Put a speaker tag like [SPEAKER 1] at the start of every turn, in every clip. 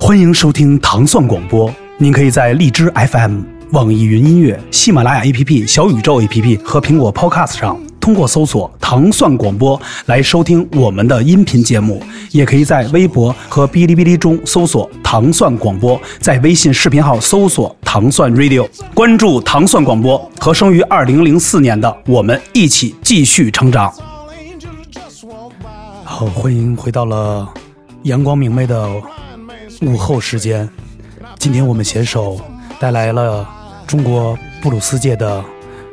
[SPEAKER 1] 欢迎收听糖蒜广播。您可以在荔枝 FM、网易云音乐、喜马拉雅 APP、小宇宙 APP 和苹果 Podcast 上，通过搜索“糖蒜广播”来收听我们的音频节目。也可以在微博和哔哩哔哩中搜索“糖蒜广播”，在微信视频号搜索“糖蒜 Radio”，关注“糖蒜广播”，和生于二零零四年的我们一起继续成长。好，欢迎回到了阳光明媚的午后时间。今天我们携手带来了中国布鲁斯界的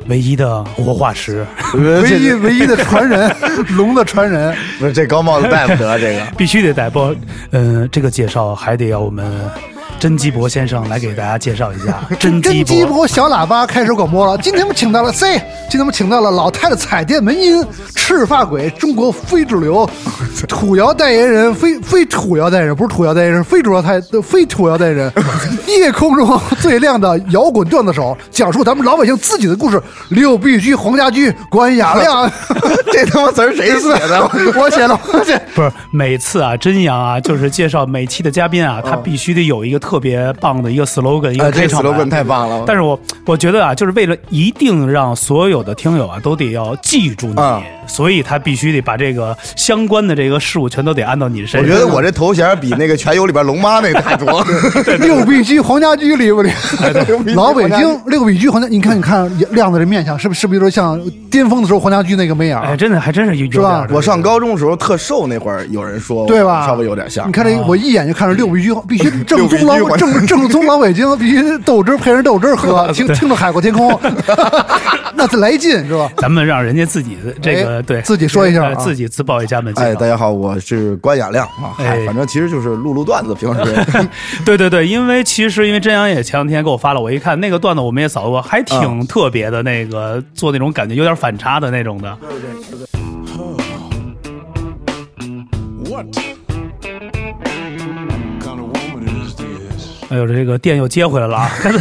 [SPEAKER 1] 唯一的活化石，
[SPEAKER 2] 唯
[SPEAKER 3] 唯
[SPEAKER 2] 一唯一的传人， 龙的传人，
[SPEAKER 3] 不是这高帽子戴不 得，这个
[SPEAKER 1] 必须得带播。嗯、这个介绍还得要我们甄基博先生来给大家介绍一 下。甄
[SPEAKER 2] 真
[SPEAKER 1] 基
[SPEAKER 2] 鸡
[SPEAKER 1] 博，
[SPEAKER 2] 婆小喇叭开始广播了。今天我们请到了 C，今天我们请到了老太太彩电门音，赤发鬼，中国非主流土窑代言人，非非土窑代言人，不是土窑代言人，非主流太非土窑代言人，夜空中最亮的摇滚段子手，讲述咱们老百姓自己的故事。六必居、黄家驹、关雅亮，
[SPEAKER 3] 这他妈词儿谁写的？
[SPEAKER 2] 我写了，我写。
[SPEAKER 1] 不是每次啊，真阳啊，就是介绍每期的嘉宾啊，他必须得有一个特别棒的一个 slogan，一个
[SPEAKER 3] 呃，嗯这
[SPEAKER 1] 开场白。
[SPEAKER 3] slogan 太棒了。
[SPEAKER 1] 但是我我觉得啊，就是为了一定让所有的听友啊都得要记住你，
[SPEAKER 3] 啊
[SPEAKER 1] 所以他必须得把这个相关的这个事物全都得按到你身
[SPEAKER 3] 我
[SPEAKER 1] 上。
[SPEAKER 3] 觉得我这头衔比那个《全游》里边龙妈那个大多。
[SPEAKER 2] 六必居黄家驹里不里？老北京六必居黄家，你看你看亮子这面相，是不是是不是有点像巅峰的时候黄家驹那个啊眉眼儿？
[SPEAKER 1] 哎，真的还真是有有点
[SPEAKER 2] 吧
[SPEAKER 1] 儿的
[SPEAKER 3] 我上高中的时候特瘦，那会儿有人说我
[SPEAKER 2] 对吧？
[SPEAKER 3] 稍微有点像
[SPEAKER 2] 你。看这，我一眼就看着六必居，必须正宗
[SPEAKER 3] 六必
[SPEAKER 2] 老
[SPEAKER 3] 居
[SPEAKER 2] 正正宗老北京，必须豆汁儿配上豆汁儿喝，听听着海阔天空，那得来劲是吧？
[SPEAKER 1] 咱们让人家自己的这个、
[SPEAKER 2] 哎
[SPEAKER 1] 对
[SPEAKER 2] 自己说一下啊
[SPEAKER 1] 呃自己自报一家门。
[SPEAKER 3] 哎，大家好，我是关雅亮啊。
[SPEAKER 1] 哎
[SPEAKER 3] 嗨，反正其实就是录录段子，平 时
[SPEAKER 1] 对对对，因为其实因为真阳也前两天给我发了，我一看那个段子我们也扫过，还
[SPEAKER 3] 嗯
[SPEAKER 1] 挺特别的，那个、做那种感觉有点反差的那种的。
[SPEAKER 4] What kind of woman is this?
[SPEAKER 1] 哎呦，这个电又接回来了啊！刚 才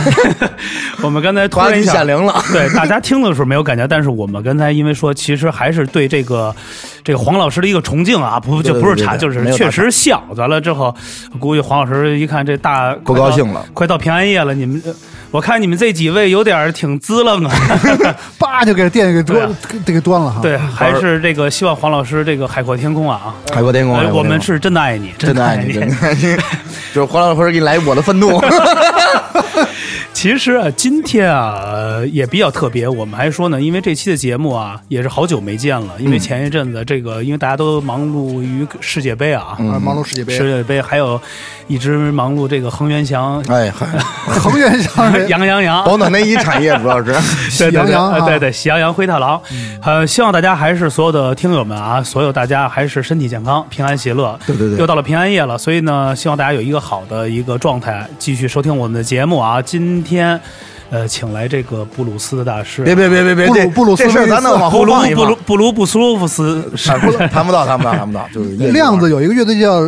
[SPEAKER 1] 我们刚才突
[SPEAKER 3] 突
[SPEAKER 1] 然
[SPEAKER 3] 然
[SPEAKER 1] 一
[SPEAKER 3] 一哎
[SPEAKER 1] 下
[SPEAKER 3] 显灵了。
[SPEAKER 1] 对，大家听的时候没有感觉，但是我们刚才因为说，其实还是对这个这个黄老师的一个崇敬啊，不
[SPEAKER 3] 对
[SPEAKER 1] 就
[SPEAKER 3] 对
[SPEAKER 1] 不是
[SPEAKER 3] 对
[SPEAKER 1] 差，
[SPEAKER 3] 对
[SPEAKER 1] 就是
[SPEAKER 3] 没有
[SPEAKER 1] 确
[SPEAKER 3] 打
[SPEAKER 1] 实像。完了之后，估计黄老师一看这大
[SPEAKER 3] 不高兴了，
[SPEAKER 1] 快到快到平安夜了，你们呃我看你们这几位有点儿挺滋楞啊。
[SPEAKER 2] 叭就给店给
[SPEAKER 1] 对啊
[SPEAKER 2] 端给给端了哈。
[SPEAKER 1] 对，还是这个希望黄老师这个海阔天空啊
[SPEAKER 3] 海阔天
[SPEAKER 1] 啊！
[SPEAKER 3] 空，海
[SPEAKER 1] 哎
[SPEAKER 3] 阔
[SPEAKER 1] 我
[SPEAKER 3] 天
[SPEAKER 1] 们
[SPEAKER 3] 空
[SPEAKER 1] 是真的爱你，
[SPEAKER 3] 真的爱你，真的爱你。 就是黄老师给你来我的愤 怒，
[SPEAKER 1] 其实啊，今天啊、呃也比较特别，我们还说呢，因为这期的节目啊也是好久没见了，因为前一阵子这个，因为大家都忙碌于世界杯啊，
[SPEAKER 2] 啊，忙碌世界杯
[SPEAKER 1] 世，界杯还有一直忙碌这个恒源祥。
[SPEAKER 3] 哎，嗨，
[SPEAKER 2] 恒源乡 人，
[SPEAKER 1] 杨洋洋，
[SPEAKER 3] 保暖内衣产业主 要是。
[SPEAKER 1] 对对
[SPEAKER 2] 喜羊
[SPEAKER 1] 对，
[SPEAKER 2] 羊
[SPEAKER 1] 呃
[SPEAKER 2] 啊
[SPEAKER 1] 对对，喜羊羊灰太狼，
[SPEAKER 3] 嗯
[SPEAKER 1] 呃，希望大家还是所有的听友们啊，所有大家还是身体健康、平安喜乐。
[SPEAKER 3] 对对对
[SPEAKER 1] 又到了平安夜了，所以呢，希望大家有一个好的一个状态，继续收听我们的节目啊。今天，呃，请来这个布鲁斯的大师，
[SPEAKER 3] 别别别别别，这
[SPEAKER 2] 布鲁布鲁斯
[SPEAKER 3] 这事儿咱能往后
[SPEAKER 1] 布鲁
[SPEAKER 3] 放一
[SPEAKER 1] 布
[SPEAKER 3] 放
[SPEAKER 1] 鲁。布鲁布苏夫斯是
[SPEAKER 3] 啊，不是 谈不到，谈不到，谈不到，就是业余
[SPEAKER 2] 亮子有一个乐队叫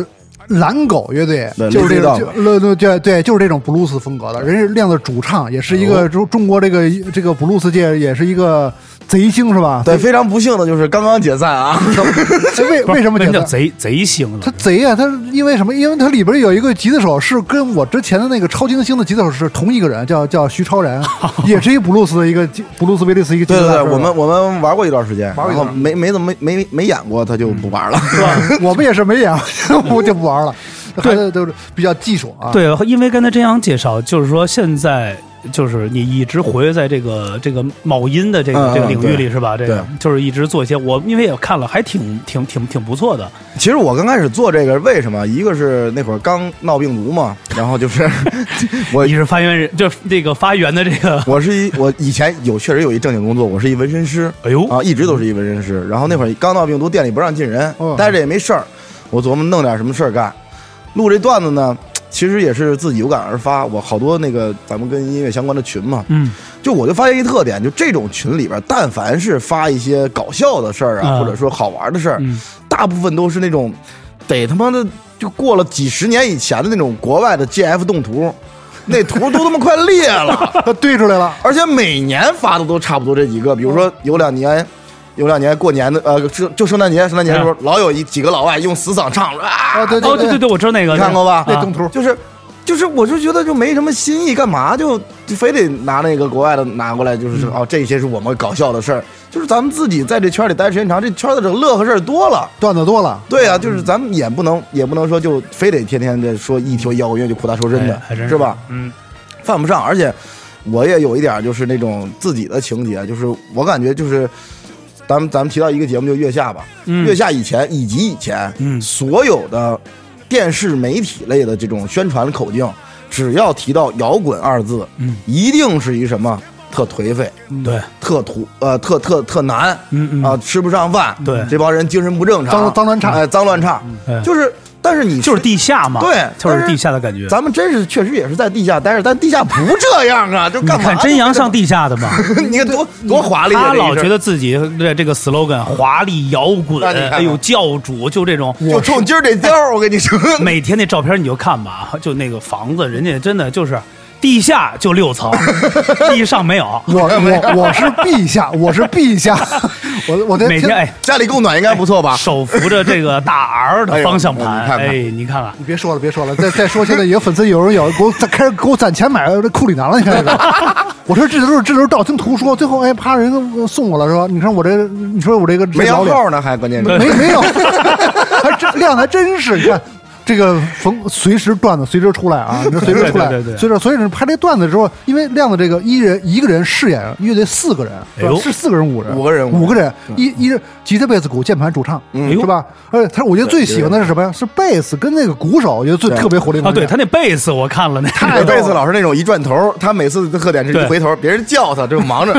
[SPEAKER 2] 蓝狗乐队，
[SPEAKER 3] 对
[SPEAKER 2] 就是这种，
[SPEAKER 3] Lazy
[SPEAKER 2] 就
[SPEAKER 3] Dog
[SPEAKER 2] 对对对，就是这种布鲁斯风格的。人家亮子主唱，也是一
[SPEAKER 3] 哦
[SPEAKER 2] 个中中国这个这个布鲁斯界也是一个贼星是吧？
[SPEAKER 3] 对，非常不幸的就是刚刚解散啊，
[SPEAKER 2] 哎，为为什么
[SPEAKER 1] 为什么
[SPEAKER 2] 觉
[SPEAKER 1] 叫
[SPEAKER 2] 得？
[SPEAKER 1] 贼贼星
[SPEAKER 2] 他
[SPEAKER 1] 了？
[SPEAKER 2] 贼啊！他因为什么？因为他里边有一个吉他手是跟我之前的那个超新星的吉他手是同一个人，叫叫徐超 然，也是一布鲁斯的一个吉布鲁斯威利斯一个吉
[SPEAKER 3] 对
[SPEAKER 2] 他
[SPEAKER 3] 对
[SPEAKER 2] 大
[SPEAKER 3] 对，
[SPEAKER 2] 师
[SPEAKER 3] 我们我们玩过一段时间，
[SPEAKER 2] 玩过一
[SPEAKER 3] 然
[SPEAKER 2] 段嗯
[SPEAKER 3] 后没没怎么没没没演过，他就不玩了。
[SPEAKER 2] 是吧？我们也是没演， 我就不玩了。孩子都是比较技术啊。
[SPEAKER 1] 对，因为刚才真阳介绍，就是说现在就是你一直活跃在这个这个某音的这个、
[SPEAKER 3] 嗯
[SPEAKER 1] 这个领域里
[SPEAKER 3] 嗯对
[SPEAKER 1] 是吧？这个
[SPEAKER 3] 对
[SPEAKER 1] 就是一直做一些，我因为也看了，还挺挺挺挺不错的。
[SPEAKER 3] 其实我刚开始做这个，为什么？一个是那会儿刚闹病毒嘛，然后就是 我
[SPEAKER 1] 你是发源人，就是这个发源的这 个，
[SPEAKER 3] 我是一我以前有确实有一正经工作，我是一纹身师
[SPEAKER 1] 哎呦，
[SPEAKER 3] 啊，一直都是一纹身师。然后那会儿刚闹病毒，店里不让进人
[SPEAKER 2] 哦，
[SPEAKER 3] 待着也没事儿，我琢磨弄点什么事儿干。录这段子呢，其实也是自己有感而发，我好多那个咱们跟音乐相关的群嘛，
[SPEAKER 1] 嗯，
[SPEAKER 3] 就我就发现一特点，就这种群里边，但凡是发一些搞笑的事儿啊，
[SPEAKER 1] 啊
[SPEAKER 3] 或者说好玩的事儿，
[SPEAKER 1] 嗯
[SPEAKER 3] 大部分都是那种得他妈的就过了几十年以前的那种国外的 GF 动图， 那图都他妈快 裂了，
[SPEAKER 2] 他对出来了。
[SPEAKER 3] 而且每年发的都差不多这几个，比如说有两年。有两年过年的，呃，就就圣诞节，圣诞节的时候，老有一几个老外用死嗓唱啊，
[SPEAKER 2] 啊，对
[SPEAKER 1] 哦哦，对对对，我知道那个，
[SPEAKER 3] 你看过吧
[SPEAKER 1] 那
[SPEAKER 2] 那动图
[SPEAKER 3] 就是就是我就觉得就没什么新意，干嘛就就非得拿那个国外的拿过来，就是
[SPEAKER 1] 嗯
[SPEAKER 3] 说哦，这些是我们搞笑的事儿，就是咱们自己在这圈里待时间长，这圈子这乐呵事儿多了。
[SPEAKER 2] 段子多了，
[SPEAKER 3] 对啊，就是咱们也不能也不能说就非得天天的说一条摇滚乐就苦大仇深的
[SPEAKER 1] 哎，还真
[SPEAKER 3] 是吧？
[SPEAKER 1] 嗯，
[SPEAKER 3] 犯不上，而且我也有一点就是那种自己的情节，就是我感觉就是。咱们咱们提到一个节目就月下吧，月下以前以及以前，
[SPEAKER 1] 嗯
[SPEAKER 3] 所有的电视媒体类的这种宣传口径，只要提到摇滚二字，
[SPEAKER 1] 嗯
[SPEAKER 3] 一定是一什么特颓废、
[SPEAKER 1] 对，
[SPEAKER 3] 特土呃特特特难，
[SPEAKER 1] 嗯嗯
[SPEAKER 3] 啊、吃不上饭，
[SPEAKER 1] 对
[SPEAKER 3] 这帮人精神不正常，
[SPEAKER 2] 脏脏乱差
[SPEAKER 3] 哎，脏乱差，
[SPEAKER 1] 嗯
[SPEAKER 3] 就是但是你
[SPEAKER 1] 就是地下嘛，
[SPEAKER 3] 对
[SPEAKER 1] 就是
[SPEAKER 3] 但是
[SPEAKER 1] 地下的感觉。
[SPEAKER 3] 咱们真是确实也是在地下待着，但地下不这 样啊，就
[SPEAKER 1] 你
[SPEAKER 3] 干嘛？
[SPEAKER 1] 看真阳上地下的嘛，
[SPEAKER 3] 你看多多华丽啊！
[SPEAKER 1] 他
[SPEAKER 3] 这一
[SPEAKER 1] 老
[SPEAKER 3] 身
[SPEAKER 1] 觉得自己对这个 slogan 华丽摇滚，
[SPEAKER 3] 那你看看
[SPEAKER 1] 哎呦教主就这种，
[SPEAKER 3] 就冲今儿这调儿，我跟你说，
[SPEAKER 1] 每天那照片你就看吧， 就那个房子，人家真的就是地下就六 层，地上没有，
[SPEAKER 2] 我我我是陛下，我是陛下，我我在
[SPEAKER 1] 每
[SPEAKER 2] 听
[SPEAKER 1] 天哎
[SPEAKER 3] 家里供暖应该不错吧？
[SPEAKER 1] 手扶着这个大 R 的方向盘，
[SPEAKER 3] 哎呦
[SPEAKER 1] 哎，你看看。
[SPEAKER 2] 你别说了，别说了，再再说现在有粉丝有人有给我开始给我攒钱买这库里南了，你看这个。 我说这都是这都是道听途说，最后哎啪人家送我了是吧？你看我这你说我这个这
[SPEAKER 3] 没
[SPEAKER 2] 老
[SPEAKER 3] 摇
[SPEAKER 2] 脸
[SPEAKER 3] 号呢，还关键是
[SPEAKER 2] 没没 有，还真量还真是你看。这个逢随时段子随时出来啊，你说随时出来，
[SPEAKER 1] 对对对对
[SPEAKER 2] 随时所以呢拍这段子的时候，因为亮子这个一人一个人饰演乐队四个人，
[SPEAKER 1] 哎呦
[SPEAKER 2] 是四个人五人
[SPEAKER 3] 五个人嗯
[SPEAKER 2] 五个人，一一人吉他、贝斯、鼓、键盘、主唱，
[SPEAKER 1] 哎
[SPEAKER 2] 是吧？而且他我觉得最喜欢的是什么呀？是贝斯跟那个鼓手，我觉得最
[SPEAKER 3] 对
[SPEAKER 2] 特别活灵
[SPEAKER 1] 啊，
[SPEAKER 2] 活
[SPEAKER 1] 对
[SPEAKER 2] 现
[SPEAKER 1] 他那贝斯我看了，那
[SPEAKER 3] 我贝斯老是那种一转头，他每次的特点是
[SPEAKER 1] 对
[SPEAKER 3] 一回头，别人叫他就忙 着，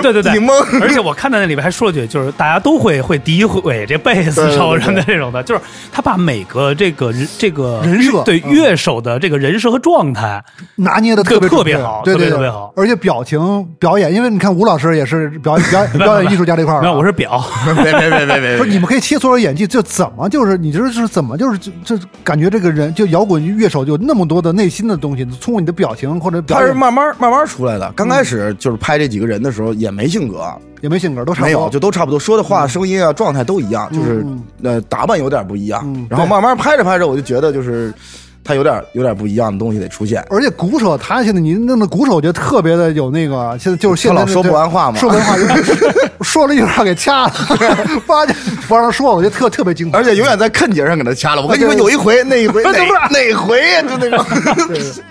[SPEAKER 1] 对对对，
[SPEAKER 3] 你 懵。
[SPEAKER 1] 而且我看到那里边还说了句，就是大家都会会诋毁这贝斯手什么的这种的，就是他把每个这个人这个
[SPEAKER 2] 人设
[SPEAKER 1] 对乐手的这个人设和状态，
[SPEAKER 2] 拿捏的特别
[SPEAKER 1] 特别
[SPEAKER 2] 准确
[SPEAKER 1] 好
[SPEAKER 2] 对
[SPEAKER 1] 特别
[SPEAKER 2] 对对
[SPEAKER 1] 特别好
[SPEAKER 2] 而且表情表演，因为你看吴老师也是表演 表演表演艺术家这块儿啊，
[SPEAKER 1] 没有，我是表，
[SPEAKER 3] 别别别别别
[SPEAKER 2] 不是你们可以切磋着演技，就怎么就是你这是怎么就是就就感觉这个人就摇滚乐手有那么多的内心的东西，通过你的表情或者表
[SPEAKER 3] 他是
[SPEAKER 2] 演
[SPEAKER 3] 慢慢慢慢出来的。刚开始就是拍这几个人的时候也没性格，啊
[SPEAKER 2] 也没性格，都差不
[SPEAKER 3] 没
[SPEAKER 2] 多
[SPEAKER 3] 有，就都差不多，说的话、声音啊、状态都一样，就是
[SPEAKER 2] 嗯
[SPEAKER 3] 呃打扮有点不一样
[SPEAKER 2] 嗯。
[SPEAKER 3] 然后
[SPEAKER 2] 对
[SPEAKER 3] 慢慢拍着拍着，我就觉得就是他有点有点不一样的东西得出现。
[SPEAKER 2] 而且鼓手他现在你弄的鼓手，我觉得特别的有那个，现在就是现在
[SPEAKER 3] 他老
[SPEAKER 2] 那
[SPEAKER 3] 说不完话嘛
[SPEAKER 2] 说不完话，说了一会儿给掐了， 叭就不让他说了，我觉得特特别精彩
[SPEAKER 3] 而。且永远在坑节上给他掐了。我跟你说，
[SPEAKER 2] 对
[SPEAKER 3] 有一回，那一回，
[SPEAKER 2] 对
[SPEAKER 3] 哪
[SPEAKER 2] 对对
[SPEAKER 3] 哪回呀？就那种，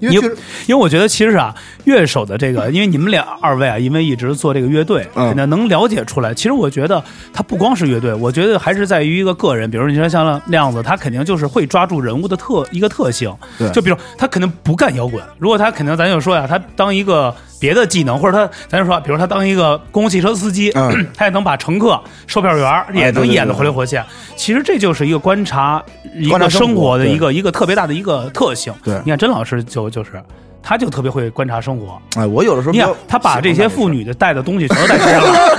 [SPEAKER 2] 因为
[SPEAKER 1] 因
[SPEAKER 2] 确实
[SPEAKER 1] 为因为我觉得其实啊，乐手的 这个，因为你们俩二位啊，因为一直做这个乐队，
[SPEAKER 3] 嗯
[SPEAKER 1] 肯定能了解出来。其实我觉得他不光是乐队，我觉得还是在于一个个人。比如你说像亮子，他肯定就是会抓住人物的特一个特性
[SPEAKER 3] 对。
[SPEAKER 1] 就比如他肯定不干摇滚，如果他肯定咱就说啊呀、他当一个别的技能，或者他咱就说，比如他当一个公共汽车司机，
[SPEAKER 3] 嗯
[SPEAKER 1] 他也能把乘客、售票员儿也
[SPEAKER 3] 哎对
[SPEAKER 1] 能
[SPEAKER 3] 对对
[SPEAKER 1] 演得
[SPEAKER 3] 对
[SPEAKER 1] 活灵活现。其实这就是一个观察一
[SPEAKER 3] 观察
[SPEAKER 1] 个
[SPEAKER 3] 生
[SPEAKER 1] 生
[SPEAKER 3] 活
[SPEAKER 1] 活的
[SPEAKER 3] 对
[SPEAKER 1] 一个。一个特别大的一个特性。
[SPEAKER 3] 对
[SPEAKER 1] 你看甄老师就就是，他就特别会观察生活。
[SPEAKER 3] 哎，我有的时候
[SPEAKER 1] 你
[SPEAKER 3] 比较
[SPEAKER 1] 看他把这些妇女的带的东西全都带身上了，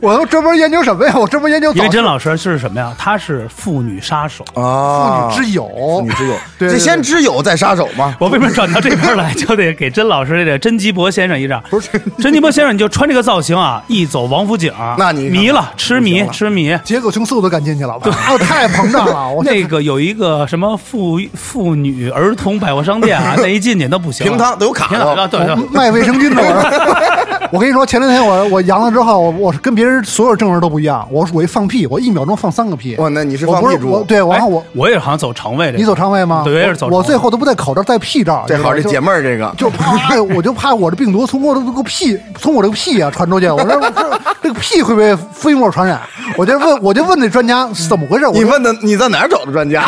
[SPEAKER 2] 我都专门研究什么呀？我专门研究
[SPEAKER 1] 因为
[SPEAKER 2] 早
[SPEAKER 1] 甄老师是什么呀？他是妇女杀手。
[SPEAKER 3] 啊，
[SPEAKER 2] 妇女之友，
[SPEAKER 3] 妇女之友，
[SPEAKER 2] 对对
[SPEAKER 3] 这先之友再杀手嘛。
[SPEAKER 1] 我为什么转到这边来，就得给甄老师这个甄吉伯先生一仗？不是，甄吉伯先生，你就穿这个造型啊，一走王府井，
[SPEAKER 3] 那你
[SPEAKER 1] 迷了，痴迷，
[SPEAKER 3] 了
[SPEAKER 1] 痴迷。
[SPEAKER 2] 杰克琼斯我都敢进去了，哇，太膨胀了，我
[SPEAKER 1] 那个有一个什么妇妇女儿童百货商店啊，那一进去那不行了，
[SPEAKER 3] 平摊都有卡
[SPEAKER 1] 平摊
[SPEAKER 3] 了
[SPEAKER 1] 啊对
[SPEAKER 2] 嗯
[SPEAKER 1] 对，
[SPEAKER 2] 哦卖卫生巾的 我是。我跟你说，前两天我我阳了之后，我我是跟别人所有证人都不一样，我我一放屁，我一秒钟放三个屁。
[SPEAKER 3] 哇那你是
[SPEAKER 2] 我
[SPEAKER 3] 放
[SPEAKER 2] 不
[SPEAKER 3] 屁
[SPEAKER 2] 是
[SPEAKER 3] 猪
[SPEAKER 2] 我对，然
[SPEAKER 1] 哎
[SPEAKER 2] 后我
[SPEAKER 1] 我也好像走肠胃这个，
[SPEAKER 2] 你走肠胃吗？
[SPEAKER 1] 对，我也是走肠胃。
[SPEAKER 2] 我我最后都不戴口罩，戴屁罩。
[SPEAKER 3] 这好，这
[SPEAKER 2] 就
[SPEAKER 3] 解。闷儿，这个
[SPEAKER 2] 就怕， 我就怕我这病毒从我的这个屁，从我这个屁啊传出去。我说我说这个屁会不会飞沫传染？我就问，我就问那专家是怎么回事。我
[SPEAKER 3] 你
[SPEAKER 2] 就
[SPEAKER 3] 问的你在哪儿找的专 家？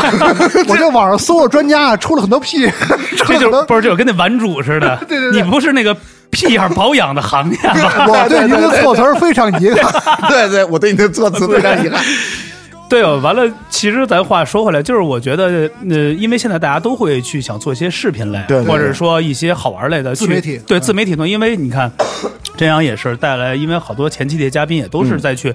[SPEAKER 2] 我就网上搜了专家，啊，出了很多屁，
[SPEAKER 1] 这
[SPEAKER 2] 出了很
[SPEAKER 1] 就
[SPEAKER 2] 多
[SPEAKER 1] 是不是就跟那玩主似的？
[SPEAKER 2] 对对对
[SPEAKER 1] 你不是那个屁眼保养的行业 吗？
[SPEAKER 2] 我对您的措辞非常遗憾。
[SPEAKER 3] 对对，我对你的措辞非常遗憾。
[SPEAKER 1] 对哦，完了，其实咱话说回来，就是我觉得，呃，因为现在大家都会去想做一些视频类，啊
[SPEAKER 3] 对对对
[SPEAKER 1] 或者说一些好玩类的
[SPEAKER 2] 自
[SPEAKER 1] 去
[SPEAKER 2] 媒体
[SPEAKER 1] 对
[SPEAKER 2] 嗯
[SPEAKER 1] 自媒体呢，因为你看，真阳也是带来，因为好多前期的嘉宾也都是在去，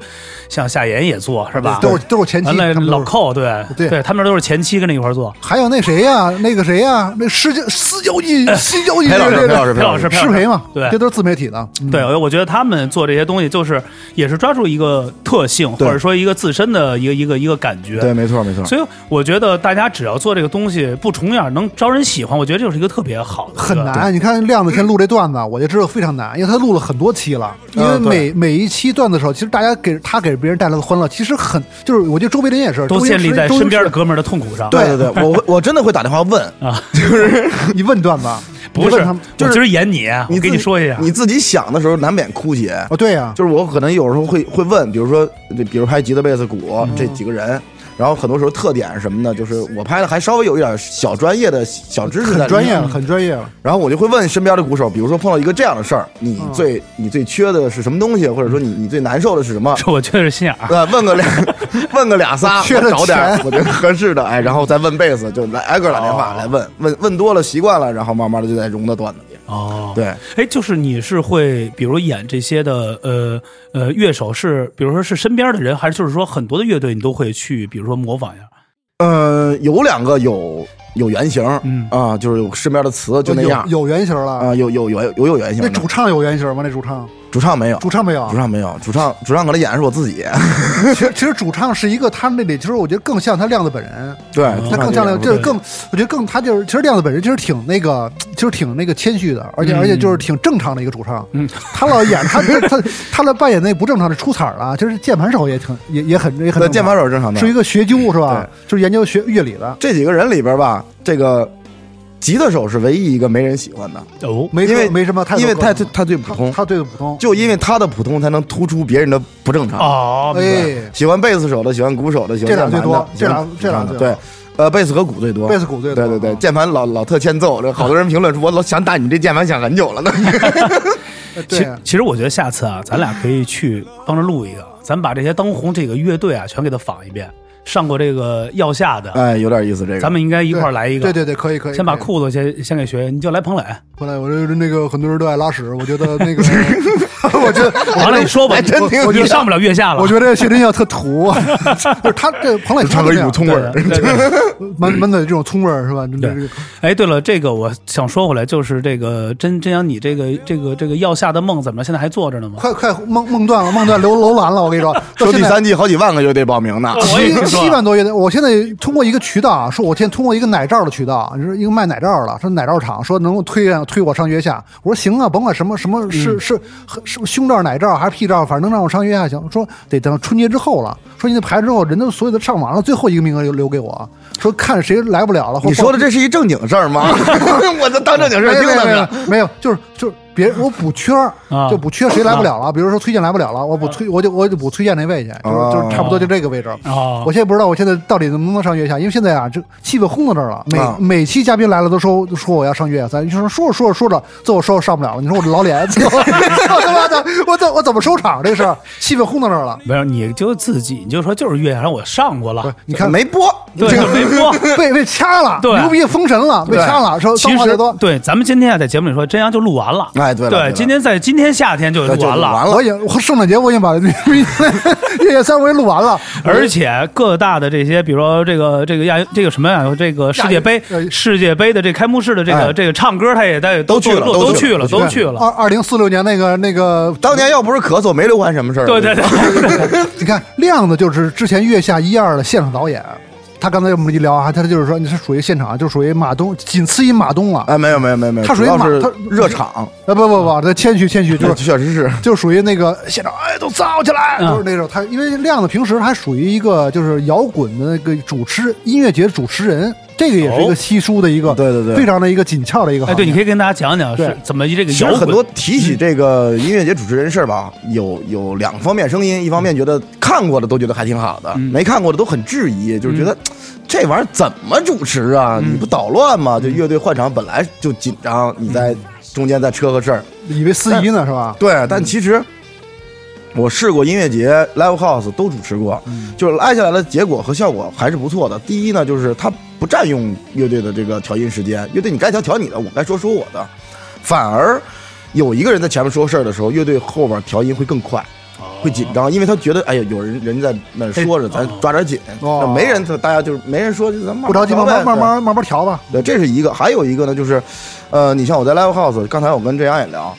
[SPEAKER 1] 像夏言也做是吧？
[SPEAKER 2] 嗯都是都是前期
[SPEAKER 1] 完了，
[SPEAKER 2] 他们都
[SPEAKER 1] 老
[SPEAKER 2] 是
[SPEAKER 1] 寇对
[SPEAKER 2] 对
[SPEAKER 1] 他们都是前期跟着一块儿做。
[SPEAKER 2] 还有那谁呀，那个谁呀，那施教私教艺私教艺
[SPEAKER 3] 裴老师，裴老师，
[SPEAKER 1] 哎裴老师，
[SPEAKER 2] 师培嘛，
[SPEAKER 1] 对，
[SPEAKER 2] 这都是自媒体的。嗯
[SPEAKER 1] 对，我觉得他们做这些东西，就是也是抓住一个特性，或
[SPEAKER 3] 对
[SPEAKER 1] 者说一个自身的一个一个一个感觉。
[SPEAKER 3] 对，没错没错。
[SPEAKER 1] 所以我觉得大家只要做这个东西不重样，能招人喜欢，我觉得这就是一个特别好的。
[SPEAKER 2] 很。难。你看亮子先录这段子，我就知道非常难，因为他录了很多期了。因为
[SPEAKER 3] 嗯对
[SPEAKER 2] 每每一期段子的时候，其实大家给他给别人带来的欢乐，其实很就是，我觉得周杰伦也是，
[SPEAKER 1] 都
[SPEAKER 2] 周杰
[SPEAKER 1] 建
[SPEAKER 2] 伦
[SPEAKER 1] 立在
[SPEAKER 2] 周
[SPEAKER 1] 身
[SPEAKER 2] 杰伦
[SPEAKER 1] 边的哥们儿的痛苦上。嗯
[SPEAKER 3] 对对对，我会我真的会打电话问，
[SPEAKER 2] 是你问段子，
[SPEAKER 1] 不是
[SPEAKER 2] 你问他们，
[SPEAKER 1] 我今儿演你，我
[SPEAKER 3] 你
[SPEAKER 1] 跟
[SPEAKER 3] 自
[SPEAKER 1] 你
[SPEAKER 3] 己
[SPEAKER 1] 说一下，
[SPEAKER 3] 你自己想的时候难免枯竭。
[SPEAKER 2] 哦，对呀，
[SPEAKER 3] 就是我可能有时候会会问，比如说，比如拍吉他、贝斯、鼓这几个人，然后很多时候特点是什么呢？就是我拍的还稍微有一点小专业的小知识在
[SPEAKER 2] 很
[SPEAKER 3] 里
[SPEAKER 2] 专业
[SPEAKER 3] 面
[SPEAKER 2] 了，很专业了。
[SPEAKER 3] 然后我就会问身边的鼓手，比如说碰到一个这样的事儿，你最、你最缺的是什么东西，或者说你你最难受的是什么？
[SPEAKER 1] 这我确实是心眼儿。
[SPEAKER 3] 呃，问个俩，问个俩仨，
[SPEAKER 2] 缺的
[SPEAKER 3] 我找点儿
[SPEAKER 2] 钱
[SPEAKER 3] 我觉得合适的，哎，然后再问贝斯，就来挨个打电话
[SPEAKER 1] 哦
[SPEAKER 3] 来问，问问多了习惯了，然后慢慢的就在融到段子里。
[SPEAKER 1] 哦，
[SPEAKER 3] 对，
[SPEAKER 1] 哎，就是你是会，比如演这些的，呃呃，乐手是，比如说是身边的人，还是就是说很多的乐队你都会去，比如说模仿一下？
[SPEAKER 3] 呃，有两个有有原型，
[SPEAKER 1] 嗯
[SPEAKER 3] 啊，就是有身边的词就那样
[SPEAKER 2] 有有原型了。
[SPEAKER 3] 啊，有有有有有原型
[SPEAKER 2] 那
[SPEAKER 3] 的，
[SPEAKER 2] 主唱有原型吗？那主唱，
[SPEAKER 3] 主唱没有，
[SPEAKER 2] 主唱没有啊
[SPEAKER 3] 主。唱没有，主唱主唱可能演的是我自己，
[SPEAKER 2] 其实其实主唱是一个，他那里其实我觉得更像他亮子本人，
[SPEAKER 3] 哦对，主
[SPEAKER 2] 他
[SPEAKER 3] 唱
[SPEAKER 2] 更像
[SPEAKER 3] 就
[SPEAKER 2] 亮，
[SPEAKER 3] 是
[SPEAKER 2] 就是更，我觉得更他就是，其实亮子本人其实挺那个，其实挺那个谦虚的，而且而且
[SPEAKER 3] 嗯
[SPEAKER 2] 就是挺正常的一个主唱。
[SPEAKER 1] 嗯，
[SPEAKER 2] 他老演他他他他老扮演那不正常的出彩儿了，就是键盘手也挺也也很也很正
[SPEAKER 3] 那
[SPEAKER 2] 常
[SPEAKER 3] 键盘手正常的
[SPEAKER 2] 是一。个学究是吧？就是研究学乐理的，
[SPEAKER 3] 这几个人里边吧，这个吉他手是唯一一个没人喜欢的，
[SPEAKER 1] 哦，
[SPEAKER 2] 没
[SPEAKER 3] 因为
[SPEAKER 2] 没什么太多
[SPEAKER 3] 因为
[SPEAKER 2] 个
[SPEAKER 3] 他
[SPEAKER 2] 性
[SPEAKER 3] 他他最普通，
[SPEAKER 2] 他对的普通
[SPEAKER 3] 就因为他的普通才能突出别人的不正常。
[SPEAKER 1] 哦，明白
[SPEAKER 2] 哎，
[SPEAKER 3] 喜欢贝斯手的，喜欢鼓手的，喜欢
[SPEAKER 2] 这俩最
[SPEAKER 3] 键盘的
[SPEAKER 2] 多这俩
[SPEAKER 3] 喜欢
[SPEAKER 2] 这俩
[SPEAKER 3] 主唱的
[SPEAKER 2] 最多
[SPEAKER 3] 对，呃，贝斯和鼓最多，
[SPEAKER 2] 贝斯鼓最多
[SPEAKER 3] 对对对，
[SPEAKER 2] 嗯
[SPEAKER 3] 键盘老老特欠揍，这好多人评论说，我老想打你这键盘想很久 了呢。
[SPEAKER 1] 其
[SPEAKER 2] 对。
[SPEAKER 1] 其实我觉得下次啊，咱俩可以去帮着录一个，咱把这些当红这个乐队啊，全给他仿一遍。上过这个药下的，
[SPEAKER 3] 哎，有点意思这个。
[SPEAKER 1] 咱们应该一块儿来一个。
[SPEAKER 2] 呃对对对，可以可以。
[SPEAKER 1] 先把
[SPEAKER 2] 可以
[SPEAKER 1] 裤子先先给学，你就来彭磊。
[SPEAKER 2] 本来我这那个很多人都爱拉屎，我觉得 那个，我觉得
[SPEAKER 1] 完了，你说吧，
[SPEAKER 3] 还真挺
[SPEAKER 1] 你你上不了月下了。
[SPEAKER 2] 我觉得谢天笑特 土，就是他这彭磊
[SPEAKER 3] 唱
[SPEAKER 2] 歌
[SPEAKER 3] 歌一股葱味
[SPEAKER 1] 对
[SPEAKER 3] 儿，
[SPEAKER 1] 对对
[SPEAKER 2] 满满嘴这种葱味儿是吧？这这
[SPEAKER 1] 哎，对了，这个我想说回来，就是这个真真阳，你这个这个这个药下的梦怎么了？现在还做着呢吗？
[SPEAKER 2] 快快梦梦断了，梦断楼楼兰了，我 跟你说，
[SPEAKER 3] 说
[SPEAKER 2] 到
[SPEAKER 3] 第
[SPEAKER 2] 现在
[SPEAKER 3] 三季好几万个乐队报 名呢。
[SPEAKER 1] 我也
[SPEAKER 2] 七
[SPEAKER 1] 听说了
[SPEAKER 2] 七万多乐队，我现在通过一个渠道啊，说我现在通过一个奶罩的渠道，你说一个卖奶罩的，说奶罩厂说能够推啊推我上月下，我说行啊，甭管什么什
[SPEAKER 1] 嗯
[SPEAKER 2] 么是是是胸罩、奶罩还是屁罩，反正能让我上月下行。说得等春节之后了，说你得排之后人都所有的上完了，最后一个名额留留给我，啊说看谁来不了了。或
[SPEAKER 3] 你说的这是一正经事 儿吗？我这当 正经事儿听
[SPEAKER 2] 没有
[SPEAKER 3] 的
[SPEAKER 2] 没有
[SPEAKER 3] 呢。
[SPEAKER 2] 没有没有，就是就是别我补缺儿
[SPEAKER 1] 啊，
[SPEAKER 2] 就补缺谁来不了了，比如说崔健来不了了，我补崔我就我就补崔健那位去，就是就是差不
[SPEAKER 1] 啊
[SPEAKER 2] 多就这个位置。
[SPEAKER 1] 哦
[SPEAKER 2] 我现在不知道我现在到底能不能上月下，因为现在啊，这气氛轰到这儿了，每、
[SPEAKER 3] 啊
[SPEAKER 2] 每期嘉宾来了都说都说我要上月下，咱就说说着说着说着，最后说我上不了了，你说我这老脸，最后 我他妈的我怎我怎么收场这事儿？气氛轰到这儿了。
[SPEAKER 1] 没有，你就自己你就说就是月下，然后我上过
[SPEAKER 2] 不是
[SPEAKER 1] 了，
[SPEAKER 2] 你看
[SPEAKER 3] 没播，
[SPEAKER 1] 对，没播。
[SPEAKER 2] 被被掐了，
[SPEAKER 1] 对
[SPEAKER 2] 牛逼封神了，被掐
[SPEAKER 3] 啊
[SPEAKER 2] 了，说
[SPEAKER 1] 其
[SPEAKER 2] 脏话
[SPEAKER 1] 实
[SPEAKER 2] 太多。
[SPEAKER 1] 对，咱们今天啊，在节目里说，真阳就录完了。
[SPEAKER 3] 哎对了对了
[SPEAKER 1] 今天在今天夏天就
[SPEAKER 3] 对
[SPEAKER 1] 录
[SPEAKER 3] 就
[SPEAKER 1] 完了，
[SPEAKER 3] 完
[SPEAKER 2] 我已经我圣诞节我已经把月下三我也录完了，
[SPEAKER 1] 而且各大的这些，比如说这个这个亚这个什么呀，这个世界杯
[SPEAKER 2] 呃
[SPEAKER 1] 世界杯的这开幕式的这个
[SPEAKER 3] 哎
[SPEAKER 1] 这个唱歌，他也在
[SPEAKER 3] 都去了
[SPEAKER 1] 都
[SPEAKER 3] 都
[SPEAKER 1] 去
[SPEAKER 3] 去
[SPEAKER 1] 了
[SPEAKER 3] 了啊
[SPEAKER 1] 都去了，
[SPEAKER 2] 二二零四六年那个那个，
[SPEAKER 3] 当年要不是咳嗽，没刘欢什么事儿。
[SPEAKER 1] 对对对。
[SPEAKER 2] 你看亮子就是之前月下一二的现场导演，他刚才我们一聊啊，他就是说你是属于现场，就属于马东，仅次于马东了。
[SPEAKER 3] 哎，没有没有没有没有，
[SPEAKER 2] 他属于
[SPEAKER 3] 主要
[SPEAKER 2] 马
[SPEAKER 3] 是
[SPEAKER 2] 他
[SPEAKER 3] 热场，
[SPEAKER 2] 啊不不不，他谦虚谦虚，就
[SPEAKER 3] 就是确实是。
[SPEAKER 2] 就属于那个现场，哎，都燥起来，
[SPEAKER 1] 嗯
[SPEAKER 2] 就是那种。他因为亮子平时还属于一个就是摇滚的那个主持音乐节主持人，这个也是一
[SPEAKER 1] 哦
[SPEAKER 2] 个稀疏的一个，
[SPEAKER 3] 对对对
[SPEAKER 2] 非常的一个紧俏的一个行
[SPEAKER 1] 哎，
[SPEAKER 2] 业。
[SPEAKER 1] 对，你可以跟大家讲讲
[SPEAKER 2] 对
[SPEAKER 1] 是怎么这个
[SPEAKER 3] 其实
[SPEAKER 1] 摇滚嗯
[SPEAKER 3] 很多提起这个音乐节主持人事儿吧，有有两方面声音，一方面觉得看过的都觉得还挺好
[SPEAKER 1] 嗯
[SPEAKER 3] 的，没看过的都很质疑，就是觉得、这玩意儿怎么主持啊？
[SPEAKER 1] 嗯
[SPEAKER 3] 你不捣乱吗？就乐队换场本来就紧张，你在
[SPEAKER 1] 嗯
[SPEAKER 3] 中间再车和事儿，
[SPEAKER 2] 以为司仪呢是吧？
[SPEAKER 3] 对，但其实我试过音乐节、live house 都主持过，
[SPEAKER 2] 嗯
[SPEAKER 3] 就是按下来的结果和效果还是不错的。第一呢，就是它不占用乐队的这个调音时间，乐队你该调调你的，我该说说我的，反而有一个人在前面说事儿的时候，乐队后边调音会更快。
[SPEAKER 2] 哦
[SPEAKER 3] 会紧张，因为他觉得，哎呀，有人人在那说着，咱抓点紧。
[SPEAKER 2] 哎哦
[SPEAKER 3] 那没人，他大家就是没人说，就咱慢慢
[SPEAKER 2] 不着急，
[SPEAKER 3] 调
[SPEAKER 2] 慢慢慢
[SPEAKER 3] 呗对
[SPEAKER 2] 慢慢慢调吧。
[SPEAKER 3] 对，这是一个，还有一个呢，就是，呃，你像我在 Live House，刚才我跟郑阳也聊，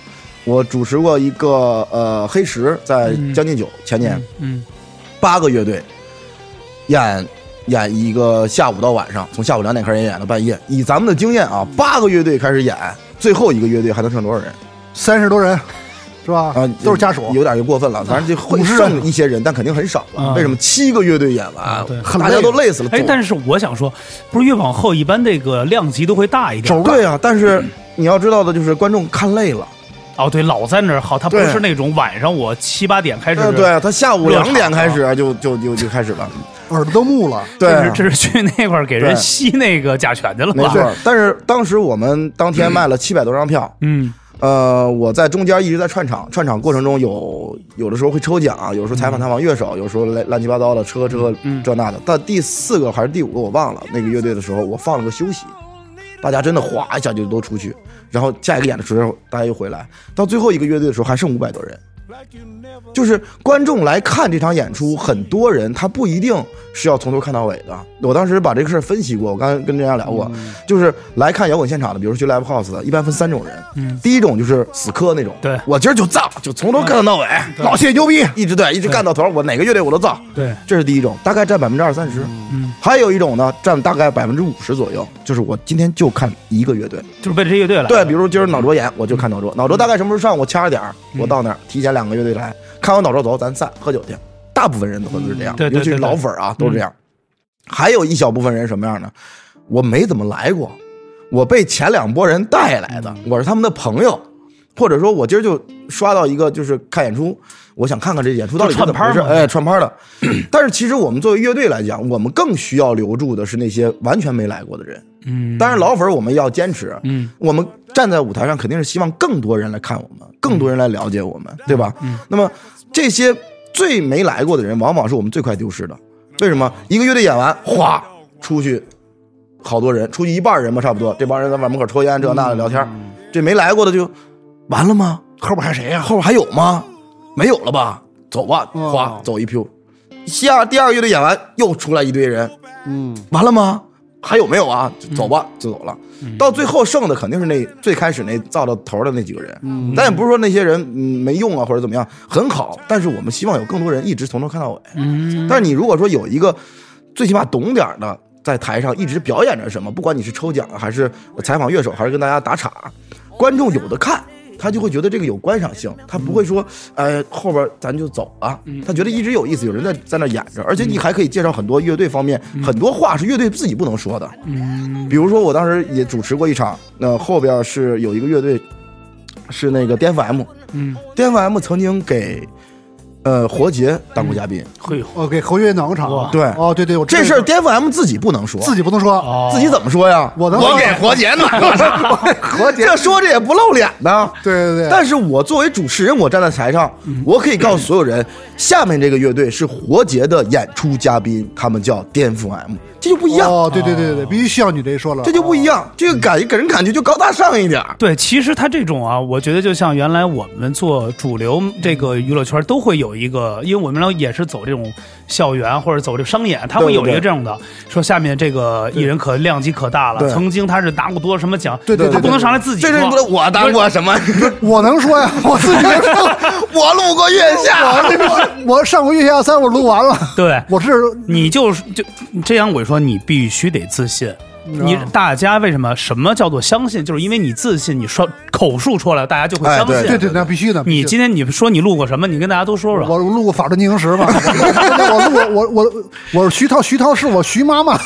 [SPEAKER 3] 我主持过一个呃黑石，在将近九前年
[SPEAKER 1] 嗯，
[SPEAKER 3] 八个乐队，演演一个下午到晚上，从下午两点开始演演到半夜。以咱们的经验啊，八个乐队开始演，最后一个乐队还能剩多少人
[SPEAKER 2] 三十多人，是吧？
[SPEAKER 3] 啊？
[SPEAKER 2] 都是家属，啊
[SPEAKER 3] 有点就过分了。反正就会
[SPEAKER 2] 五十人
[SPEAKER 3] 剩一些人，但肯定很少了。
[SPEAKER 1] 啊
[SPEAKER 3] 为什么七个乐队演完
[SPEAKER 1] 对，
[SPEAKER 2] 很
[SPEAKER 3] 大家
[SPEAKER 2] 累
[SPEAKER 3] 都累死了？
[SPEAKER 1] 哎，
[SPEAKER 3] 总
[SPEAKER 1] 但是我想说，不是越往后一般这个量级都会大一点。
[SPEAKER 3] 对啊，但是你要知道的就是观众看累了。
[SPEAKER 1] 哦，对，老在那儿好，他不
[SPEAKER 3] 对
[SPEAKER 1] 是那种晚上我七八点开始，
[SPEAKER 3] 嗯，对，他下午
[SPEAKER 1] 热啊场
[SPEAKER 3] 两点开始啊就就就就开始了，
[SPEAKER 2] 耳朵都木了。
[SPEAKER 3] 对
[SPEAKER 1] 这
[SPEAKER 3] 啊
[SPEAKER 1] 是，这是去那块儿给人
[SPEAKER 3] 对
[SPEAKER 1] 吸那个甲醛去了
[SPEAKER 3] 没
[SPEAKER 1] 吧？
[SPEAKER 3] 错。但是当时我们当天卖了七百多张票，
[SPEAKER 1] 嗯，
[SPEAKER 3] 呃，我在中间一直在串场，串场过程中有有的时候会抽奖，啊有时候采
[SPEAKER 1] 嗯
[SPEAKER 3] 访采访乐手，有时候乱乱七八糟的车车这那的。到第四个还是第五个我忘了那个乐队的时候，我放了个休息，大家真的哗一下就都出去，然后下一个演的时候大家又回来，到最后一个乐队的时候还剩五百多人。就是观众来看这场演出，很多人他不一定是要从头看到尾的。我当时把这个事儿分析过，我刚才跟大家聊过，就是来看摇滚现场的，比如说去 live house 的，一般分三种人。嗯，第一种就是死磕那种，
[SPEAKER 1] 对
[SPEAKER 3] 我今儿就造，就从头干到尾，老谢牛逼，一直对，一直干到头，我哪个乐队我都造。
[SPEAKER 1] 对，
[SPEAKER 3] 这是第一种，大概占百分之二三十。嗯，还有一种呢，占大概百分之五十左右，就是我今天就看一个乐队。
[SPEAKER 1] 就是为了这乐队来的。
[SPEAKER 3] 对，比如今儿脑浊演，我就看脑浊。
[SPEAKER 1] 嗯
[SPEAKER 3] 脑浊大概什么时候上？我掐着点儿，我到那儿提前两个乐队来，看完脑浊走，咱散喝酒去。大部分人都是这样，
[SPEAKER 1] 嗯对对
[SPEAKER 3] 尤其是
[SPEAKER 1] 对对嗯
[SPEAKER 3] 老粉儿啊，都是这样。还有一小部分人什么样呢？我没怎么来过，我被前两拨人带来
[SPEAKER 1] 嗯
[SPEAKER 3] 的，我是他们的朋友，或者说我今儿就刷到一个就是看演出，我想看看这演出到底是怎么回
[SPEAKER 1] 就
[SPEAKER 3] 事，
[SPEAKER 1] 串拍嘛
[SPEAKER 3] 哎，串 拍的。但是其实我们作为乐队来讲，我们更需要留住的是那些完全没来过的人。
[SPEAKER 1] 嗯，
[SPEAKER 3] 当然，老粉儿我们要坚持，
[SPEAKER 1] 嗯，
[SPEAKER 3] 我们站在舞台上肯定是希望更多人来看我们，更多人来了解我们，对吧？嗯，那么这些最没来过的人，往往是我们最快丢失的。为什么？一个乐队演完，哗，出去好多人，出去一半人吧，差不多。这帮人在外门口抽烟，这那的聊天儿，这没来过的就完了吗？嗯后边还谁啊嗯呀、后边还有吗？没有了吧？走吧，哗，走一批。下第二个乐队演完，又出来一堆人，
[SPEAKER 2] 嗯，
[SPEAKER 3] 完了吗？还有没有啊？走吧，就走了。到最后剩的肯定是那最开始那造到头的那几个人。嗯，咱也不是说那些人嗯没用啊或者怎么样，很好。但是我们希望有更多人一直从头看到尾。嗯，但是你如果说有一个最起码懂点儿的在台上一直表演着什么，不管你是抽奖啊还是采访乐手，还是跟大家打岔，观众有的看。他就会觉得这个有观赏性，他不会说，呃，后边咱就走了。他觉得一直有意思，有人在在那演着，而且你还可以介绍很多乐队方面、很多话是乐队自己不能说的。比如说我当时也主持过一场，那、后边是有一个乐队，是那个颠覆 M，
[SPEAKER 1] 嗯，
[SPEAKER 3] 颠覆 M 曾经给呃活结当过嘉宾，
[SPEAKER 1] 嘿呦，
[SPEAKER 2] 哦，给侯月暖个场
[SPEAKER 1] 哇
[SPEAKER 2] 啊。
[SPEAKER 3] 对
[SPEAKER 2] 哦，对对，我知道
[SPEAKER 3] 这事儿颠覆 M 自己不能说，
[SPEAKER 2] 自己不能说。
[SPEAKER 1] 哦，
[SPEAKER 3] 自己怎么说呀？
[SPEAKER 2] 我能
[SPEAKER 3] 给活结暖个场，
[SPEAKER 2] 何姐，
[SPEAKER 3] 这说着也不露脸呢。
[SPEAKER 2] 对对对，
[SPEAKER 3] 但是我作为主持人，我站在台上，我可以告诉所有人，下面这个乐队是活结的演出嘉宾，他们叫颠覆 M，这就不一样，
[SPEAKER 2] 哦，对对对对对，必须需要你这一说了。
[SPEAKER 3] 这就不一样，这个感觉给人感觉就高大上一点 儿。
[SPEAKER 1] 对，其实他这种啊，我觉得就像原来我们做主流这个娱乐圈都会有一个，因为我们俩也是走这种校园或者走这商演，他会有一
[SPEAKER 3] 对
[SPEAKER 1] 个
[SPEAKER 3] 对对
[SPEAKER 1] 这种的，说下面这个艺人可量级可大了，
[SPEAKER 3] 对
[SPEAKER 1] 曾经他是拿过多少什么奖，
[SPEAKER 2] 对对对
[SPEAKER 1] 他不能
[SPEAKER 2] 对
[SPEAKER 1] 上来自己
[SPEAKER 3] 这是
[SPEAKER 1] 说。
[SPEAKER 3] 我当过什么？
[SPEAKER 2] 我能说呀，我自己能说。
[SPEAKER 3] 我路过月下，
[SPEAKER 2] 我上过《月下三》，我录完了。
[SPEAKER 1] 对，
[SPEAKER 2] 我是
[SPEAKER 1] 你就是就这样，我说你必须得自信。
[SPEAKER 3] 嗯
[SPEAKER 1] 你
[SPEAKER 2] 啊
[SPEAKER 1] 大家为什么什么叫做相信？就是因为你自信，你说口述出来，大家就会
[SPEAKER 3] 哎
[SPEAKER 1] 相信。
[SPEAKER 3] 对
[SPEAKER 2] 对对，那必须的。必须
[SPEAKER 1] 你
[SPEAKER 2] 的
[SPEAKER 1] 今天你说你录过什么？你跟大家都说说。
[SPEAKER 2] 我录过《法轮进行时》嘛，我录我我我我是徐涛，徐涛是我徐妈妈，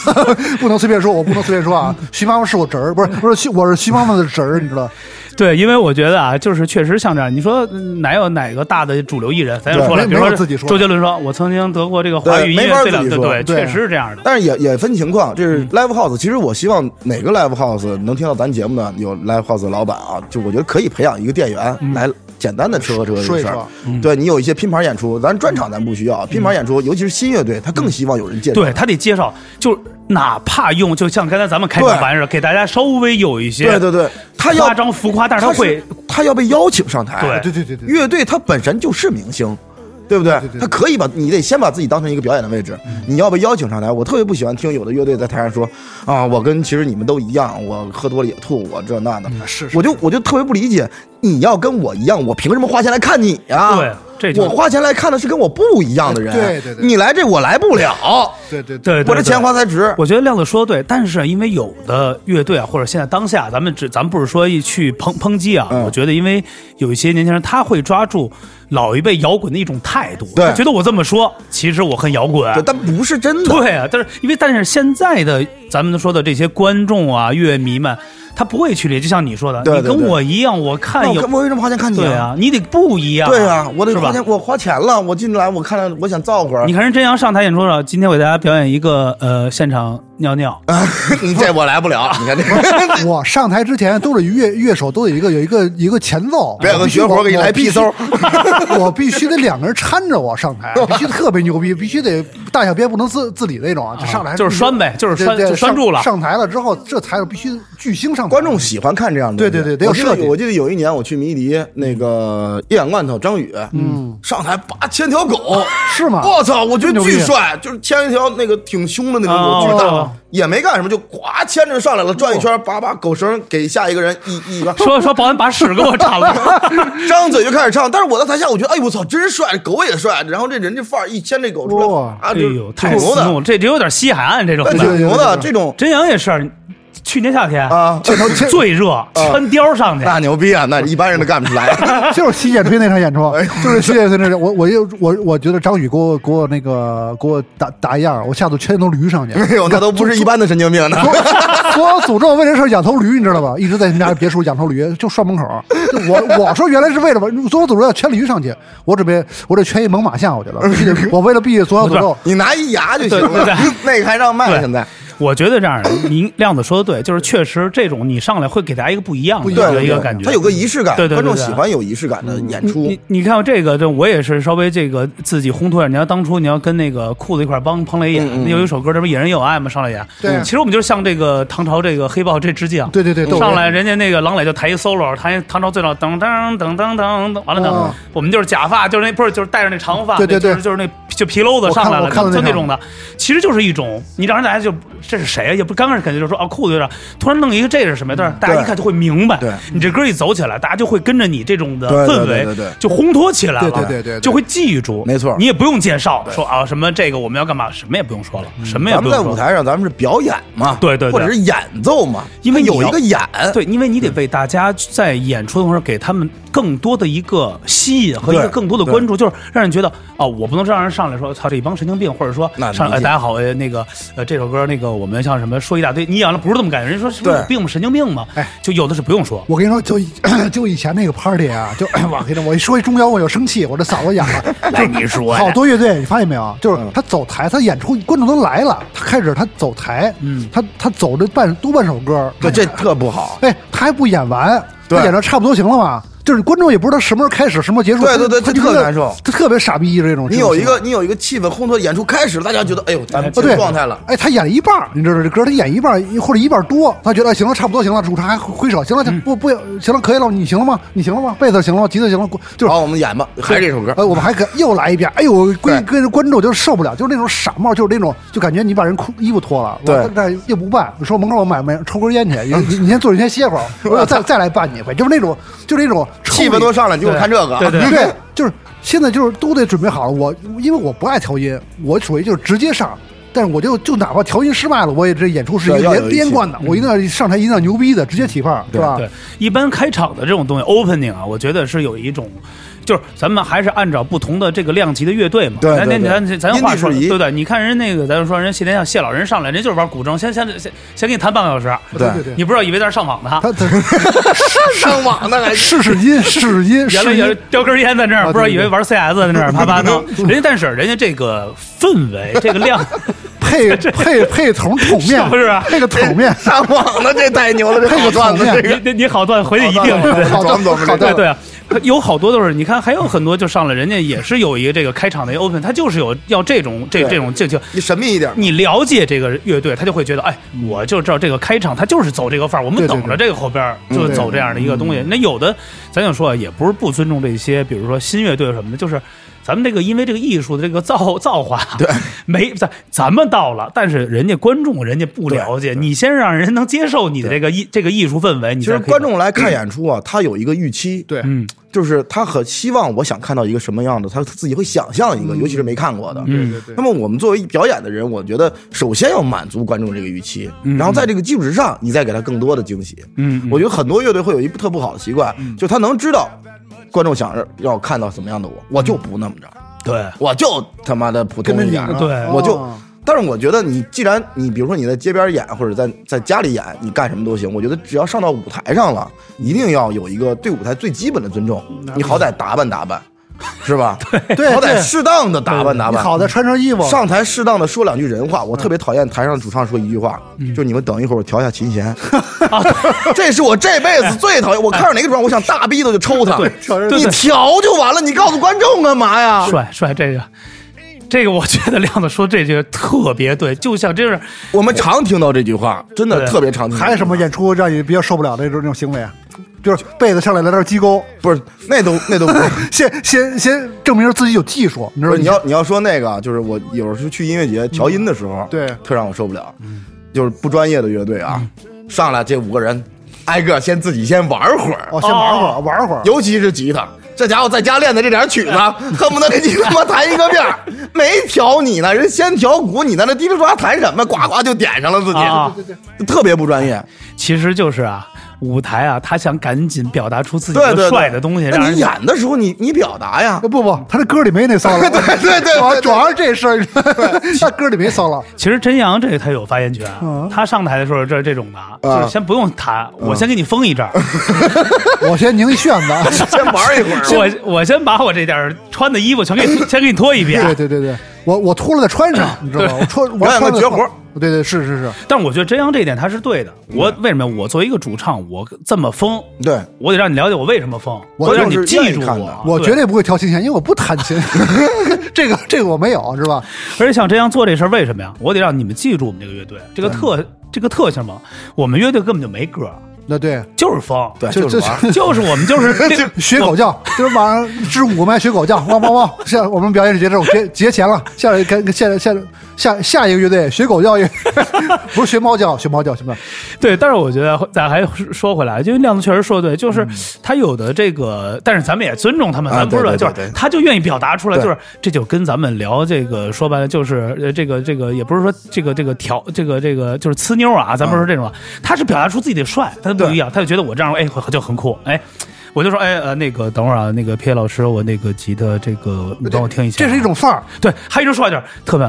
[SPEAKER 2] 不能随便说，我不能随便说啊，徐妈妈是我侄儿，不是不是徐，我是徐妈妈的侄儿，你知道？
[SPEAKER 1] 对，因为我觉得啊，就是确实像这样，你说嗯哪有哪个大的主流艺人，咱就
[SPEAKER 3] 对
[SPEAKER 1] 说了，
[SPEAKER 2] 没
[SPEAKER 1] 比如
[SPEAKER 2] 没
[SPEAKER 1] 说
[SPEAKER 2] 有自己说
[SPEAKER 1] 周杰伦说，我曾经得过这个华
[SPEAKER 3] 对
[SPEAKER 1] 语音
[SPEAKER 3] 没
[SPEAKER 1] 乐
[SPEAKER 3] 法
[SPEAKER 1] 最
[SPEAKER 3] 自
[SPEAKER 1] 两
[SPEAKER 3] 己
[SPEAKER 1] 对
[SPEAKER 3] 说
[SPEAKER 1] 对，
[SPEAKER 2] 对
[SPEAKER 1] 确实是这样的。
[SPEAKER 3] 但是也也分情况，这
[SPEAKER 1] 嗯
[SPEAKER 3] 是 live house。其实我希望哪个 live house 能听到咱节目呢？有 live house 的老板啊，就我觉得可以培养一个店
[SPEAKER 1] 嗯
[SPEAKER 3] 员来简单的吃喝吃喝这
[SPEAKER 2] 说一
[SPEAKER 3] 事儿
[SPEAKER 2] 说。
[SPEAKER 3] 对你有一些拼盘演出，咱专场咱不需要，拼盘演出，尤其是新乐队，他更希望有人介
[SPEAKER 1] 嗯
[SPEAKER 3] 绍。
[SPEAKER 1] 对他得介绍，就是哪怕用，就像刚才咱们开场
[SPEAKER 3] 对
[SPEAKER 1] 玩意儿，给大家稍微有一些
[SPEAKER 3] 对对对，他要
[SPEAKER 1] 夸张浮夸，但是他会
[SPEAKER 3] 是他要被邀请上台。
[SPEAKER 1] 对
[SPEAKER 2] 对对对对，
[SPEAKER 3] 乐队它本身就是明星，对不对
[SPEAKER 2] 对对？对嗯
[SPEAKER 3] 他可以把你得先把自己当成一个表演的位置，你要被邀请上台。我特别不喜欢听有的乐队在台上说啊，我跟其实你们都一样，我喝多了也吐，我这那的，
[SPEAKER 2] 嗯是是
[SPEAKER 3] 我就我就特别不理解，你要跟我一样，我凭什么花钱来看你呀？啊
[SPEAKER 1] 对啊这就
[SPEAKER 3] 我花钱来看的是跟我不一样的人，
[SPEAKER 2] 对对对
[SPEAKER 3] 你来这我来不了，
[SPEAKER 2] 对对
[SPEAKER 1] 对，对
[SPEAKER 3] 我这钱花。才值
[SPEAKER 1] 对。我觉得亮子说的对，但是因为有的乐队啊，或者现在当下，咱们只咱们不是说一去抨抨击啊，
[SPEAKER 3] 嗯
[SPEAKER 1] 我觉得因为有一些年轻人他会抓住老一辈摇滚的一种态度，
[SPEAKER 3] 对
[SPEAKER 1] 他觉得我这么说，其实我很摇滚，
[SPEAKER 3] 对但 不是真的，
[SPEAKER 1] 对啊，但是因为但是现在的咱们说的这些观众啊、乐迷们，他不会去理，就像你说的，
[SPEAKER 3] 对对
[SPEAKER 1] 你
[SPEAKER 3] 对
[SPEAKER 1] 跟我一样，我
[SPEAKER 3] 那
[SPEAKER 1] 看
[SPEAKER 3] 我
[SPEAKER 1] 有
[SPEAKER 3] 干我为什么花钱看你
[SPEAKER 1] 对啊，你得不一样，
[SPEAKER 3] 对啊，我得
[SPEAKER 1] 是
[SPEAKER 3] 花
[SPEAKER 1] 吧？
[SPEAKER 3] 钱，我花钱了，我进来我看了，我想造会儿
[SPEAKER 1] 你，看人真阳上台演出了，今天我给大家表演一个呃现场尿尿，
[SPEAKER 3] 你这我来不了，你看这个，
[SPEAKER 2] 对，我上台之前都是乐乐手都有一个有一个有一个前奏，
[SPEAKER 3] 别有个
[SPEAKER 2] 我必须
[SPEAKER 3] 绝活
[SPEAKER 2] 我
[SPEAKER 3] 给你来屁嗖，
[SPEAKER 2] 我必须 得两个人搀着我上 台，必须特别牛逼，必须得大小便不能自自理那种啊，就上台
[SPEAKER 1] 就是拴呗就是拴
[SPEAKER 2] 对对
[SPEAKER 1] 就拴住了
[SPEAKER 2] 上上台了之后，这才是必须巨星上台
[SPEAKER 3] 观众喜欢看这样的东西，
[SPEAKER 2] 对对对得有
[SPEAKER 3] 我记得
[SPEAKER 2] 设计
[SPEAKER 3] 我记得有一年我去迷笛，那个一眼罐头张宇，嗯，上台八千条狗，
[SPEAKER 2] 是吗
[SPEAKER 3] 我操，我觉得
[SPEAKER 2] 牛逼
[SPEAKER 3] 巨帅，就是牵一条那个挺凶的那种
[SPEAKER 1] 哦
[SPEAKER 3] 狗，巨
[SPEAKER 1] 哦
[SPEAKER 3] 大，也没干什么，就咵牵着上来了，转一圈，叭叭狗绳给下一个人一一个。
[SPEAKER 1] 说说保安把屎给我铲了，
[SPEAKER 3] 张嘴就开始唱，但是我在台下，我觉得，哎呦我操，真帅，狗也帅，然后这人这范儿一牵这狗出来，
[SPEAKER 2] 哇
[SPEAKER 3] 啊，
[SPEAKER 1] 哎
[SPEAKER 3] 就
[SPEAKER 1] 呦，太
[SPEAKER 3] 牛
[SPEAKER 1] 激
[SPEAKER 3] 的，
[SPEAKER 1] 动了，这这有点西海岸这种
[SPEAKER 3] 哎挺
[SPEAKER 1] 的。
[SPEAKER 3] 牛的，这种
[SPEAKER 1] 真阳也是，去年夏天
[SPEAKER 3] 啊
[SPEAKER 2] 这头这
[SPEAKER 1] 最热，穿貂上去，
[SPEAKER 3] 那牛逼啊，那一般人都干不 出来。
[SPEAKER 2] 就是洗剪吹那场演出，
[SPEAKER 1] 哎
[SPEAKER 2] 就是洗剪吹那场，我我又我我觉得张宇给我给我那个给我打打一样，我下次全头驴上去。
[SPEAKER 3] 哎 呦，那都不是一般的神经病呢。
[SPEAKER 2] 说我诅咒我为这事儿养头驴，你知道吧？一直在你们家别墅养头驴，就拴门口。就我我说原来是为了把左小诅咒要牵驴上去，我准备我得牵一猛犸象，我觉得 我必须得我为了避左小诅咒，
[SPEAKER 3] 你拿一牙就行
[SPEAKER 1] 对对
[SPEAKER 3] 了
[SPEAKER 1] 对，
[SPEAKER 3] 那个还让卖
[SPEAKER 1] 对
[SPEAKER 3] 现在。
[SPEAKER 1] 我觉得这样，您亮子说的对，就是确实这种你上来会给大家一个不一样的
[SPEAKER 3] 对对
[SPEAKER 1] 一个
[SPEAKER 3] 对
[SPEAKER 1] 感觉，
[SPEAKER 3] 它有个仪式感，
[SPEAKER 1] 对对对
[SPEAKER 3] 观众
[SPEAKER 1] 对嗯
[SPEAKER 3] 喜欢有仪式感的演出。
[SPEAKER 1] 你你看这个，这我也是稍微这个自己烘托一下。你要当初你要跟那个裤子一块儿帮彭磊演，
[SPEAKER 3] 嗯
[SPEAKER 1] 那有一首歌，这不野人有爱吗？上来演，
[SPEAKER 2] 对
[SPEAKER 3] 啊
[SPEAKER 1] 其实我们就是向这个唐朝这个黑豹这致啊敬。
[SPEAKER 2] 对对对都有
[SPEAKER 1] 上来人家那个郎磊就弹一 solo，弹一唐朝最早噔噔噔噔噔噔，完了
[SPEAKER 2] 哦
[SPEAKER 1] 呢，我们就是假发，就是那不是就是戴着那长发，
[SPEAKER 2] 对对对
[SPEAKER 1] 就是就是那就皮篓子上来
[SPEAKER 2] 我看了我看了那
[SPEAKER 1] 就那
[SPEAKER 2] 场
[SPEAKER 1] 种的，其实就是一种你让人大家就这是谁啊？也不刚开始肯定就说哦裤子有点，突然弄一个这是什么呀？但
[SPEAKER 2] 嗯
[SPEAKER 1] 是大家
[SPEAKER 3] 对
[SPEAKER 1] 一看就会明白，
[SPEAKER 3] 对
[SPEAKER 1] 你这歌一走起来，大家就会跟着你这种的
[SPEAKER 3] 对对
[SPEAKER 1] 氛围，
[SPEAKER 3] 对对对
[SPEAKER 1] 就烘托起来了，
[SPEAKER 2] 对对对对对
[SPEAKER 1] 就会记住，
[SPEAKER 3] 没错
[SPEAKER 1] 你也不用介绍说啊什么这个我们要干嘛，什么也不用说了，
[SPEAKER 2] 嗯
[SPEAKER 1] 什么也
[SPEAKER 3] 咱
[SPEAKER 1] 不
[SPEAKER 3] 们
[SPEAKER 1] 用说。
[SPEAKER 3] 在舞台上，咱们是表演嘛，
[SPEAKER 1] 对对对
[SPEAKER 3] 或者是演奏嘛，
[SPEAKER 1] 因为
[SPEAKER 3] 它
[SPEAKER 1] 你
[SPEAKER 3] 有
[SPEAKER 1] 要
[SPEAKER 3] 一个嗯演，
[SPEAKER 1] 对，因为你得为大家在演出的同时，给他们更多的一个吸引和一
[SPEAKER 3] 对
[SPEAKER 1] 个更多的关注，就是让人觉得哦，我不能让人上来说操这一帮神经病，或者说
[SPEAKER 3] 那
[SPEAKER 1] 上来、
[SPEAKER 3] 理
[SPEAKER 1] 哎、
[SPEAKER 3] 解
[SPEAKER 1] 大家好，呃那个呃这首歌那个我们像什么说一大堆，你演了不是这么感觉，人家说是不是
[SPEAKER 3] 对
[SPEAKER 1] 有病吗？神经病吗？
[SPEAKER 2] 哎，
[SPEAKER 1] 就有的是不用说，
[SPEAKER 2] 我跟你说，就以 就以前那个 party 啊，就我跟你说，我一说一中摇滚，我就生气，我这嗓子哑了。
[SPEAKER 1] 来你说呀嗯
[SPEAKER 2] 好多乐队，你发现没有？啊就是他走台，他演出观众都来了，他开始他走台，
[SPEAKER 1] 嗯
[SPEAKER 2] 他他走这半多半首歌，
[SPEAKER 3] 对，这特不好。
[SPEAKER 2] 哎，他还不演完，
[SPEAKER 3] 对
[SPEAKER 2] 他演到差不多行了吧？就是观众也不知道什么时候开始，什么时候结束，
[SPEAKER 3] 对对对
[SPEAKER 2] 他他
[SPEAKER 3] 这
[SPEAKER 2] 就
[SPEAKER 3] 特
[SPEAKER 2] 是
[SPEAKER 3] 难受
[SPEAKER 2] 他特别傻逼这种。
[SPEAKER 3] 你有一
[SPEAKER 2] 这种
[SPEAKER 3] 个你有一个气氛烘托，演出开始，大家觉得哎呦，咱们
[SPEAKER 1] 哎
[SPEAKER 3] 进
[SPEAKER 2] 情况对
[SPEAKER 3] 入状态了。
[SPEAKER 2] 哎，他演了一半儿，你知道这歌他演一半儿或者一半儿多，他觉得哎行了，差不多行了，主唱还挥手，行了，
[SPEAKER 3] 嗯
[SPEAKER 2] 行不不行了，可以了，你行了吗？你行了吗？贝斯行了吗？吉他行了，就是
[SPEAKER 3] 好，我们演吧，还是这首歌。
[SPEAKER 2] 呃，我们还给又来一遍，哎呦，
[SPEAKER 3] 对
[SPEAKER 2] 跟跟观众就受不了，就是那种傻帽，就是那种，就感觉你把人裤衣服脱了，
[SPEAKER 3] 对
[SPEAKER 2] 我但是又不办，说门口我买买抽根烟去，你你 你先坐着，先歇会儿，我再再来办你一回，就是那种，就是那种
[SPEAKER 3] 气氛
[SPEAKER 2] 多
[SPEAKER 3] 都上来，你给我看这个。
[SPEAKER 1] 对对
[SPEAKER 2] 对，就是现在就是都得准备好了。我因为我不爱调音，我属于就是直接上，但是我就就哪怕调音失败了，我也这演出是一
[SPEAKER 3] 对
[SPEAKER 2] 个
[SPEAKER 3] 要有
[SPEAKER 2] 连
[SPEAKER 3] 一嗯
[SPEAKER 2] 连
[SPEAKER 3] 气
[SPEAKER 2] 贯的，我一定要上台一定要牛逼的，直接起范儿，是
[SPEAKER 3] 啊
[SPEAKER 2] 吧？
[SPEAKER 1] 对，一般开场的这种东西 opening 啊，我觉得是有一种。就是咱们还是按照不同的这个量级的乐队嘛，
[SPEAKER 3] 对
[SPEAKER 1] 咱
[SPEAKER 3] 对对
[SPEAKER 1] 咱咱咱
[SPEAKER 3] 因地
[SPEAKER 1] 话说，
[SPEAKER 3] 制宜
[SPEAKER 1] 对不对？你看人那个，咱就说人谢天笑谢老人上来，人就是玩古筝，先先先先给你弹半个小时，
[SPEAKER 3] 对
[SPEAKER 2] 对对
[SPEAKER 1] 你不知道以为在这上网呢，
[SPEAKER 2] 他 他
[SPEAKER 3] 上网呢还，
[SPEAKER 2] 试试音，试试音，
[SPEAKER 1] 原来
[SPEAKER 2] 试
[SPEAKER 1] 也
[SPEAKER 2] 音
[SPEAKER 1] 是。叼根烟在那儿，
[SPEAKER 2] 啊
[SPEAKER 1] 不知道
[SPEAKER 2] 对
[SPEAKER 1] 以
[SPEAKER 2] 对
[SPEAKER 1] 为玩 CS 在那儿啪啪弄，人家但是人家这个氛围，这个量，
[SPEAKER 2] 配配配桶桶面，
[SPEAKER 1] 是不是啊
[SPEAKER 2] 配个桶面
[SPEAKER 3] 上网呢，这太牛了，这好段子，
[SPEAKER 2] 这个
[SPEAKER 3] 这
[SPEAKER 1] 你
[SPEAKER 3] 个
[SPEAKER 1] 你你好段回去一定
[SPEAKER 3] 好段子
[SPEAKER 1] 对
[SPEAKER 3] 好段子，
[SPEAKER 2] 好
[SPEAKER 1] 对
[SPEAKER 2] 段
[SPEAKER 3] 这
[SPEAKER 2] 子
[SPEAKER 1] 对啊，有好多都是，你看还有很多就上来，人家也是有一个这个开场的一个 open，他就是有要这种这
[SPEAKER 3] 对
[SPEAKER 1] 这种劲情。
[SPEAKER 3] 你神秘一点。
[SPEAKER 1] 你了解这个乐队，他就会觉得，哎，我就知道这个开场，他就是走这个范儿，我们
[SPEAKER 2] 对对
[SPEAKER 1] 等着这个后边儿就走这样的一个东西。那有的，咱想说啊，也不是不尊重这些，比如说新乐队什么的，就是咱们这个因为这个艺术的这个造造化，对，没咱咱们到了，但是人家观众人家不了解，你先让人能接受你的这个艺这个艺术氛围，你
[SPEAKER 3] 其实
[SPEAKER 1] 才可以
[SPEAKER 3] 观众来看演出啊，他有一个预期，
[SPEAKER 2] 对，
[SPEAKER 1] 嗯
[SPEAKER 3] 就是他很希望我想看到一个什么样的，他自己会想象一个，尤其是没看过的。
[SPEAKER 1] 嗯
[SPEAKER 2] 对对
[SPEAKER 3] 那么我们作为表演的人，我觉得首先要满足观众这个预期，然后在这个基础之上，你再给他更多的惊喜。
[SPEAKER 1] 嗯，
[SPEAKER 3] 我觉得很多乐队会有一特不好的习惯，就他能知道观众想要看到什么样的我，我就不那么着，
[SPEAKER 1] 对，
[SPEAKER 3] 我就他妈的普
[SPEAKER 2] 跟
[SPEAKER 3] 通
[SPEAKER 2] 着
[SPEAKER 3] 一
[SPEAKER 2] 你
[SPEAKER 3] 点
[SPEAKER 2] 啊
[SPEAKER 3] 儿，
[SPEAKER 1] 对
[SPEAKER 3] 我就
[SPEAKER 2] 哦。
[SPEAKER 3] 但是我觉得你既然你比如说你在街边演或者在在家里演，你干什么都行。我觉得只要上到舞台上了，一定要有一个对舞台最基本的尊重。你好歹打扮打扮，是吧？
[SPEAKER 2] 嗯 对
[SPEAKER 3] 好歹
[SPEAKER 2] 对
[SPEAKER 3] 适当的打扮打
[SPEAKER 2] 你
[SPEAKER 3] 扮。
[SPEAKER 2] 好的穿上衣服，
[SPEAKER 3] 上台适当的说两句人话，我特别讨厌台上主唱说一句话，
[SPEAKER 2] 嗯
[SPEAKER 3] 就你们等一会儿我调一下琴 弦，这是我这辈子最讨厌。我看着哪个主唱，我想大逼头就抽他。
[SPEAKER 1] 对对
[SPEAKER 3] 你调就完了，你告诉观众干嘛
[SPEAKER 2] 啊
[SPEAKER 3] 呀？
[SPEAKER 1] 帅帅这个。这个我觉得亮子说这句特别对，就像这是
[SPEAKER 3] 我们常听到这句话，真的
[SPEAKER 1] 对
[SPEAKER 3] 特别常听。
[SPEAKER 2] 还有什么演出让你比较受不了的这种这种行为啊？就是被子上来来这儿击勾，
[SPEAKER 3] 不是，那都那都不是。
[SPEAKER 2] 先先先证明自己有技术，你知
[SPEAKER 3] 不
[SPEAKER 2] 道
[SPEAKER 3] 是你要你要说那个啊，就是我有时候去音乐节调音的时候，
[SPEAKER 2] 对
[SPEAKER 3] 特让我受不了，就是不专业的乐队啊，上来这五个人，挨个先自己先玩会儿，
[SPEAKER 2] 哦，先玩会儿，玩会儿，
[SPEAKER 3] 尤其是吉他，这家伙在家练的这点曲子，恨不得给你他妈弹一个遍儿，没调你呢，人先调鼓，你在那滴哩刷弹什么，呱呱就点上了自己，
[SPEAKER 1] 啊
[SPEAKER 2] 对对
[SPEAKER 3] 特别不专业。
[SPEAKER 1] 其实就是啊，舞台啊，他想赶紧表达出自己
[SPEAKER 3] 对
[SPEAKER 1] 的
[SPEAKER 3] 对对，
[SPEAKER 1] 帅的东西，让
[SPEAKER 3] 那
[SPEAKER 1] 人
[SPEAKER 3] 你演的时候，你你表达呀
[SPEAKER 2] 呃，不不，他这歌里没那骚扰，
[SPEAKER 3] 对对对对
[SPEAKER 2] 主要
[SPEAKER 3] 对
[SPEAKER 2] 主要是这事 儿，他歌里没骚扰，
[SPEAKER 1] 其实真阳这个他有发言权
[SPEAKER 2] 嗯，
[SPEAKER 1] 他上台的时候这这种
[SPEAKER 3] 啊
[SPEAKER 1] 的，就是先不用谈，
[SPEAKER 3] 嗯
[SPEAKER 1] 我先给你封一 阵儿，
[SPEAKER 2] 我先拧一旋子，啊
[SPEAKER 3] 先玩一会儿。
[SPEAKER 1] 我我先把我这点儿穿的衣服全给你先给你脱一遍。
[SPEAKER 2] 对对对对，我我脱了再穿上，你知道吗？我穿我
[SPEAKER 3] 表演个
[SPEAKER 2] 穿了
[SPEAKER 3] 绝活啊儿，
[SPEAKER 2] 对对是是是，
[SPEAKER 1] 但我觉得真阳这一点他是对的。我为什么我作为一个主唱，我这么疯，
[SPEAKER 3] 对，
[SPEAKER 1] 我得让你了解我为什么疯，
[SPEAKER 2] 我
[SPEAKER 1] 得让
[SPEAKER 3] 就
[SPEAKER 1] 你记
[SPEAKER 3] 是
[SPEAKER 1] 住
[SPEAKER 3] 愿意看的
[SPEAKER 2] 我
[SPEAKER 1] 对
[SPEAKER 2] 绝对不会调琴弦，因为我不弹琴， 这个这个我没有是吧？
[SPEAKER 1] 而且像这样做这事儿，为什么呀？我得让你们记住我们这个乐队这个特这个特性嘛。我们乐队根本就没歌儿，
[SPEAKER 2] 那 对，
[SPEAKER 1] 就是疯，
[SPEAKER 3] 对，
[SPEAKER 2] 就
[SPEAKER 3] 就是
[SPEAKER 2] 就
[SPEAKER 1] 就
[SPEAKER 3] 玩儿。
[SPEAKER 1] 是 我们就是这
[SPEAKER 2] 学狗叫，就是晚上支舞嘛，学狗叫，汪汪 汪！下我们表演是结束，结结钱了，下来跟下下下下一个乐队学狗叫也， 不是学猫叫，学猫叫，学猫叫。
[SPEAKER 1] 对，但是我觉得咱还说回来，就因为亮子确实说得对，就是他有的这个，但是咱们也尊重他们，
[SPEAKER 3] 嗯啊
[SPEAKER 1] 咱不是
[SPEAKER 3] 对对
[SPEAKER 1] 就是
[SPEAKER 3] 对对
[SPEAKER 1] 他就愿意表达出来，
[SPEAKER 3] 对
[SPEAKER 1] 就是这就跟咱们聊这个说白了就是呃这个这个也不是说这个这个调这个这个就是呲妞啊，咱不是说这种啊，
[SPEAKER 3] 嗯
[SPEAKER 1] 他是表达出自己的帅，他不一样，他就觉得我这样哎就很酷哎。我就说，哎呃，那个等会儿啊，那个 P 老师，我那个吉他这个，你帮我听一下。啊
[SPEAKER 2] 这是一种范
[SPEAKER 3] 啊
[SPEAKER 2] 儿，
[SPEAKER 1] 对，还有一种说法就是特别，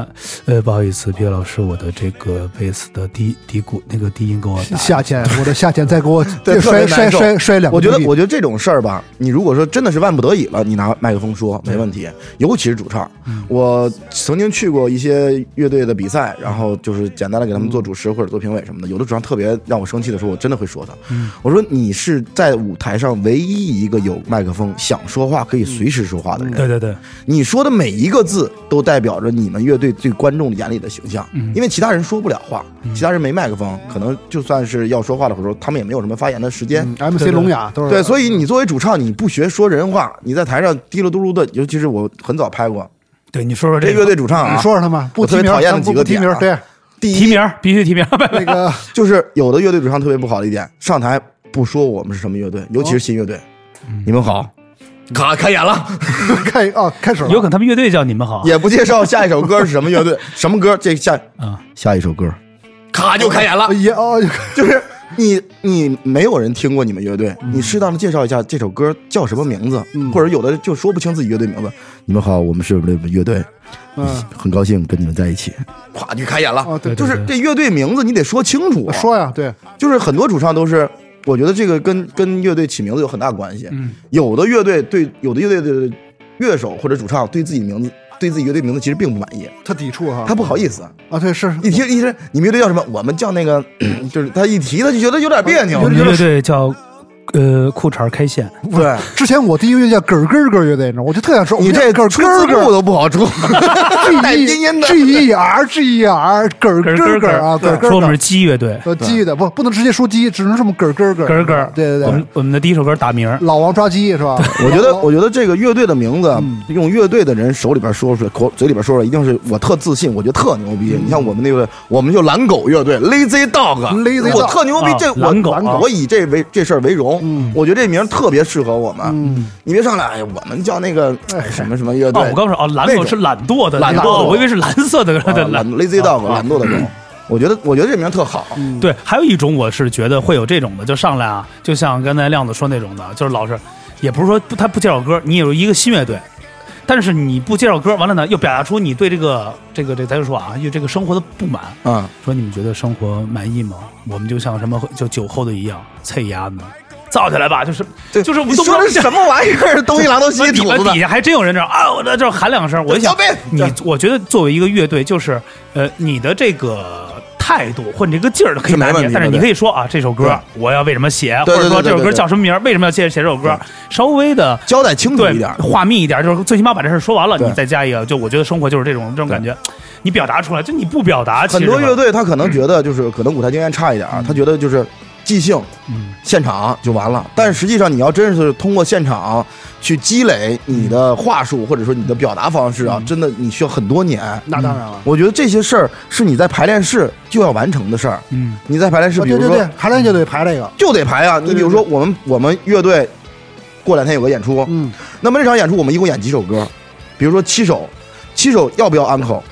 [SPEAKER 1] 呃，不好意思，皮老师，我的这个贝斯的低低谷那个低音 给我打
[SPEAKER 2] 夏天我的夏天再给我
[SPEAKER 3] 对，特
[SPEAKER 2] 摔
[SPEAKER 3] 别
[SPEAKER 2] 摔
[SPEAKER 3] 难受
[SPEAKER 2] 摔摔两个
[SPEAKER 3] 我觉得，
[SPEAKER 2] 硬币
[SPEAKER 3] 我觉得这种事儿吧，你如果说真的是万不得已了，你拿麦克风说没问题，尤其是主唱。
[SPEAKER 2] 嗯
[SPEAKER 3] 我曾经去过一些乐队的比赛，然后就是简单的给他们
[SPEAKER 2] 嗯
[SPEAKER 3] 做主持或者做评委什么的。有的主唱特别让我生气的时候，我真的会说他，
[SPEAKER 2] 嗯
[SPEAKER 3] 我说你是在舞台上唯一一个有麦克风想说话可以随时说话的
[SPEAKER 2] 嗯
[SPEAKER 3] 人。
[SPEAKER 1] 对对对，
[SPEAKER 3] 你说的每一个字都代表着你们乐队对观众眼里的形象，
[SPEAKER 2] 嗯
[SPEAKER 3] 因为其他人说不了话，其他人没麦克风，可能就算是要说话的时候，他们也没有什么发言的时间。
[SPEAKER 2] 嗯 MC 聋哑都是
[SPEAKER 3] 对，所以你作为主唱，你不学说人话，你在台上嘀噜嘟噜的，尤其是我很早拍过
[SPEAKER 1] 对你说说
[SPEAKER 3] 这
[SPEAKER 1] 个
[SPEAKER 3] 乐队主唱啊，
[SPEAKER 2] 你说说他们不
[SPEAKER 3] 我特
[SPEAKER 2] 提
[SPEAKER 3] 别
[SPEAKER 2] 名，
[SPEAKER 3] 讨厌的
[SPEAKER 2] 咱不
[SPEAKER 3] 几个
[SPEAKER 2] 不提
[SPEAKER 3] 点
[SPEAKER 2] 名
[SPEAKER 3] 啊，
[SPEAKER 2] 对
[SPEAKER 3] 第
[SPEAKER 1] 提
[SPEAKER 3] 一
[SPEAKER 1] 名儿必须提名儿，拜拜
[SPEAKER 2] 那 个
[SPEAKER 3] 就是有的乐队主唱特别不好的一点，上台不说我们是什么乐队，尤其
[SPEAKER 2] 哦
[SPEAKER 3] 是新乐队，
[SPEAKER 2] 嗯
[SPEAKER 3] 你们好，卡开演了，
[SPEAKER 2] 开哦开始了
[SPEAKER 1] 有可能他们乐队叫你们好
[SPEAKER 3] 也不介绍下一首歌是什么乐队，什么歌，这下
[SPEAKER 2] 嗯
[SPEAKER 1] 啊，
[SPEAKER 3] 下一首歌，卡就开演了，
[SPEAKER 2] 也哦
[SPEAKER 3] 就是你你没有人听过你们乐队，
[SPEAKER 2] 嗯
[SPEAKER 3] 你适当的介绍一下这首歌叫什么名字，或者有的就说不清自己乐队名字。你们好，我们是我们的乐队，
[SPEAKER 2] 嗯
[SPEAKER 3] 很高兴跟你们在一起，咵就开演了。
[SPEAKER 2] 哦对
[SPEAKER 3] 就是这乐队名字你得说清楚，啊
[SPEAKER 2] 说呀对
[SPEAKER 3] 就是很多主唱都是。我觉得这个跟跟乐队起名字有很大关系。
[SPEAKER 2] 嗯
[SPEAKER 3] 有的乐队对有的乐队的乐手或者主唱对自己的名字、对自己乐队名字其实并不满意，
[SPEAKER 2] 他抵触哈
[SPEAKER 3] 他不好意思。
[SPEAKER 2] 啊对是
[SPEAKER 3] 一听一 听你们乐队叫什么，我们叫那个，就是他一提他就觉得有点别扭
[SPEAKER 1] 我。们乐队叫呃裤衩开线，
[SPEAKER 3] 对，
[SPEAKER 2] 之前我第一个乐队叫咯咯咯乐队，你知道吗？我就特想说，
[SPEAKER 3] 你这
[SPEAKER 2] 咯
[SPEAKER 3] 出字
[SPEAKER 2] 咯
[SPEAKER 3] 幕
[SPEAKER 2] 咯
[SPEAKER 3] 都不好 出，带
[SPEAKER 2] ，G
[SPEAKER 3] 拼音
[SPEAKER 2] E
[SPEAKER 3] 的
[SPEAKER 2] G E R G E R 咯咯咯咯啊，咯
[SPEAKER 1] 说
[SPEAKER 2] 咯
[SPEAKER 1] 我们
[SPEAKER 2] 咯
[SPEAKER 1] 是，鸡乐队，
[SPEAKER 2] 呃，鸡的不不能直接说鸡，只能这么咯咯咯
[SPEAKER 1] 咯咯，
[SPEAKER 2] 对对
[SPEAKER 1] 我
[SPEAKER 2] 对
[SPEAKER 1] 们，我们的第一首歌打鸣儿，
[SPEAKER 2] 老王抓鸡是吧？哦
[SPEAKER 3] 我觉得，
[SPEAKER 2] 老
[SPEAKER 3] 我觉得这个乐队的名字，用乐队的人手里边说出来，口嘴里边说出来，一定是我特自信，我觉得特牛逼。你像我们那个，我们就懒狗乐队 Lazy
[SPEAKER 2] Lazy
[SPEAKER 3] Dog，我
[SPEAKER 2] Dog
[SPEAKER 3] 特牛逼
[SPEAKER 1] 啊，
[SPEAKER 3] 这我
[SPEAKER 1] 懒狗啊
[SPEAKER 3] 我以这为这事儿为荣，我觉得这名儿特别适合我们。你别上来，哎呀，我们叫那个哎什么什么乐
[SPEAKER 1] 哦
[SPEAKER 3] 队，，
[SPEAKER 1] 我刚说哦，懒
[SPEAKER 3] 那
[SPEAKER 1] 狗
[SPEAKER 3] 种
[SPEAKER 1] 是懒惰的，
[SPEAKER 3] 懒惰
[SPEAKER 1] 哦我以为是蓝色的，
[SPEAKER 3] 啊
[SPEAKER 1] 懒
[SPEAKER 3] 懒 Lazy Dog 懒惰的狗，我觉得我觉得这名儿特好。
[SPEAKER 1] 对，还有一种我是觉得会有这种的，就上来啊，就像刚才亮子说那种的，就是老是，也不是说不他不介绍歌，你有一个新乐队，但是你不介绍歌，完了呢又表达出你对这个这个这个咱就说啊，对这个生活的不满，
[SPEAKER 3] 嗯，
[SPEAKER 1] 说你们觉得生活满意吗？我们就像什么就酒后的一样，脆牙呢，造起来吧，就是
[SPEAKER 3] 对，
[SPEAKER 1] 就是我
[SPEAKER 3] 你
[SPEAKER 1] 都不知
[SPEAKER 3] 说
[SPEAKER 1] 道
[SPEAKER 3] 的是什么玩意儿？东一榔头西一
[SPEAKER 1] 你
[SPEAKER 3] 土
[SPEAKER 1] 们
[SPEAKER 3] 子的
[SPEAKER 1] 底，下还真有人这样啊，我在这儿喊两声，我就想
[SPEAKER 3] 小贝
[SPEAKER 1] 你，我觉得作为一个乐队，就是呃，你的这个态度或者你这个劲儿都可以
[SPEAKER 3] 是没
[SPEAKER 1] 拿
[SPEAKER 3] 问
[SPEAKER 1] 捏，
[SPEAKER 3] 题的
[SPEAKER 1] 但是你
[SPEAKER 3] 对
[SPEAKER 1] 可以说啊，这首歌我要为什么写，或
[SPEAKER 3] 对对
[SPEAKER 1] 者说这
[SPEAKER 3] 对对
[SPEAKER 1] 首歌
[SPEAKER 3] 对对
[SPEAKER 1] 叫什么名儿，为什么要写写这首歌，稍微的。
[SPEAKER 3] 交代清楚
[SPEAKER 1] 对
[SPEAKER 3] 一点，。
[SPEAKER 1] 话密一点，就是最起码把这事儿说完了，
[SPEAKER 3] 对
[SPEAKER 1] 你再加一个，就我觉得生活就是这种这种感觉，你表达出来，就你不表达，
[SPEAKER 3] 很多
[SPEAKER 1] 其实
[SPEAKER 3] 乐队他可能觉得就是可能舞台经验差一点
[SPEAKER 2] 嗯
[SPEAKER 3] 儿，他觉得就是即兴
[SPEAKER 1] 嗯，
[SPEAKER 3] 现场就完了。
[SPEAKER 2] 嗯
[SPEAKER 3] 但实际上你要真是通过现场去积累你的话术或者说你的表达方式啊，真的你需要很多年。
[SPEAKER 2] 嗯那当然了，
[SPEAKER 3] 我觉得这些事儿是你在排练室就要完成的事儿。
[SPEAKER 1] 嗯，
[SPEAKER 3] 你在排练室，
[SPEAKER 2] 啊
[SPEAKER 3] 比
[SPEAKER 2] 对
[SPEAKER 3] 如
[SPEAKER 2] 对
[SPEAKER 3] 说
[SPEAKER 2] 对，排练就得排这个，
[SPEAKER 3] 就得排啊。你比如说我们我们乐队过两天有个演出，
[SPEAKER 2] 嗯，
[SPEAKER 3] 那么这场演出我们一共演几首歌？比如说七首，七首要不要 uncle？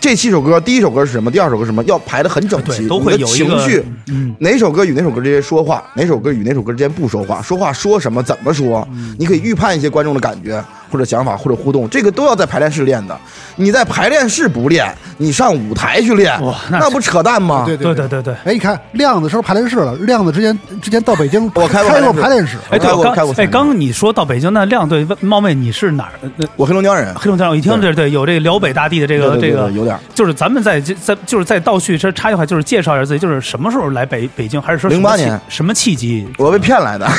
[SPEAKER 3] 这七首歌，第一首歌是什么？第二首歌是什么？要排的很整齐，
[SPEAKER 1] 对，都会
[SPEAKER 3] 你的
[SPEAKER 1] 有一
[SPEAKER 3] 情
[SPEAKER 1] 个
[SPEAKER 3] 绪。，
[SPEAKER 1] 嗯，
[SPEAKER 3] 哪首歌与哪首歌之间说话，哪首歌与哪首歌之间不说话，说话说什么，怎么说，
[SPEAKER 1] 嗯
[SPEAKER 3] 你可以预判一些观众的感觉或者想法或者互动，这个都要在排练室练的。你在排练室不练，你上舞台去练
[SPEAKER 1] 哇，那
[SPEAKER 3] 那不扯淡吗？
[SPEAKER 2] 对
[SPEAKER 1] 对
[SPEAKER 2] 对
[SPEAKER 1] 对。对对。
[SPEAKER 2] 哎，你看亮子是不是排练室了？亮子之前之前到北京，
[SPEAKER 3] 我开过
[SPEAKER 2] 开过排
[SPEAKER 3] 排
[SPEAKER 2] 练
[SPEAKER 3] 练
[SPEAKER 2] 室
[SPEAKER 3] 室，
[SPEAKER 1] 哎，对，
[SPEAKER 3] 开
[SPEAKER 1] 我
[SPEAKER 3] 过
[SPEAKER 1] 刚
[SPEAKER 3] 开过
[SPEAKER 1] 哎，
[SPEAKER 3] 三
[SPEAKER 1] 刚你说到北京，那亮队问冒昧，你是哪儿？呃
[SPEAKER 3] 我黑龙江人，
[SPEAKER 1] 黑龙江，我一听
[SPEAKER 3] 对
[SPEAKER 1] 这对有这个辽北大地的这个
[SPEAKER 3] 对对
[SPEAKER 1] 这
[SPEAKER 3] 对
[SPEAKER 1] 个
[SPEAKER 3] 对有点儿
[SPEAKER 1] 就是咱们在这在就是在倒叙这插一句话，就是介绍一下自己，就是什么时候来北北京，还是说什么
[SPEAKER 3] 08
[SPEAKER 1] 契
[SPEAKER 3] 年
[SPEAKER 1] 什么契机？
[SPEAKER 3] 我被骗来的。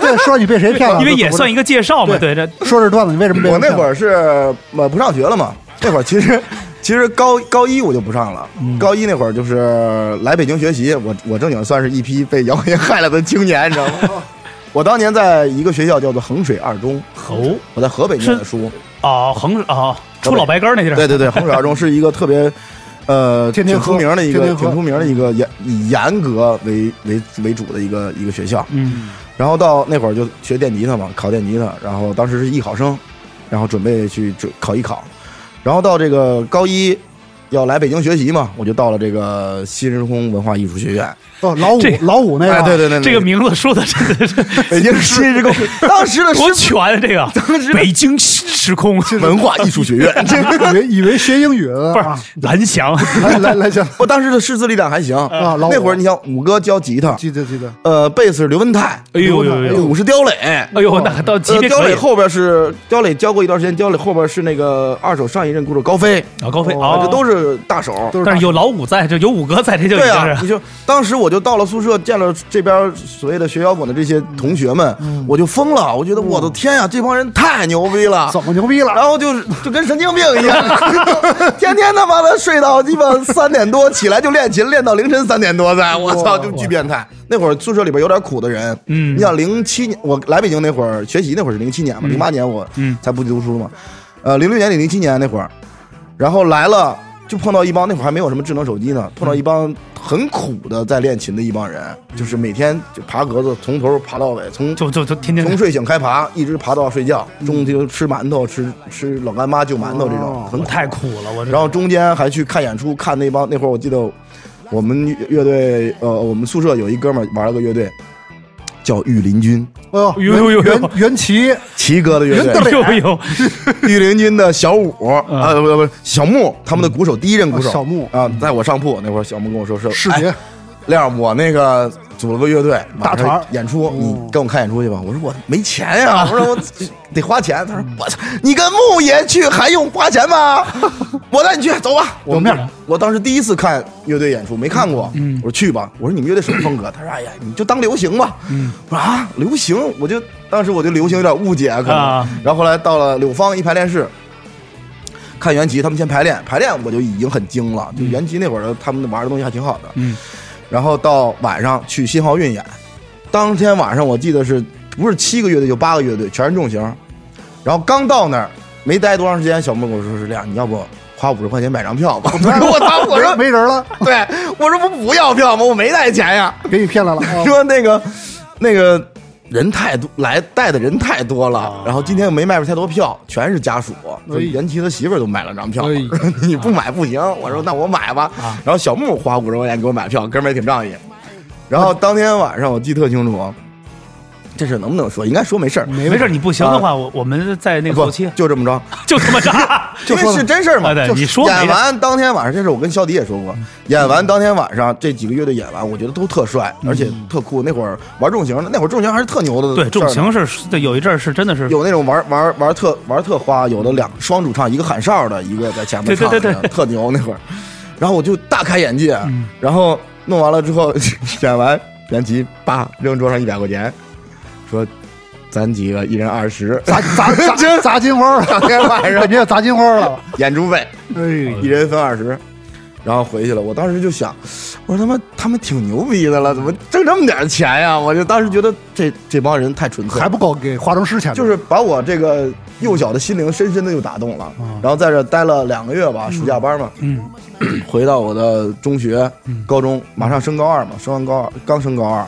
[SPEAKER 2] 对，说你被谁
[SPEAKER 3] 啊
[SPEAKER 2] 骗了？
[SPEAKER 1] 因为也算一个介绍嘛，对这
[SPEAKER 2] 说这段子，你为什么被
[SPEAKER 3] 我
[SPEAKER 2] 人骗
[SPEAKER 3] 那
[SPEAKER 2] 了？
[SPEAKER 3] 会儿是呃不上学了嘛，那会儿其实其实高高一我就不上了，高一那会儿就是来北京学习，我我正经算是一批被摇滚乐害了的青年，你知道吗？ 我当年在一个学校叫做衡水二中，
[SPEAKER 1] 猴
[SPEAKER 3] 我在河北念的书，
[SPEAKER 1] 哦横哦出老白干那地儿，
[SPEAKER 3] 对对对，衡水二中是一个特别。呃，
[SPEAKER 2] 天天
[SPEAKER 3] 挺
[SPEAKER 2] 喝
[SPEAKER 3] 出名的一个，
[SPEAKER 2] 天天喝
[SPEAKER 3] 挺出名的一个严以严格为为为主的一个一个学校，
[SPEAKER 1] 嗯
[SPEAKER 3] 然后到那会儿就学电吉他嘛，考电吉他。然后当时是艺考生，然后准备去准考艺考。然后到这个高一要来北京学习嘛，我就到了这个新时空文化艺术学院。
[SPEAKER 2] 哦，老五
[SPEAKER 1] 这
[SPEAKER 2] 老五那个，
[SPEAKER 3] 哎，对对对，
[SPEAKER 1] 这个名字说的真的是
[SPEAKER 3] 北京新时空， 当时的
[SPEAKER 1] 多全啊这 个北京新时空
[SPEAKER 3] 是文化艺术学院，这
[SPEAKER 2] 以为以为学英语呢，
[SPEAKER 1] 不是
[SPEAKER 2] 啊
[SPEAKER 1] 蓝 翔，
[SPEAKER 2] 来来来，行
[SPEAKER 3] 我当时的师资力量还行。
[SPEAKER 2] 啊，老五
[SPEAKER 3] 那会儿你想，五哥教吉他，
[SPEAKER 2] 记得记得，
[SPEAKER 3] 呃，贝斯是刘文泰，
[SPEAKER 1] 哎呦呦呦，
[SPEAKER 3] 鼓是刁磊，
[SPEAKER 1] 哎呦那到级
[SPEAKER 3] 呃，
[SPEAKER 1] 别
[SPEAKER 3] 刁
[SPEAKER 1] 可
[SPEAKER 3] 磊
[SPEAKER 1] 以，
[SPEAKER 3] 后边是刁磊教过一段时间，刁磊后边是那个二手上一任鼓手高飞，
[SPEAKER 1] 老高飞
[SPEAKER 3] 啊，
[SPEAKER 1] 哦
[SPEAKER 3] 这都是大手，
[SPEAKER 2] 都是
[SPEAKER 1] 但是有老五在，就有五哥在，这就已
[SPEAKER 3] 对
[SPEAKER 1] 经
[SPEAKER 3] 啊，
[SPEAKER 1] 是
[SPEAKER 3] 你就当时我就到了宿舍，见了这边所谓的学摇滚的这些同学们，
[SPEAKER 1] 嗯
[SPEAKER 3] 我就疯了，我觉得我的天呀、这帮人太牛逼了。
[SPEAKER 2] 怎么牛逼了？
[SPEAKER 3] 然后就是就跟神经病一样， 天天他妈的睡到鸡巴三点多起来就练琴，练到凌晨三点多在，我操，就巨变态。那会儿宿舍里边有点苦的人，
[SPEAKER 1] 嗯
[SPEAKER 3] 你想零七年我来北京那会儿学习那会儿是零七年嘛，零八年我
[SPEAKER 1] 嗯
[SPEAKER 3] 才不读书嘛，呃，零六年零七年那会儿，然后来了就碰到一帮那会儿还没有什么智能手机
[SPEAKER 1] 嗯
[SPEAKER 3] 呢，碰到一帮很苦的在练琴的一帮人，就是每天就爬格子，从头爬到尾，从
[SPEAKER 1] 就就就天天
[SPEAKER 3] 从睡醒开爬，一直爬到睡觉，
[SPEAKER 2] 嗯
[SPEAKER 3] 中午就吃馒头，吃吃老干妈就馒头这
[SPEAKER 2] 哦
[SPEAKER 3] 种，很
[SPEAKER 1] 我
[SPEAKER 3] 苦
[SPEAKER 1] 太苦了，我这
[SPEAKER 3] 然后中间还去看演出，看那帮那会儿我记得我们乐乐队呃我们宿舍有一哥们儿玩了个乐队。叫御林军，
[SPEAKER 2] 哎呦，
[SPEAKER 1] 呦呦呦
[SPEAKER 2] 袁袁袁琪，
[SPEAKER 3] 齐哥的乐队，
[SPEAKER 1] 哎呦呦，
[SPEAKER 3] 御林军的小五啊，不不不，小木，他们的鼓手，第一任鼓手
[SPEAKER 2] 嗯啊小木
[SPEAKER 3] 啊，在我上铺那会儿，小木跟我说是
[SPEAKER 2] 视
[SPEAKER 3] 哎
[SPEAKER 2] 觉
[SPEAKER 3] 亮，我那个组了个乐队，
[SPEAKER 2] 大团儿
[SPEAKER 3] 晚上嗯演出，你跟我看演出去吧。我说我没钱呀、我说我得花钱。他说我操，你跟牧爷去还用花钱吗？ 我带你去，走吧。我
[SPEAKER 2] 有面儿
[SPEAKER 3] 我当时第一次看乐队演出，没看过。我说去吧。我说你们乐队什么风格？他说哎呀，你就当流行吧。我说啊，流行，我就当时我对流行有点误解，可能。
[SPEAKER 1] 啊
[SPEAKER 3] 然后后来到了柳芳一排练室，看袁吉他们先排练，排练我就已经很惊了，就袁吉那会儿的他们玩的东西还挺好的。
[SPEAKER 5] 嗯，
[SPEAKER 3] 然后到晚上去新濠运演，当天晚上我记得是不是七个乐队就八个乐队，全是重型。然后刚到那儿没待多长时间，小莫跟我说是这哎样，你要不花五十块钱买张票吧？我说我操，哎我说
[SPEAKER 2] 没人了，
[SPEAKER 3] 对，我说不不要票吗？我没带钱呀。
[SPEAKER 2] 给你骗来了。 啊
[SPEAKER 3] 说那个那个人太多，来带的人太多
[SPEAKER 1] 啊
[SPEAKER 3] 了，然后今天又没卖出太多票，全是家属。
[SPEAKER 1] 哎
[SPEAKER 3] 说袁琪他媳妇儿都买了张 票，你不买不行。我说那我买吧。
[SPEAKER 1] 啊
[SPEAKER 3] 然后小木花五十块钱给我买票，哥们儿也挺仗义。然后当天晚上我记得特清楚，这事儿能不能说？应该说没事儿。
[SPEAKER 1] 没事，你不行的话，我我们在那个后
[SPEAKER 3] 啊不
[SPEAKER 1] 期
[SPEAKER 3] 就这么着，
[SPEAKER 1] 就这么 炸，
[SPEAKER 3] 因为是真事儿嘛。
[SPEAKER 1] 啊对
[SPEAKER 3] 就是
[SPEAKER 1] 你说没
[SPEAKER 3] 演
[SPEAKER 1] 事
[SPEAKER 3] 完当天晚上，这事我跟肖迪也说过，演完当天晚上这几个乐队演完，我觉得都特帅，而且特酷。那会儿玩重型的，那会儿重型还是特牛的。
[SPEAKER 1] 嗯对，重型是对有一阵儿是真的是
[SPEAKER 3] 有那种玩玩玩特玩特花，有的两双主唱，一个喊哨的，一个在前面
[SPEAKER 1] 对
[SPEAKER 3] 唱的，
[SPEAKER 1] 对对嗯对
[SPEAKER 3] 特牛那会儿。然后我就大开眼界，然后弄完了之后演完，袁琪叭扔桌上一百块钱，说咱几个一人二十，
[SPEAKER 2] 砸砸 砸砸金花了，
[SPEAKER 3] 当天晚上
[SPEAKER 2] 感觉要砸金花 了。
[SPEAKER 3] 演出费。
[SPEAKER 2] 哎，
[SPEAKER 3] 一人分二十，然后回去了。我当时就想，我说他妈他们挺牛逼的了，怎么挣这么点钱呀？我就当时觉得这这帮人太纯粹，
[SPEAKER 2] 还不够给化妆师钱呢，
[SPEAKER 3] 就是把我这个幼小的心灵深深的就打动了。然后在这待了两个月吧，暑假班嘛，
[SPEAKER 5] 嗯，
[SPEAKER 3] 回到我的中学、高中，马上升高二嘛，升完高二刚升高二。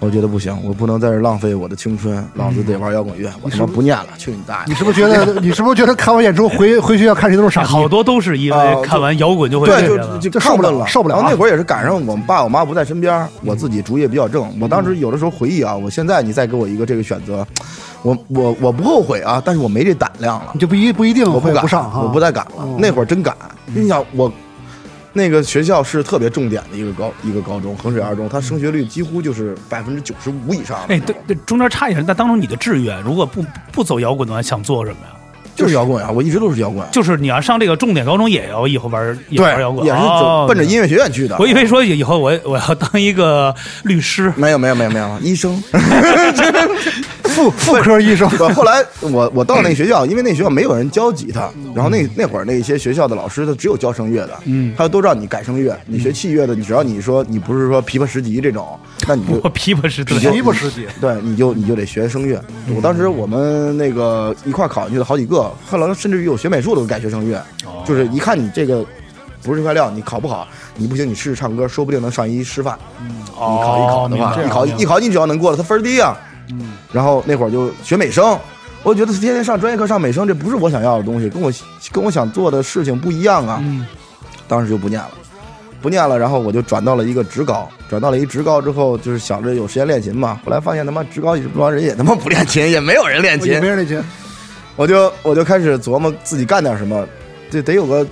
[SPEAKER 3] 我觉得不行，我不能在这浪费我的青春，老子得玩摇滚乐，我他妈不念了，去你大爷！
[SPEAKER 2] 你是不是觉
[SPEAKER 3] 哎
[SPEAKER 2] 得你是不是觉得看完演出回回学校看谁都是傻逼？
[SPEAKER 1] 好多都是因
[SPEAKER 3] 啊
[SPEAKER 1] 为看完摇滚就会
[SPEAKER 3] 对，
[SPEAKER 1] 这
[SPEAKER 3] 就
[SPEAKER 1] 样
[SPEAKER 3] 就
[SPEAKER 2] 就
[SPEAKER 3] 看
[SPEAKER 2] 受不
[SPEAKER 3] 不
[SPEAKER 2] 了
[SPEAKER 3] 了了，
[SPEAKER 2] 受不了
[SPEAKER 3] 然
[SPEAKER 2] 啊嗯
[SPEAKER 3] 后那会儿也是赶上我们爸我妈不在身边儿，我自己主意也比较正。我当时有的时候回忆啊，我现在你再给我一个这个选择，我我我不后悔啊，但是我没这胆量了
[SPEAKER 2] 你，就不一不一定
[SPEAKER 3] 我
[SPEAKER 2] 会
[SPEAKER 3] 不敢
[SPEAKER 2] 不上哈，嗯
[SPEAKER 3] 我不再敢了。那会儿真敢，你想我。那个学校是特别重点的一个高一个高中，衡水二中，它升学率几乎就是百分之九十五以上的，
[SPEAKER 1] 哎，对对，中间插一下，那当初你的志愿如果不不走摇滚的话，想做什么呀？
[SPEAKER 3] 就是摇滚啊！我一直都是摇滚啊，
[SPEAKER 1] 就是你要上这个重点高中，也要以后玩也
[SPEAKER 3] 对
[SPEAKER 1] 玩摇，滚，
[SPEAKER 3] 也是
[SPEAKER 1] 哦
[SPEAKER 3] 走奔着音乐学院去的。
[SPEAKER 1] 我以为说以后我我要当一个律师，
[SPEAKER 3] 没有没有没有没有，医生。
[SPEAKER 2] 妇妇科医生，
[SPEAKER 3] 我后来我我到那学校，因为那学校没有人教吉他，然后那那会儿那些学校的老师他只有教声乐的，嗯，他都让你改声乐，你学器乐的，你只要你说你不是说琵琶十级这种，那你就
[SPEAKER 1] 我琵琶是对
[SPEAKER 3] 就
[SPEAKER 2] 皮不实际。
[SPEAKER 3] 对你就你就得学声乐。我当时我们那个一块儿考进去的好几个，后来甚至于有学美术的都改学声乐，就是一看你这个。不是这块料，你考不好，你不行，你试试唱歌，说不定能上一师范。
[SPEAKER 1] 哦
[SPEAKER 3] 你考一考的话，一考一考你只要能过了，他分儿低啊。嗯。然后那会儿就学美声，我觉得天天上专业课上美声，这不是我想要的东西，跟我跟我想做的事情不一样啊。当时就不念了，不念了，然后我就转到了一个职高，转到了一职高之后，就是想着有时间练琴嘛。后来发现他妈职高一帮人也他妈不练琴，也没有人练
[SPEAKER 2] 也
[SPEAKER 3] 琴
[SPEAKER 2] 没，人那钱，
[SPEAKER 3] 我就我就开始琢磨自己干点什么，这得有个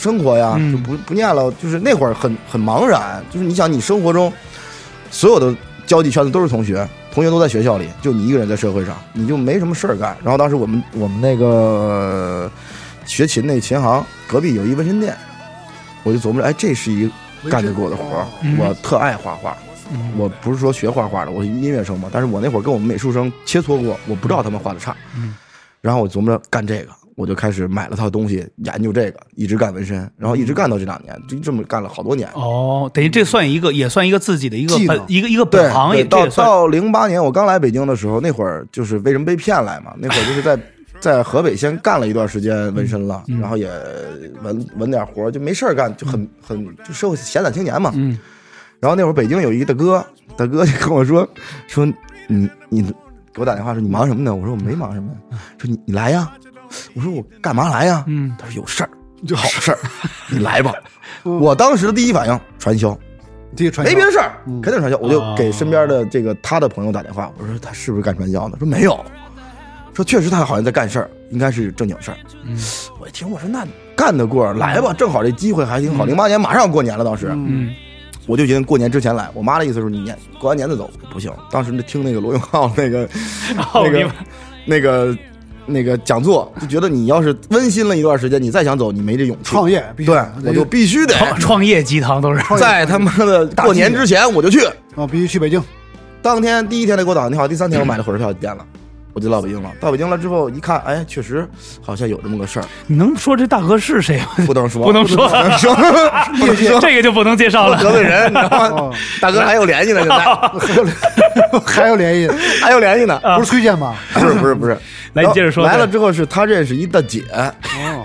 [SPEAKER 3] 生活呀，就不不念了。就是那会儿很很茫然，就是你想你生活中所有的交际圈子都是同学，同学都在学校里，就你一个人在社会上，你就没什么事儿干。然后当时我们我们那个学琴那琴行隔壁有一纹身店，我就琢磨着，哎，这是一干得过的活儿，我特爱画画。我不是说学画画的，我是音乐生嘛，但是我那会儿跟我们美术生切磋过，我不知道他们画的差，然后我琢磨着干这个，我就开始买了套东西，研究这个，一直干纹身，然后一直干到这两年，就这么干了好多年。
[SPEAKER 1] 哦，等于这算一个，也算一个自己的一个
[SPEAKER 2] 技
[SPEAKER 1] 本
[SPEAKER 2] 能
[SPEAKER 1] 一个一个
[SPEAKER 3] 对
[SPEAKER 1] 本，行
[SPEAKER 3] 对
[SPEAKER 1] 业，这
[SPEAKER 3] 到
[SPEAKER 1] 也算
[SPEAKER 3] 到零八年我刚来北京的时候，那会儿就是为什么被骗来嘛？那会儿就是
[SPEAKER 1] 嗯
[SPEAKER 3] 在在河北先干了一段时间纹身了，然后也纹纹点活儿，就没事儿干，就
[SPEAKER 1] 嗯
[SPEAKER 3] 很很就社会闲散青年嘛。
[SPEAKER 5] 嗯。
[SPEAKER 3] 然后那会儿北京有一大哥，大哥就跟我说 说你你给我打电话说你忙什么呢？我说我没忙什么
[SPEAKER 1] 嗯
[SPEAKER 3] 呀。说你你来呀。我说我干嘛来呀？
[SPEAKER 5] 嗯，
[SPEAKER 3] 他说有事儿，好事儿，你来吧。 我当时的第一反应传销。
[SPEAKER 2] 第一传销
[SPEAKER 3] 没别的事儿，肯定传销。我就给身边的这个他的朋友打电话，我说他是不是干传销的？说没有，说确实他好像在干事儿，应该是正经事儿。我一听我说那干得过，来吧，正好这机会还挺好。零八年马上过年了，当时，
[SPEAKER 5] 嗯
[SPEAKER 3] 我就决定过年之前来。我妈的意思是你年过完年再走，不行。当时就听那个罗永浩那个
[SPEAKER 1] 哦
[SPEAKER 3] 那
[SPEAKER 1] 明
[SPEAKER 3] 个
[SPEAKER 1] 白
[SPEAKER 3] 那个那个讲座，就觉得你要是温馨了一段时间，你再想走，你没这勇气。
[SPEAKER 2] 创业必须
[SPEAKER 3] 对
[SPEAKER 2] 得，
[SPEAKER 3] 我就必须得
[SPEAKER 1] 创创业鸡汤都是
[SPEAKER 3] 在他妈的过年之前我就去。
[SPEAKER 2] 啊，必须去 北京。
[SPEAKER 3] 当天第一天他给我打完电话，第三天我买了火车票就见了，我就到北京了。到北京了之后一看，哎，确实好像有这么个事儿，
[SPEAKER 1] 你能说这大哥是谁 吗？
[SPEAKER 3] 不能说，
[SPEAKER 1] 不能说
[SPEAKER 3] 不能说，不能说，
[SPEAKER 1] 这个就不能介绍 了。
[SPEAKER 3] 得罪人，你知道吗？大哥还有联系呢，现在
[SPEAKER 2] 还有联系，
[SPEAKER 3] 还有联系呢。
[SPEAKER 2] 不是崔健吗？，
[SPEAKER 3] 不是不是不是，
[SPEAKER 1] 来
[SPEAKER 3] 然后
[SPEAKER 1] 你接着说
[SPEAKER 3] 来了之后是他认识一大姐，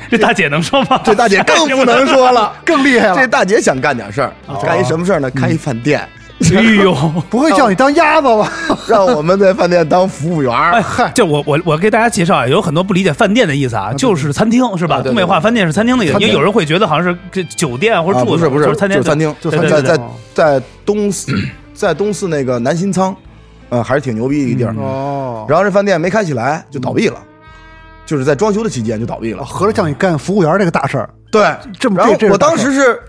[SPEAKER 1] 这大姐能说吗？
[SPEAKER 3] 这大姐更不能说了
[SPEAKER 2] 更厉害
[SPEAKER 3] 这
[SPEAKER 2] 了，
[SPEAKER 3] 大姐想干点事儿，干一什么事儿呢？开一饭店，
[SPEAKER 1] 哎呦，
[SPEAKER 2] 不会叫你当鸭子吧？
[SPEAKER 3] 让我们在饭店当服务员儿。
[SPEAKER 1] 哎，这我我我给大家介绍啊，有很多不理解饭店的意思啊，就是餐厅是吧？
[SPEAKER 3] 啊对
[SPEAKER 1] 东北话饭店是餐厅的意思，
[SPEAKER 3] 餐
[SPEAKER 1] 因
[SPEAKER 3] 厅
[SPEAKER 1] 为有人会觉得好像是这酒店或者
[SPEAKER 3] 啊
[SPEAKER 1] 住
[SPEAKER 3] 不是不，
[SPEAKER 1] 就是是餐厅，
[SPEAKER 3] 就是餐厅，
[SPEAKER 1] 对
[SPEAKER 2] 就
[SPEAKER 1] 对对
[SPEAKER 2] 是
[SPEAKER 3] 在
[SPEAKER 1] 对
[SPEAKER 3] 在在东四，在东四那个南新仓，呃，还是挺牛逼的一个
[SPEAKER 1] 嗯
[SPEAKER 3] 地儿。
[SPEAKER 2] 哦，
[SPEAKER 3] 然后这饭店没开起来就倒闭了，就是在装修的期间就倒闭
[SPEAKER 1] 哦
[SPEAKER 3] 了。
[SPEAKER 2] 合着叫你干服务员这个大事 儿，
[SPEAKER 3] 对，
[SPEAKER 2] 这么
[SPEAKER 3] 然后
[SPEAKER 2] 这这是
[SPEAKER 3] 我当时是。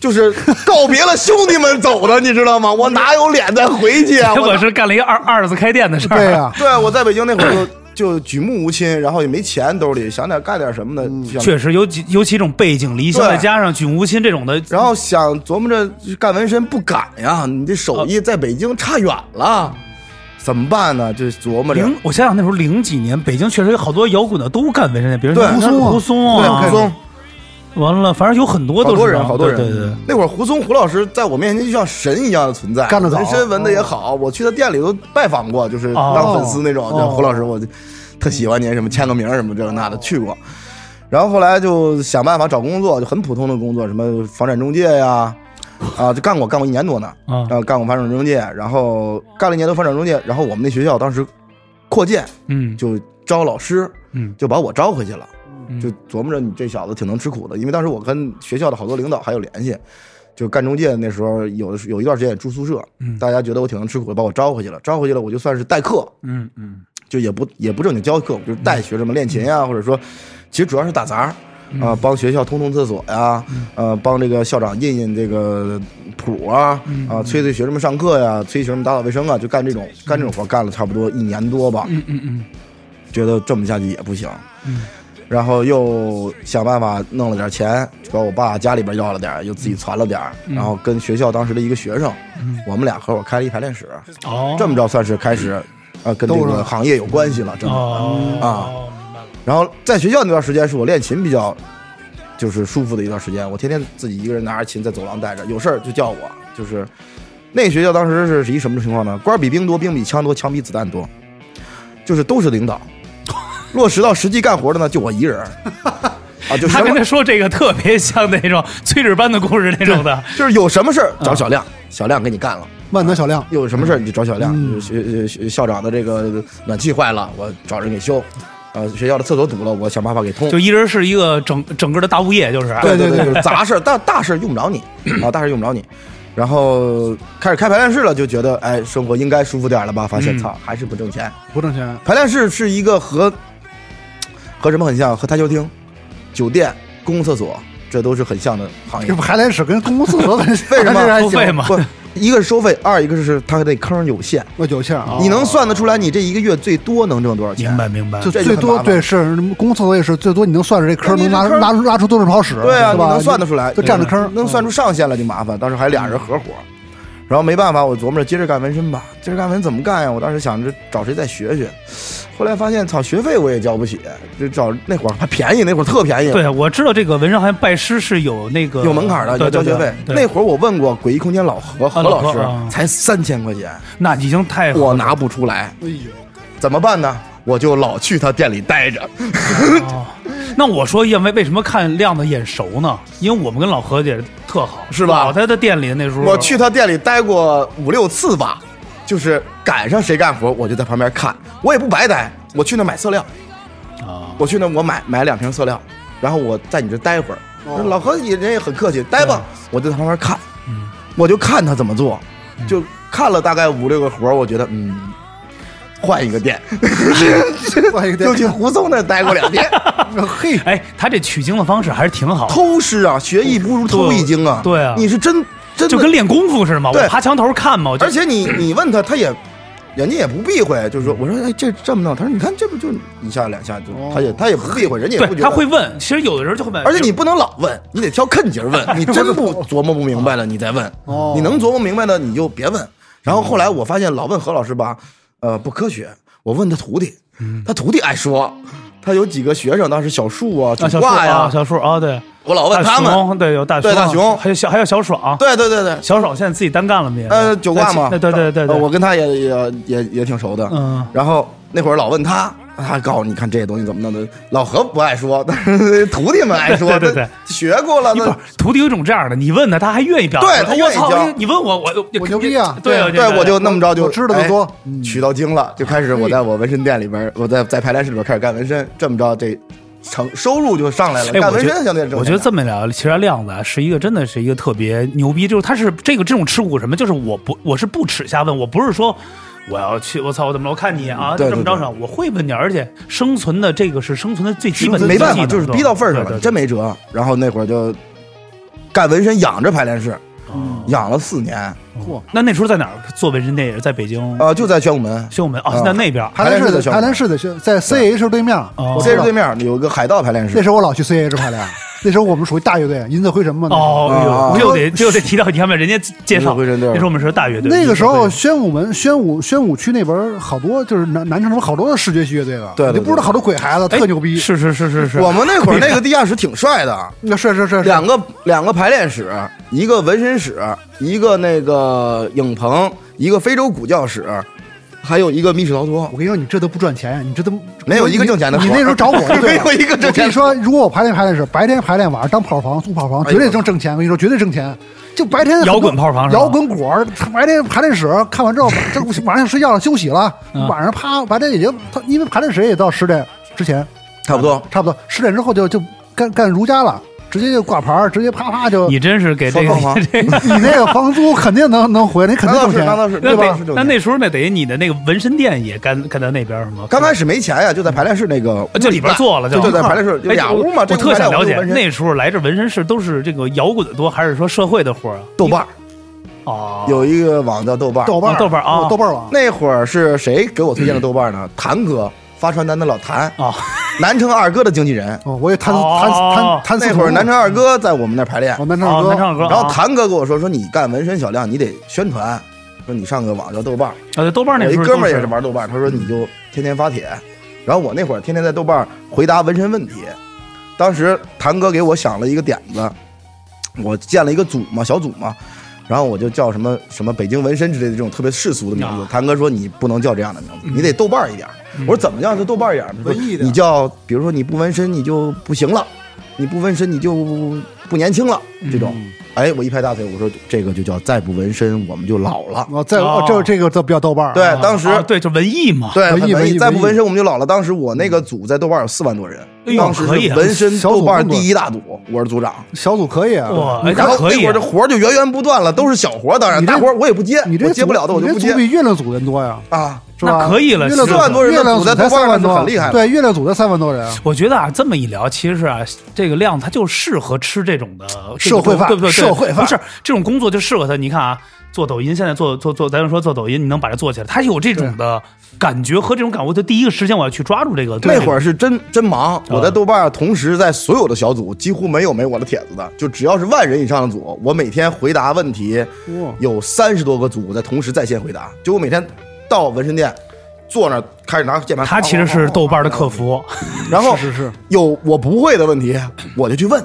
[SPEAKER 3] 就是告别了兄弟们走的，你知道吗？我哪有脸再回去啊？
[SPEAKER 1] 结
[SPEAKER 3] 我
[SPEAKER 1] 果是干了一个二二次开店的事儿。
[SPEAKER 2] 对啊呀，
[SPEAKER 3] 对我在北京那会儿就就举目无亲，然后也没钱兜里，想点干点什么的。想
[SPEAKER 1] 嗯确实，尤其尤其这种背井离乡，再
[SPEAKER 3] 对
[SPEAKER 1] 加上举无亲这种的，
[SPEAKER 3] 然后想琢磨着干纹身不敢呀，你这手艺在北京差远了，怎么办呢？就琢磨着。
[SPEAKER 1] 零，我想想那时候零几年，北京确实有好多摇滚的都干纹身的，比如
[SPEAKER 3] 对
[SPEAKER 1] 胡松、胡松
[SPEAKER 3] 对，
[SPEAKER 1] 啊，
[SPEAKER 3] 胡松，
[SPEAKER 1] 完了，反正有很多
[SPEAKER 3] 好
[SPEAKER 1] 都
[SPEAKER 3] 多
[SPEAKER 1] 是这
[SPEAKER 3] 人，
[SPEAKER 1] 样
[SPEAKER 3] 好多人。
[SPEAKER 1] 对对对。
[SPEAKER 3] 那会儿胡松胡老师在我面前就像神一样的存在，
[SPEAKER 2] 干得早
[SPEAKER 1] 啊
[SPEAKER 3] 纹身纹的也好，我去他店里都拜访过，就是
[SPEAKER 1] 哦
[SPEAKER 3] 当粉丝那种。
[SPEAKER 2] 哦
[SPEAKER 3] 就胡老师，我就特喜欢您，什么签个名儿什么这个那的，去过。然后后来就想办法找工作，就很普通的工作，什么房产中介呀，啊，就干过，干过一年多呢，
[SPEAKER 1] 啊
[SPEAKER 3] 然后干过房产中介，然后干了一年多房产中介，然后我们那学校当时扩建，
[SPEAKER 1] 嗯，
[SPEAKER 3] 就招老师，
[SPEAKER 1] 嗯
[SPEAKER 3] 就把我招回去了，
[SPEAKER 1] 嗯
[SPEAKER 3] 就琢磨着你这小子挺能吃苦的，因为当时我跟学校的好多领导还有联系，就干中介那时候有的时有一段时间也住宿舍，
[SPEAKER 1] 嗯
[SPEAKER 3] 大家觉得我挺能吃苦的，把我招回去了，招回去了我就算是代课，
[SPEAKER 1] 嗯嗯，
[SPEAKER 3] 就也不也不正经教课，我就是带学生们练琴呀、或者说，其实主要是打杂儿。啊、帮学校通通厕所呀、呃，帮这个校长印印这个谱啊，啊，催催学生们上课呀，催学生们打扫卫生啊，就干这种干这种活，干了差不多一年多吧。
[SPEAKER 1] 嗯嗯嗯，
[SPEAKER 3] 觉得这么下去也不行，然后又想办法弄了点钱，管我爸家里边要了点儿，又自己攒了点儿，然后跟学校当时的一个学生，我们俩合伙开了一排练室，
[SPEAKER 1] 哦，
[SPEAKER 3] 这么着算是开始，呃，跟这
[SPEAKER 2] 都
[SPEAKER 3] 个
[SPEAKER 2] 是
[SPEAKER 3] 行业有关系了，真的。
[SPEAKER 1] 哦
[SPEAKER 3] 啊然后在学校那段时间是我练琴比较，就是舒服的一段时间，我天天自己一个人拿着琴在走廊待着，有事儿就叫我，就是那学校当时是是一什么情况呢？官儿比兵多，兵比枪多，枪比子弹多，就是都是领导。落实到实际干活的呢，就我一人儿，啊，就
[SPEAKER 1] 他
[SPEAKER 3] 什
[SPEAKER 1] 跟
[SPEAKER 3] 么
[SPEAKER 1] 他说这个特别像那种炊事班的故事那种的，
[SPEAKER 3] 就是有什么事儿找小亮，小亮给你干了。
[SPEAKER 2] 万能小亮，
[SPEAKER 3] 有什么事儿你就找小亮，学学学校长的这个暖气坏了，我找人给修。呃，学校的厕所堵了，我想办法给通。
[SPEAKER 1] 就一人是一个整整个的大物业， 就是
[SPEAKER 3] 对
[SPEAKER 2] 对
[SPEAKER 3] 对，就是杂事儿，大大事儿用不着你啊，大事儿用不着你。然后开始开排练室了，就觉得哎，生活应该舒服点儿了吧？发现
[SPEAKER 1] 嗯
[SPEAKER 3] 操，还是不挣钱。
[SPEAKER 2] 不挣钱，
[SPEAKER 3] 排练室是一个和和什么很像？和台球厅、酒店、公共厕所，这都是很像的行
[SPEAKER 2] 这
[SPEAKER 3] 业
[SPEAKER 2] 不。还得使跟公共厕所 为
[SPEAKER 3] 为什么
[SPEAKER 1] 收费嘛，
[SPEAKER 3] 不，一个是收费，二一个是它那坑有限，
[SPEAKER 2] 我有线啊，
[SPEAKER 3] 你能算得出来你这一个月最多能挣多少钱
[SPEAKER 1] 明？白明白
[SPEAKER 2] 就。
[SPEAKER 3] 这就
[SPEAKER 2] 最
[SPEAKER 3] 很麻
[SPEAKER 2] 多
[SPEAKER 3] 烦
[SPEAKER 2] 对是公共厕所也是最多，你能算出这坑
[SPEAKER 3] 那
[SPEAKER 2] 能
[SPEAKER 3] 你这
[SPEAKER 2] 拉
[SPEAKER 3] 坑
[SPEAKER 2] 拉拉出多少泡屎，
[SPEAKER 3] 对啊，
[SPEAKER 2] 是
[SPEAKER 3] 你
[SPEAKER 2] 吧？
[SPEAKER 3] 能算得出来，嗯
[SPEAKER 2] 就占着坑，
[SPEAKER 3] 能算出上限了就麻烦。当时还俩人合伙，然后没办法，我琢磨着接着干纹身吧，接着干纹怎么干呀？我当时想着找谁再学学，后来发现操，学费我也交不起，就找那会儿还便宜，那会儿特便宜，
[SPEAKER 1] 对，我知道这个纹身好像拜师是有那个
[SPEAKER 3] 有门槛的，
[SPEAKER 1] 对
[SPEAKER 3] 要交
[SPEAKER 1] 对
[SPEAKER 3] 学
[SPEAKER 1] 对
[SPEAKER 3] 费。
[SPEAKER 1] 对
[SPEAKER 3] 那会儿我问过诡异空间老何何
[SPEAKER 1] 啊老
[SPEAKER 3] 老
[SPEAKER 1] 何啊哎
[SPEAKER 3] 师，才三千块钱，
[SPEAKER 1] 那已经太
[SPEAKER 3] 我拿不出来，
[SPEAKER 2] 哎呦，
[SPEAKER 3] 怎么办呢？我就老去他店里待着，
[SPEAKER 1] 那我说燕为为什么看亮子眼熟呢？因为我们跟老何姐特好，
[SPEAKER 3] 是吧
[SPEAKER 1] 老在他店里那时候，
[SPEAKER 3] 我去他店里待过五六次吧，就是赶上谁干活，我就在旁边看，我也不白待，我去那买饲料，
[SPEAKER 1] 啊，
[SPEAKER 3] 我去那我买买两瓶饲料，然后我在你这待会儿。老何也人也很客气，待吧，
[SPEAKER 1] 嗯
[SPEAKER 3] 我就在旁边看，我就看他怎么做，就看了大概五六个活儿我觉得嗯，换一 个店，
[SPEAKER 2] 换一个
[SPEAKER 3] 又去
[SPEAKER 2] 店，
[SPEAKER 3] 胡松那儿待过 两天。
[SPEAKER 2] 嘿，
[SPEAKER 1] 哎，他这取经的方式还是挺好的。
[SPEAKER 3] 偷师啊，学艺不如偷一精啊！
[SPEAKER 1] 对对啊
[SPEAKER 3] 你是真 真的
[SPEAKER 1] 就跟练功夫似的嘛，
[SPEAKER 3] 对
[SPEAKER 1] 我爬墙头看嘛，我就
[SPEAKER 3] 而且你你问他，他也人家也不避讳，就
[SPEAKER 1] 嗯
[SPEAKER 3] 是说，我说哎这这么弄，他说你看这不就一下两下就，他也他也不避讳，人家也不
[SPEAKER 1] 哦对
[SPEAKER 3] 觉得
[SPEAKER 1] 他会问，其实有的人就会问，
[SPEAKER 3] 而且你不能老问，你得挑坑节儿问。你真不琢磨不明 白了，你再问。
[SPEAKER 2] 哦
[SPEAKER 3] 你能琢磨明白的，你就别问。然后后
[SPEAKER 1] 哦
[SPEAKER 3] 来我发现老问何老师吧，呃，不科学。我问他徒弟，
[SPEAKER 1] 嗯
[SPEAKER 3] 他徒弟爱说，他有几个学生，当时小树啊、
[SPEAKER 1] 啊
[SPEAKER 3] 九
[SPEAKER 1] 小树
[SPEAKER 3] 挂呀，
[SPEAKER 1] 啊小树啊，对，
[SPEAKER 3] 我老问
[SPEAKER 1] 大
[SPEAKER 3] 他们。
[SPEAKER 1] 熊对有大
[SPEAKER 3] 对大熊
[SPEAKER 1] 还有小还有小爽，
[SPEAKER 3] 对对对对，
[SPEAKER 1] 小爽现在自己单干了没？
[SPEAKER 3] 呃，九挂嘛，
[SPEAKER 1] 对对对对
[SPEAKER 3] 呃
[SPEAKER 1] 对，
[SPEAKER 3] 我跟他也也也也挺熟的。
[SPEAKER 1] 嗯
[SPEAKER 3] 然后那会儿老问他，他告诉我你看这些东西怎么弄的。老何不爱说，但是 徒弟们爱说。
[SPEAKER 1] 对对对对
[SPEAKER 3] 他学过了，
[SPEAKER 1] 你不
[SPEAKER 3] 那
[SPEAKER 1] 是徒弟有一种这样的，你问他，他还愿意表达。
[SPEAKER 3] 对他愿意
[SPEAKER 1] 我
[SPEAKER 3] 教
[SPEAKER 1] 操，你问我，我就
[SPEAKER 2] 我牛逼啊
[SPEAKER 1] 对啊，
[SPEAKER 3] 对，我就那么着就
[SPEAKER 2] 我知道的
[SPEAKER 3] 哎
[SPEAKER 2] 多
[SPEAKER 1] 嗯
[SPEAKER 3] 取到经了，就开始我在我纹身店里边儿，我在在排练室里边开始干纹身，这么着这成收入就上来了。
[SPEAKER 1] 哎，
[SPEAKER 3] 干
[SPEAKER 1] 我
[SPEAKER 3] 纹
[SPEAKER 1] 觉
[SPEAKER 3] 身相对
[SPEAKER 1] 得
[SPEAKER 3] 挣钱
[SPEAKER 1] 我觉得这么聊，其实亮子啊是一个真的是一个特别牛逼，就是他是这个这种吃苦什么，就是我不我是不耻下问，我不是说我要去我操我怎么了，我看你啊
[SPEAKER 3] 对对
[SPEAKER 1] 这么着上，我会问你，而且生存的这个是生存的最基本的
[SPEAKER 3] 没办法，
[SPEAKER 1] 技能
[SPEAKER 3] 就是逼到份儿上
[SPEAKER 1] 对
[SPEAKER 3] 了，
[SPEAKER 1] 对对
[SPEAKER 3] 真没辙。然后那会儿就干纹身养着排练室，
[SPEAKER 1] 嗯
[SPEAKER 3] 养了四年，
[SPEAKER 1] 那那时候在哪儿做纹身店也是在北京
[SPEAKER 3] 呃，就在宣武门。
[SPEAKER 1] 宣武门
[SPEAKER 3] 啊
[SPEAKER 1] 啊，在那边
[SPEAKER 2] 海南市
[SPEAKER 3] 海南市的
[SPEAKER 2] 的
[SPEAKER 3] 小
[SPEAKER 2] 海南市的学在 CH 对面，
[SPEAKER 1] 哦
[SPEAKER 2] 我知
[SPEAKER 3] 这是
[SPEAKER 2] 道
[SPEAKER 3] 对面有个海盗排练
[SPEAKER 2] 那
[SPEAKER 3] 室，
[SPEAKER 2] 时候我老去 CH 排 练，那时候我们属于大乐队，银色灰尘嘛。那时候
[SPEAKER 1] 哦
[SPEAKER 3] 啊，
[SPEAKER 1] 又得又得提到你看吧，人家介绍
[SPEAKER 3] 回神队
[SPEAKER 1] 那时候我们是大乐队，
[SPEAKER 2] 那个时
[SPEAKER 1] 一个
[SPEAKER 2] 候，
[SPEAKER 1] 会
[SPEAKER 2] 宣武门、宣武、宣武区那边儿好多就是南南城什么好多视觉系乐队的，
[SPEAKER 3] 对对对
[SPEAKER 2] 你
[SPEAKER 3] 哎
[SPEAKER 2] 不知道好多鬼孩子，特牛逼。
[SPEAKER 1] 是是是是是，
[SPEAKER 3] 我们那 会儿那个地下室挺帅的，
[SPEAKER 2] 那是是是是，
[SPEAKER 3] 两个两个排练室，一个纹身室，一个那个影棚，一个非洲古教室，还有一个密室逃脱
[SPEAKER 2] 我。跟你说，你这都不赚钱呀，你这都
[SPEAKER 3] 没有一个挣钱的活
[SPEAKER 2] 你。你那时候找我就对了，
[SPEAKER 3] 没有一个挣钱的
[SPEAKER 2] 我跟你说，如果我排练排练是白天排练，晚上当炮房租炮房，
[SPEAKER 3] 哎呦
[SPEAKER 2] 绝对挣挣钱。我跟你说，绝对挣钱。就白天很多
[SPEAKER 1] 摇滚炮房是吧
[SPEAKER 2] 摇滚果儿，白天排练室看完 之后，这晚上睡觉了，休息了，
[SPEAKER 1] 嗯
[SPEAKER 2] 晚上啪，白天已经他因为排练室也到十点之前，
[SPEAKER 3] 差不
[SPEAKER 1] 啊
[SPEAKER 3] 多。
[SPEAKER 2] 差不多十点之后就就干干儒家了，直接就挂牌儿，直接啪啪就
[SPEAKER 1] 你真是给这个
[SPEAKER 3] 说凤凰
[SPEAKER 1] 这个。
[SPEAKER 2] 你那个房租肯定能能回，你肯
[SPEAKER 3] 那
[SPEAKER 2] 定
[SPEAKER 3] 倒
[SPEAKER 2] 挣
[SPEAKER 3] 是，
[SPEAKER 2] 钱
[SPEAKER 3] 那。倒是，
[SPEAKER 1] 那
[SPEAKER 3] 对吧
[SPEAKER 1] 那？那那时候那得你的那个纹身店也干干到那边是吗？
[SPEAKER 3] 刚开始没钱呀，就在排练室那个
[SPEAKER 1] 啊就里边做了，
[SPEAKER 3] 就就在排练室就
[SPEAKER 1] 哎
[SPEAKER 3] 俩
[SPEAKER 1] 我
[SPEAKER 3] 屋嘛。
[SPEAKER 1] 我
[SPEAKER 3] 这
[SPEAKER 1] 特
[SPEAKER 3] 屋排
[SPEAKER 1] 想
[SPEAKER 3] 练
[SPEAKER 1] 了
[SPEAKER 3] 屋
[SPEAKER 1] 解
[SPEAKER 3] 纹身
[SPEAKER 1] 那时候来这纹身室都是这个摇滚的多，还是说社会的活儿啊？
[SPEAKER 3] 豆瓣儿
[SPEAKER 1] 哦，
[SPEAKER 3] 有一个网叫豆瓣儿，
[SPEAKER 2] 豆瓣
[SPEAKER 1] 啊
[SPEAKER 2] 儿
[SPEAKER 1] 豆瓣儿啊
[SPEAKER 2] 哦豆瓣儿网，
[SPEAKER 3] 那会儿是谁给我推荐的豆瓣儿呢？谭哥发传单的老谭，
[SPEAKER 1] 啊，
[SPEAKER 3] 南城二哥的经纪人。
[SPEAKER 2] 哦，我也谈
[SPEAKER 1] 哦
[SPEAKER 2] 谈谈谈
[SPEAKER 3] 那会儿南城二哥在我们那儿排练
[SPEAKER 2] 我，南
[SPEAKER 1] 哦
[SPEAKER 2] 昌
[SPEAKER 1] 南
[SPEAKER 2] 哥，
[SPEAKER 1] 唱歌，
[SPEAKER 3] 然后
[SPEAKER 1] 啊
[SPEAKER 3] 谭哥跟我说说你干纹身小亮，你得宣传，说你上个网叫豆瓣儿。
[SPEAKER 1] 啊，对，豆瓣儿那
[SPEAKER 3] 我一
[SPEAKER 1] 时候
[SPEAKER 3] 哥们
[SPEAKER 1] 都
[SPEAKER 3] 儿也是，玩豆瓣儿，他说你就天天发帖，然后我那会儿天天在豆瓣儿回答纹身问题。当时谭哥给我想了一个点子，我建了一个组嘛，小组嘛，然后我就叫什么什么北京纹身之类的这种特别世俗的名字
[SPEAKER 1] 啊。嗯
[SPEAKER 3] 谭哥说你不能叫这样的名字，你得豆瓣儿一点儿。我说怎么样就豆瓣儿一点儿？他说
[SPEAKER 2] 文艺一点
[SPEAKER 3] 你叫比如说你不纹身你就不行了，你不纹身你就不年轻了这种。
[SPEAKER 1] 嗯
[SPEAKER 3] 哎，我一拍大腿，我说这个就叫再不纹身我们就老了。
[SPEAKER 2] 我在我
[SPEAKER 1] 哦
[SPEAKER 2] 这这个这比较豆瓣儿。
[SPEAKER 3] 对
[SPEAKER 1] 啊
[SPEAKER 3] 当时
[SPEAKER 1] 啊对，就文艺嘛，
[SPEAKER 3] 对，
[SPEAKER 2] 文艺
[SPEAKER 3] 很
[SPEAKER 2] 文艺
[SPEAKER 3] 再
[SPEAKER 2] 文
[SPEAKER 3] 不
[SPEAKER 2] 艺
[SPEAKER 3] 纹身我们就老了。当时我那个组在豆瓣有四万多人，
[SPEAKER 1] 哎呦
[SPEAKER 3] 当时
[SPEAKER 1] 可以
[SPEAKER 3] 是
[SPEAKER 1] 啊
[SPEAKER 3] 纹身
[SPEAKER 2] 小
[SPEAKER 3] 豆
[SPEAKER 2] 组
[SPEAKER 3] 瓣
[SPEAKER 2] 工作
[SPEAKER 3] 第一大组，我是组长。
[SPEAKER 2] 小组可以啊。
[SPEAKER 1] 哇，哎
[SPEAKER 3] 然
[SPEAKER 1] 那
[SPEAKER 3] 后
[SPEAKER 1] 可
[SPEAKER 3] 那
[SPEAKER 1] 以
[SPEAKER 3] 会儿这活儿就源源不断了，都是小活儿，当然
[SPEAKER 2] 你这
[SPEAKER 3] 大活儿我也不接，
[SPEAKER 2] 你这
[SPEAKER 3] 我接不了的我
[SPEAKER 2] 你
[SPEAKER 3] 就
[SPEAKER 2] 这
[SPEAKER 3] 不接
[SPEAKER 2] 组比月亮组人多呀，
[SPEAKER 3] 啊。
[SPEAKER 2] 是吧？
[SPEAKER 1] 那可以了
[SPEAKER 2] 月亮
[SPEAKER 1] 四
[SPEAKER 2] 组
[SPEAKER 1] 万
[SPEAKER 3] 多人的
[SPEAKER 2] 月亮
[SPEAKER 3] 组
[SPEAKER 2] 组
[SPEAKER 3] 在
[SPEAKER 2] 才
[SPEAKER 3] 豆瓣
[SPEAKER 2] 三
[SPEAKER 3] 儿
[SPEAKER 2] 万
[SPEAKER 3] 那
[SPEAKER 2] 多，
[SPEAKER 3] 是很厉害了
[SPEAKER 2] 对，月亮组才三万多人啊。
[SPEAKER 1] 我觉得啊，这么一聊，其实啊，这个亮他就适合吃这种的这
[SPEAKER 2] 社
[SPEAKER 1] 个
[SPEAKER 2] 会范
[SPEAKER 1] 对不对？对
[SPEAKER 2] 社会范
[SPEAKER 1] 不是这种工作就适合他。你看啊，做抖音现在做做做，咱就说做抖音，你能把这做起来，他有这种的感觉和这种感悟。我就第一个时间我要去抓住这个。对
[SPEAKER 3] 那会儿是真真
[SPEAKER 1] 啊
[SPEAKER 3] 忙，我在豆瓣儿同时在所有的小组几乎没有没我的帖子的，就只要是万人以上的组，我每天回答问题
[SPEAKER 2] 哇
[SPEAKER 3] 有三十多个组在同时在线回答，就我每天到纹身店坐那儿开始拿键盘，
[SPEAKER 1] 他其实是豆
[SPEAKER 2] 啊
[SPEAKER 1] 瓣的客服，
[SPEAKER 3] 然后
[SPEAKER 2] 是是是
[SPEAKER 3] 有我不会的问题，我就去问。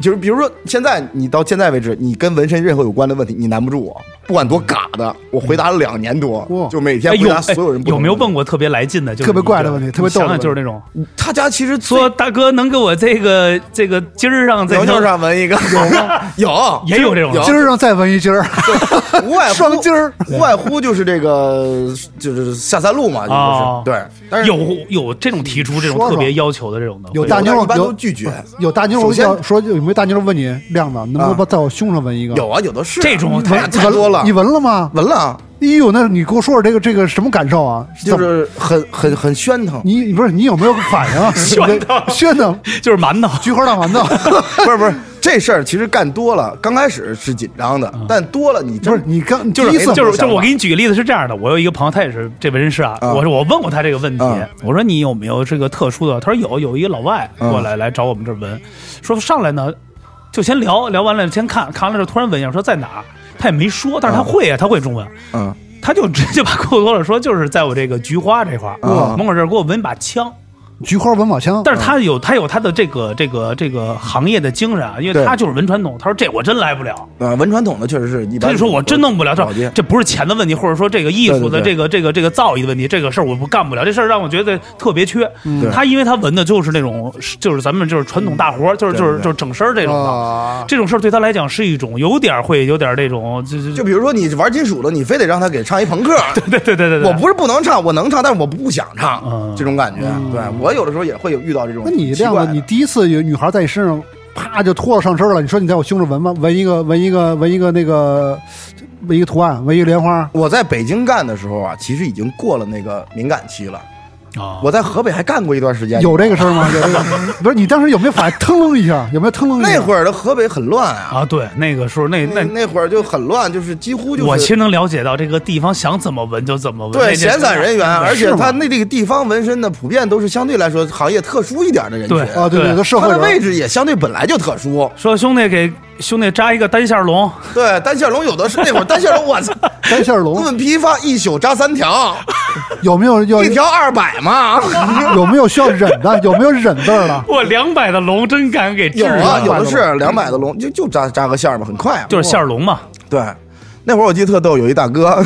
[SPEAKER 3] 就是比如说，现在你到现在为止，你跟纹身任何有关的问题，你难不住我。不管多嘎的，我回答了两年多
[SPEAKER 2] 哇，
[SPEAKER 3] 就每天
[SPEAKER 1] 哎
[SPEAKER 3] 回
[SPEAKER 1] 有
[SPEAKER 3] 答
[SPEAKER 1] 哎
[SPEAKER 3] 所有人不
[SPEAKER 1] 有
[SPEAKER 3] 同的题。
[SPEAKER 1] 没有问过特别来劲的，就是
[SPEAKER 2] 特别
[SPEAKER 1] 你
[SPEAKER 2] 怪
[SPEAKER 1] 觉
[SPEAKER 2] 的
[SPEAKER 1] 得
[SPEAKER 2] 问题
[SPEAKER 1] 你
[SPEAKER 2] 特别逗
[SPEAKER 1] 想
[SPEAKER 2] 的
[SPEAKER 1] 想
[SPEAKER 2] 问
[SPEAKER 1] 就是
[SPEAKER 2] 题
[SPEAKER 1] 那种
[SPEAKER 3] 他家其实最
[SPEAKER 1] 说大哥能给我这个这个今儿上这
[SPEAKER 3] 苗条上纹一个 有有
[SPEAKER 1] 也有这种
[SPEAKER 2] 今儿上再纹一今儿，
[SPEAKER 3] 无外乎
[SPEAKER 2] 双筋儿
[SPEAKER 3] 无外乎就是这个就是下三路嘛，
[SPEAKER 1] 哦
[SPEAKER 3] 就是对，但是
[SPEAKER 1] 有有这种提出这种
[SPEAKER 2] 说
[SPEAKER 1] 特
[SPEAKER 2] 说
[SPEAKER 1] 别要求的这种的，
[SPEAKER 2] 有
[SPEAKER 1] 会
[SPEAKER 2] 大妞
[SPEAKER 3] 但一般
[SPEAKER 2] 有
[SPEAKER 3] 都拒绝。
[SPEAKER 2] 有大妞
[SPEAKER 3] 首先
[SPEAKER 2] 要说有没有大妞问你亮子，能不能
[SPEAKER 3] 啊
[SPEAKER 2] 把在我胸上纹一个？
[SPEAKER 3] 有啊，有的是啊
[SPEAKER 1] 这种
[SPEAKER 3] 太
[SPEAKER 1] 这
[SPEAKER 3] 太多了
[SPEAKER 2] 你，纹了吗？
[SPEAKER 3] 纹了啊，
[SPEAKER 2] 哎呦，那你给我说说这个这个什么感受啊？
[SPEAKER 3] 就
[SPEAKER 2] 怎么
[SPEAKER 3] 是很很很喧腾。
[SPEAKER 2] 你不是你有没有反应啊？
[SPEAKER 1] 炫腾
[SPEAKER 2] 炫腾，
[SPEAKER 1] 就是馒头。
[SPEAKER 2] 菊花大馒头，
[SPEAKER 3] 不是不是，这事儿其实干多了，刚开始是紧张的，但多了你
[SPEAKER 2] 不是
[SPEAKER 3] 真
[SPEAKER 2] 你刚
[SPEAKER 1] 就是哎
[SPEAKER 2] 第
[SPEAKER 3] 哎
[SPEAKER 2] 一次
[SPEAKER 1] 就是就是我给你举个例子是这样的，我有一个朋友，他也是这位人士啊，
[SPEAKER 3] 嗯
[SPEAKER 1] 我说我问过他这个问题，
[SPEAKER 3] 嗯
[SPEAKER 1] 我说你有没有这个特殊的？他说有，有一个老外
[SPEAKER 3] 嗯
[SPEAKER 1] 过来、来找我们这儿闻，说上来呢就先聊聊完了，先看看完了之后突然闻一下，说在哪儿，他也没说，但是他会啊，他会中文，
[SPEAKER 3] 嗯
[SPEAKER 1] 他就直接把给我说了，说就是在我这个菊花这块儿、
[SPEAKER 3] 嗯
[SPEAKER 1] 门口这儿给我闻一把枪，
[SPEAKER 2] 菊花文宝枪，
[SPEAKER 1] 但是他有他有他的这个这个这个行业的精神啊，因为
[SPEAKER 3] 对
[SPEAKER 1] 他就是文传统，他说这我真来不了。
[SPEAKER 3] 啊，文传统的确实是一般。
[SPEAKER 1] 他就说我真弄不了，
[SPEAKER 3] 保洁
[SPEAKER 1] 这这不是钱的问题，或者说这个艺术的
[SPEAKER 3] 对对对
[SPEAKER 1] 这个这个这个造诣的问题，这个事儿我不干不了，这事儿让我觉得特别缺。
[SPEAKER 3] 嗯对
[SPEAKER 1] 他因为他纹的就是那种，就是咱们就是传统大活，就是
[SPEAKER 3] 对
[SPEAKER 1] 就是
[SPEAKER 3] 嗯对
[SPEAKER 1] 就是整身儿这种的，
[SPEAKER 2] 啊，
[SPEAKER 1] 这种事儿对他来讲是一种有点儿会有点儿那种，就就
[SPEAKER 3] 就比如说你玩金属的，你非得让他给唱一朋克，
[SPEAKER 1] 对对对对对，
[SPEAKER 3] 我不是不能唱，我能唱，但是我不想唱，
[SPEAKER 1] 嗯
[SPEAKER 3] 这种感觉。对我有的时候也会有遇到这种
[SPEAKER 2] 那你
[SPEAKER 3] 奇
[SPEAKER 2] 亮
[SPEAKER 3] 怪
[SPEAKER 2] 子，
[SPEAKER 3] 的。
[SPEAKER 2] 你第一次有女孩在你身上啪就脱了上身了，你说你在我胸上纹吗？纹一个纹一个纹一个那个纹一个图案，纹一个莲花，
[SPEAKER 3] 我在北京干的时候啊，其实已经过了那个敏感期了。
[SPEAKER 1] 啊，
[SPEAKER 3] 我在河北还干过一段时间，
[SPEAKER 2] 有这个事 儿吗？有这个不是你当时有没有反应腾楞一下？有没有腾楞一下？
[SPEAKER 3] 那会儿的河北很乱啊，
[SPEAKER 1] 啊，对那个时候那
[SPEAKER 3] 那
[SPEAKER 1] 那
[SPEAKER 3] 那会儿就很乱，就是几乎就是
[SPEAKER 1] 我其实能了解到这个地方想怎么纹就怎么纹，
[SPEAKER 3] 对
[SPEAKER 1] 那件啊嗯
[SPEAKER 3] 闲散人员，而且
[SPEAKER 2] 是吗
[SPEAKER 3] 他那这个地方纹身的普遍都是相对来说行业特殊一点的人群
[SPEAKER 1] 对，
[SPEAKER 2] 啊，对
[SPEAKER 1] 对
[SPEAKER 2] 对，都社
[SPEAKER 3] 他
[SPEAKER 2] 会
[SPEAKER 3] 的
[SPEAKER 2] 人
[SPEAKER 3] 位置也相对本来就特殊。
[SPEAKER 1] 说兄弟给兄弟扎一个单线龙，
[SPEAKER 3] 对，单线龙有的是那会儿单线龙，我 操，
[SPEAKER 2] 单线龙
[SPEAKER 3] 论批发一宿扎三条，
[SPEAKER 2] 有没有要
[SPEAKER 3] 一条二百嘛。
[SPEAKER 2] 有没有需要忍 的？有没有忍字儿的？
[SPEAKER 1] 我两百的龙真敢给制
[SPEAKER 3] 有啊，
[SPEAKER 1] 了，
[SPEAKER 3] 有的是两百的龙，就就扎扎个线儿嘛，很快啊。
[SPEAKER 1] 就是线儿龙嘛。
[SPEAKER 3] 对，那会儿我记得特逗，有一大哥，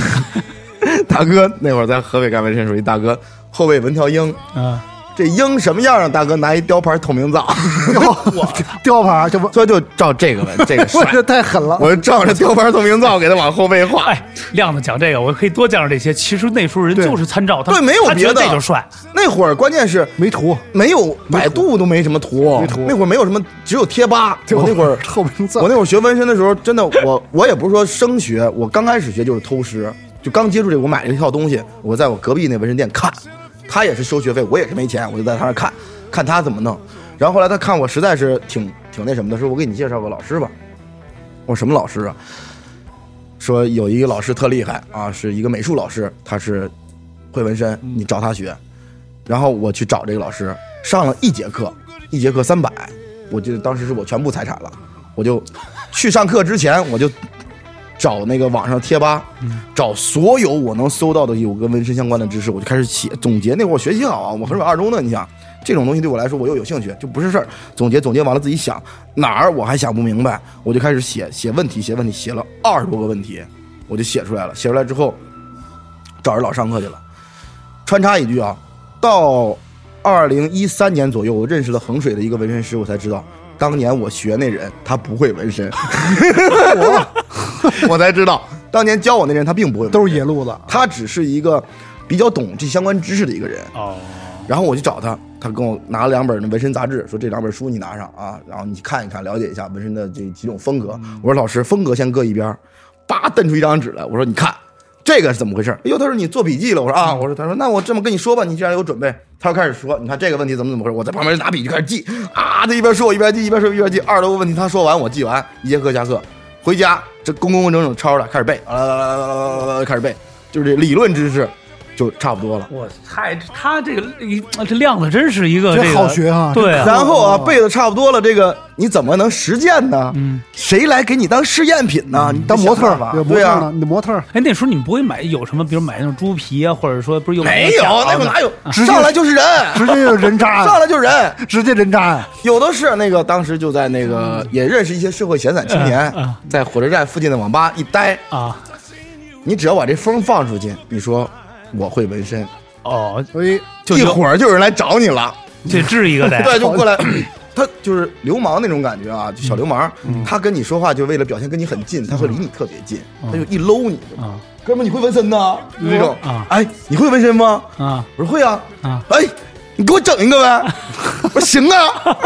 [SPEAKER 3] 大哥那会儿在河北干纹身时候，一大哥后背纹条鹰，
[SPEAKER 1] 嗯，
[SPEAKER 3] 这鹰什么样让大哥拿一雕牌透明皂，
[SPEAKER 2] 雕牌就不，
[SPEAKER 3] 所以就照这个纹，这 个帅
[SPEAKER 2] 我。这 太狠了。
[SPEAKER 3] 我就照着雕牌透明皂给他往后背画，
[SPEAKER 1] 哎，亮子讲这个，我可以多讲讲这些。其实那时候人
[SPEAKER 2] 对
[SPEAKER 1] 就是参照他，
[SPEAKER 3] 对没有
[SPEAKER 1] 他觉得
[SPEAKER 3] 别的
[SPEAKER 1] 这就帅。
[SPEAKER 3] 那会儿关键是
[SPEAKER 2] 没图，
[SPEAKER 3] 没有百度都没什么图，
[SPEAKER 2] 没图
[SPEAKER 3] 那会儿没有什么，只有贴吧。我那 会儿
[SPEAKER 2] 透明字
[SPEAKER 3] 我，那会儿学纹身的时候，真的我我也不是说生学，我刚开始学就是偷师，就刚接触这个，我买了一套东西，我在我隔壁那纹身店看，他也是收学费，我也是没钱，我就在他那儿看，看他怎么弄。然后后来他看我实在是挺挺那什么的，说我给你介绍个老师吧。我说什么老师啊？说有一个老师特厉害啊，是一个美术老师，他是会纹身，你找他学。然后我去找这个老师，上了一节课，一节课三百，我记得当时是我全部财产了。我就去上课之前，我就找那个网上贴吧，找所有我能搜到的有跟纹身相关的知识，我就开始写总结。那会儿我学习好啊，我很少二中的，你想这种东西对我来说我又有兴趣，就不是事儿。总结总结完了自己想哪儿我还想不明白，我就开始写写问题，写问题，写了二十多个问题，我就写出来了。写出来之后，找人老上课去了。穿插一句啊，到二零一三年左右，我认识了衡水的一个纹身师，我才知道，当年我学那人他不会纹 身，我才知道，当年教我那人他并不会纹身，
[SPEAKER 2] 都是野路子。
[SPEAKER 3] 他只是一个比较懂这相关知识的一个人。
[SPEAKER 1] 哦，
[SPEAKER 3] 然后我去找他，他跟我拿了两本纹身杂志，说这两本书你拿上啊，然后你看一看，了解一下纹身的这几种风格。我说老师，风格先搁一边儿，叭瞪出一张纸来，我说你看这个是怎么回事儿？哎呦，他说你做笔记了，我说啊，我说他说那我这么跟你说吧，你既然有准备，他又开始说，你看这个问题怎么怎么回事儿？我在旁边拿笔就开始记啊，他一边说我一边记，一边说一边记，二十多个问题他说完我记完，一节课下课回家这工工整整抄着开始背，啊开始背，就是这理论知识就差不多了。
[SPEAKER 1] 我太他这个这亮子真是一个
[SPEAKER 2] 这
[SPEAKER 1] 个
[SPEAKER 2] 好学啊
[SPEAKER 1] 对 啊，
[SPEAKER 3] 然后啊，背的差不多了，这个你怎么能实践呢？谁来给你当试验品呢？你
[SPEAKER 2] 当模特
[SPEAKER 3] 吧
[SPEAKER 2] 嗯儿，有，模
[SPEAKER 3] 对啊
[SPEAKER 2] 特
[SPEAKER 3] 呀、
[SPEAKER 2] 儿呢，你的模特儿
[SPEAKER 1] 哎，那时候你们不会买有什么，比如买那种猪皮啊，或者说不是有
[SPEAKER 3] 没有，那会儿哪有，
[SPEAKER 2] 直接
[SPEAKER 3] 上来就是人，
[SPEAKER 2] 啊直接就人渣
[SPEAKER 3] 上
[SPEAKER 2] 呀，
[SPEAKER 3] 来就人，
[SPEAKER 2] 直接人渣呀。
[SPEAKER 3] 有的是那个当时就在那个也认识一些社会闲散青
[SPEAKER 2] 啊
[SPEAKER 3] 年
[SPEAKER 1] 嗯嗯，
[SPEAKER 3] 在火车站附近的网吧一待，
[SPEAKER 1] 啊？
[SPEAKER 3] 你只要把这风放出去，你说我会纹身，
[SPEAKER 1] 哦，
[SPEAKER 2] 所以
[SPEAKER 1] 就
[SPEAKER 3] 一
[SPEAKER 1] 有
[SPEAKER 3] 会儿就有人来找你了。
[SPEAKER 1] 这治一个得
[SPEAKER 3] 对，就过来， 他就是流氓那种感觉啊，就小流氓，
[SPEAKER 2] 嗯
[SPEAKER 3] 他跟你说话就为了表现跟你很近，他会离你特别近，
[SPEAKER 2] 嗯
[SPEAKER 3] 他就一搂你，
[SPEAKER 1] 啊
[SPEAKER 3] 哥们儿你会纹身呐？就那种
[SPEAKER 1] 啊，
[SPEAKER 3] 哎，你会纹身吗？
[SPEAKER 1] 啊
[SPEAKER 3] 我说会啊，
[SPEAKER 1] 啊
[SPEAKER 3] 哎，你给我整一 个呗，我说行啊，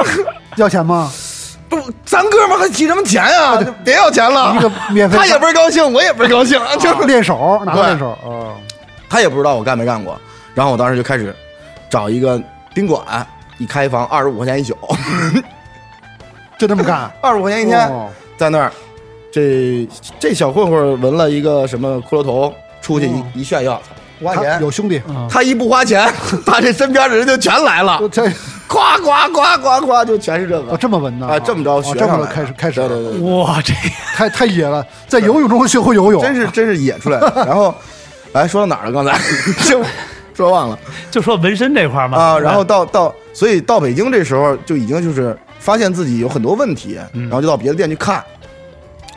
[SPEAKER 2] 要钱吗？
[SPEAKER 3] 不，咱哥们儿还提什么钱呀？就别要钱了，
[SPEAKER 2] 啊一个免费啊
[SPEAKER 3] 他也不是高兴，我也不是高兴， 就是
[SPEAKER 2] 练手，拿到
[SPEAKER 3] 对
[SPEAKER 2] 练手啊。
[SPEAKER 3] 他也不知道我干没干过。然后我当时就开始找一个宾馆，一开房二十五块钱一宿，
[SPEAKER 2] 就这么 干。
[SPEAKER 3] 二十块钱一天，
[SPEAKER 2] 哦
[SPEAKER 3] 在那儿，这这小混混纹了一个什么骷髅头，出去一、
[SPEAKER 2] 哦
[SPEAKER 3] 一炫耀，五花
[SPEAKER 2] 他
[SPEAKER 3] 钱
[SPEAKER 2] 有。兄弟，
[SPEAKER 3] 他一不 花钱，他这身边的人就全来了，
[SPEAKER 2] 这
[SPEAKER 3] 夸夸夸夸夸，就全是这个
[SPEAKER 2] 哦这么纹的
[SPEAKER 3] 啊，这么着
[SPEAKER 2] 哦
[SPEAKER 3] 学
[SPEAKER 2] 这
[SPEAKER 3] 上
[SPEAKER 2] 么着
[SPEAKER 3] 来的
[SPEAKER 2] 开始开始
[SPEAKER 3] 对对对对
[SPEAKER 1] 哇，这
[SPEAKER 2] 太太野了，在游泳中学会游泳，啊
[SPEAKER 3] 真是真是野出来 的。然后，哎，说到哪儿了？刚才 就说忘了
[SPEAKER 1] 就说纹身这块儿嘛
[SPEAKER 3] 啊。然后到到，所以到北京这时候就已经就是发现自己有很多问题，
[SPEAKER 2] 嗯
[SPEAKER 3] 然后就到别的店去看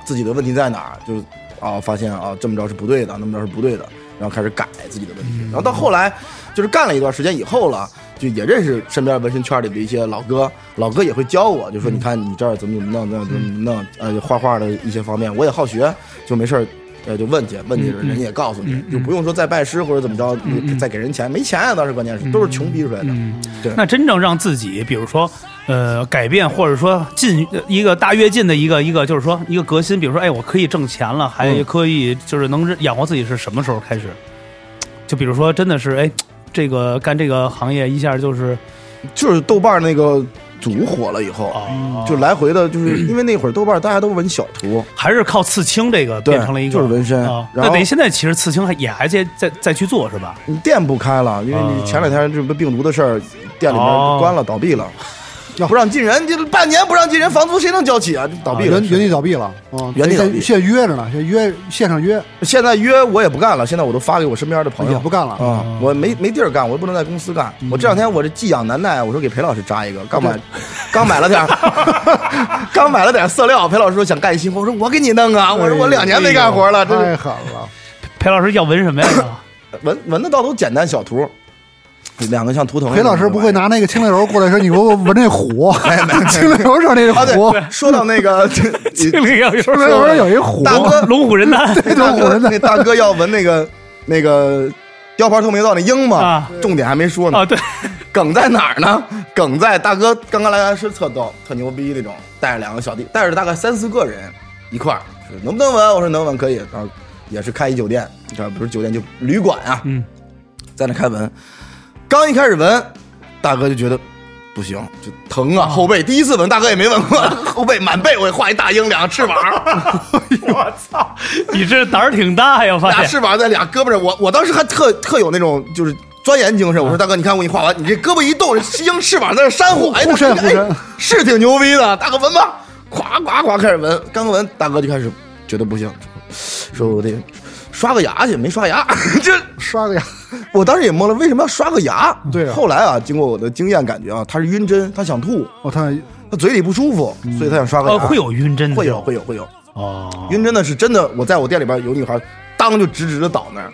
[SPEAKER 3] 自己的问题在哪儿，就是啊发现啊这么着是不对的，那么着是不对的，然后开始改自己的问题。然后到后来就是干了一段时间以后了。就也认识身边纹身圈里的一些老哥，老哥也会教我，就说你看你这儿怎么怎么弄，怎么怎么弄，呃，画画的一些方面，我也好学，就没事儿，呃，就问去，问去人家也告诉你，就不用说再拜师或者怎么着，你再给人钱，没钱啊，当时关键是都是穷逼出来的，对，
[SPEAKER 1] 那真正让自己，比如说，呃，改变或者说进呃一个大跃进的一个一个，就是说一个革新，比如说，哎，我可以挣钱了，还
[SPEAKER 3] 嗯
[SPEAKER 1] 可以就是能养活自己，是什么时候开始？就比如说，真的是哎，这个干这个行业一下就是
[SPEAKER 3] 就是豆瓣那个组火了以后，
[SPEAKER 1] 哦
[SPEAKER 3] 就来回的，就是因为那会儿豆瓣大家都纹小图，
[SPEAKER 1] 还是靠刺青这个
[SPEAKER 3] 对
[SPEAKER 1] 变成了一个
[SPEAKER 3] 就是纹身
[SPEAKER 1] 啊。那
[SPEAKER 3] 然后
[SPEAKER 1] 等于现在其实刺青还也还在在再去做是吧？
[SPEAKER 3] 你店不开了，因为
[SPEAKER 2] 啊
[SPEAKER 3] 你前两天这不病毒的事儿，店里
[SPEAKER 1] 哦
[SPEAKER 3] 面关了，倒闭了。不让进人，这半年不让进人，房租谁能交起啊？这倒闭了
[SPEAKER 2] 原。原地倒闭了，嗯，
[SPEAKER 3] 原地倒闭
[SPEAKER 2] 现在约着呢，现在约线上约
[SPEAKER 3] 现在约我也不干了，现在我都发给我身边的朋
[SPEAKER 2] 也
[SPEAKER 3] 友
[SPEAKER 2] 不。干嗯了，
[SPEAKER 3] 啊、我没没地儿干，我又不能在公司干。我这两天我这寄养难耐，我说给裴老师扎一个，刚买， 刚买了点儿， 刚买了点儿色料。裴老师说想干一新活，我说我给你弄
[SPEAKER 2] 哎
[SPEAKER 3] 啊，我说我两年没干活了，这
[SPEAKER 2] 太
[SPEAKER 3] 是
[SPEAKER 2] 狠了。
[SPEAKER 1] 裴老师要纹什么呀？
[SPEAKER 3] 纹纹的倒都简单小图，两个像图腾。
[SPEAKER 2] 裴老师不会拿那个清凉油过来说：“你给我闻这 虎。” 清凉油上那个
[SPEAKER 3] 哎啊？对
[SPEAKER 2] 虎，，
[SPEAKER 3] 说到那个 这
[SPEAKER 1] 这 个要有
[SPEAKER 2] 清凉油上有一虎，
[SPEAKER 3] 大哥
[SPEAKER 1] 龙虎人丹
[SPEAKER 2] 种
[SPEAKER 3] 那大
[SPEAKER 2] 纹
[SPEAKER 3] 哥
[SPEAKER 2] 的
[SPEAKER 3] 那大哥要纹那个那个雕牌透明道那鹰嘛
[SPEAKER 1] 啊，
[SPEAKER 3] 重点还没说呢
[SPEAKER 1] 啊，。对，
[SPEAKER 3] 梗在哪儿呢？梗在大哥刚刚来完是特逗、特牛逼那种，带着两个小弟，带着大概三四个人一块儿，说能不能纹？我说能纹可以。然后也是开一酒店，这不是酒店就旅馆啊，
[SPEAKER 1] 嗯，
[SPEAKER 3] 在那开纹。刚一开始纹，大哥就觉得不行，就疼啊，后背第一次纹，大哥也没纹过， 后背满背我也画一大鹰，两个翅膀，
[SPEAKER 1] 我操，你这胆儿挺大呀，我发
[SPEAKER 3] 俩
[SPEAKER 1] 现
[SPEAKER 3] 翅膀在俩胳膊上，我我当时还特特有那种就是钻研精神。我
[SPEAKER 1] 嗯
[SPEAKER 3] 说大哥，你看我给你画完，你这胳膊一动，这鹰翅膀在那扇火，哎，
[SPEAKER 2] 互扇
[SPEAKER 3] 大哥
[SPEAKER 2] 互扇
[SPEAKER 3] 哎是挺牛逼的。大哥闻吧，咵咵咵开始闻，刚闻大哥就开始觉得不行，说我得刷个牙去，没刷牙， 这
[SPEAKER 2] 刷个牙，
[SPEAKER 3] 我当时也懵了，为什么要刷个牙？
[SPEAKER 1] 嗯
[SPEAKER 2] 对啊
[SPEAKER 3] 后来啊，经过我的经验感觉啊，他是晕针，他想吐，
[SPEAKER 2] 我操，
[SPEAKER 3] 他嘴里不舒服，所以他想刷个
[SPEAKER 1] 哦，
[SPEAKER 3] 牙。
[SPEAKER 1] 会有晕针的，
[SPEAKER 3] 会有会有会有，
[SPEAKER 1] 哦，
[SPEAKER 3] 晕真的是真的，我在我店里边有女孩，当就直直的倒那儿，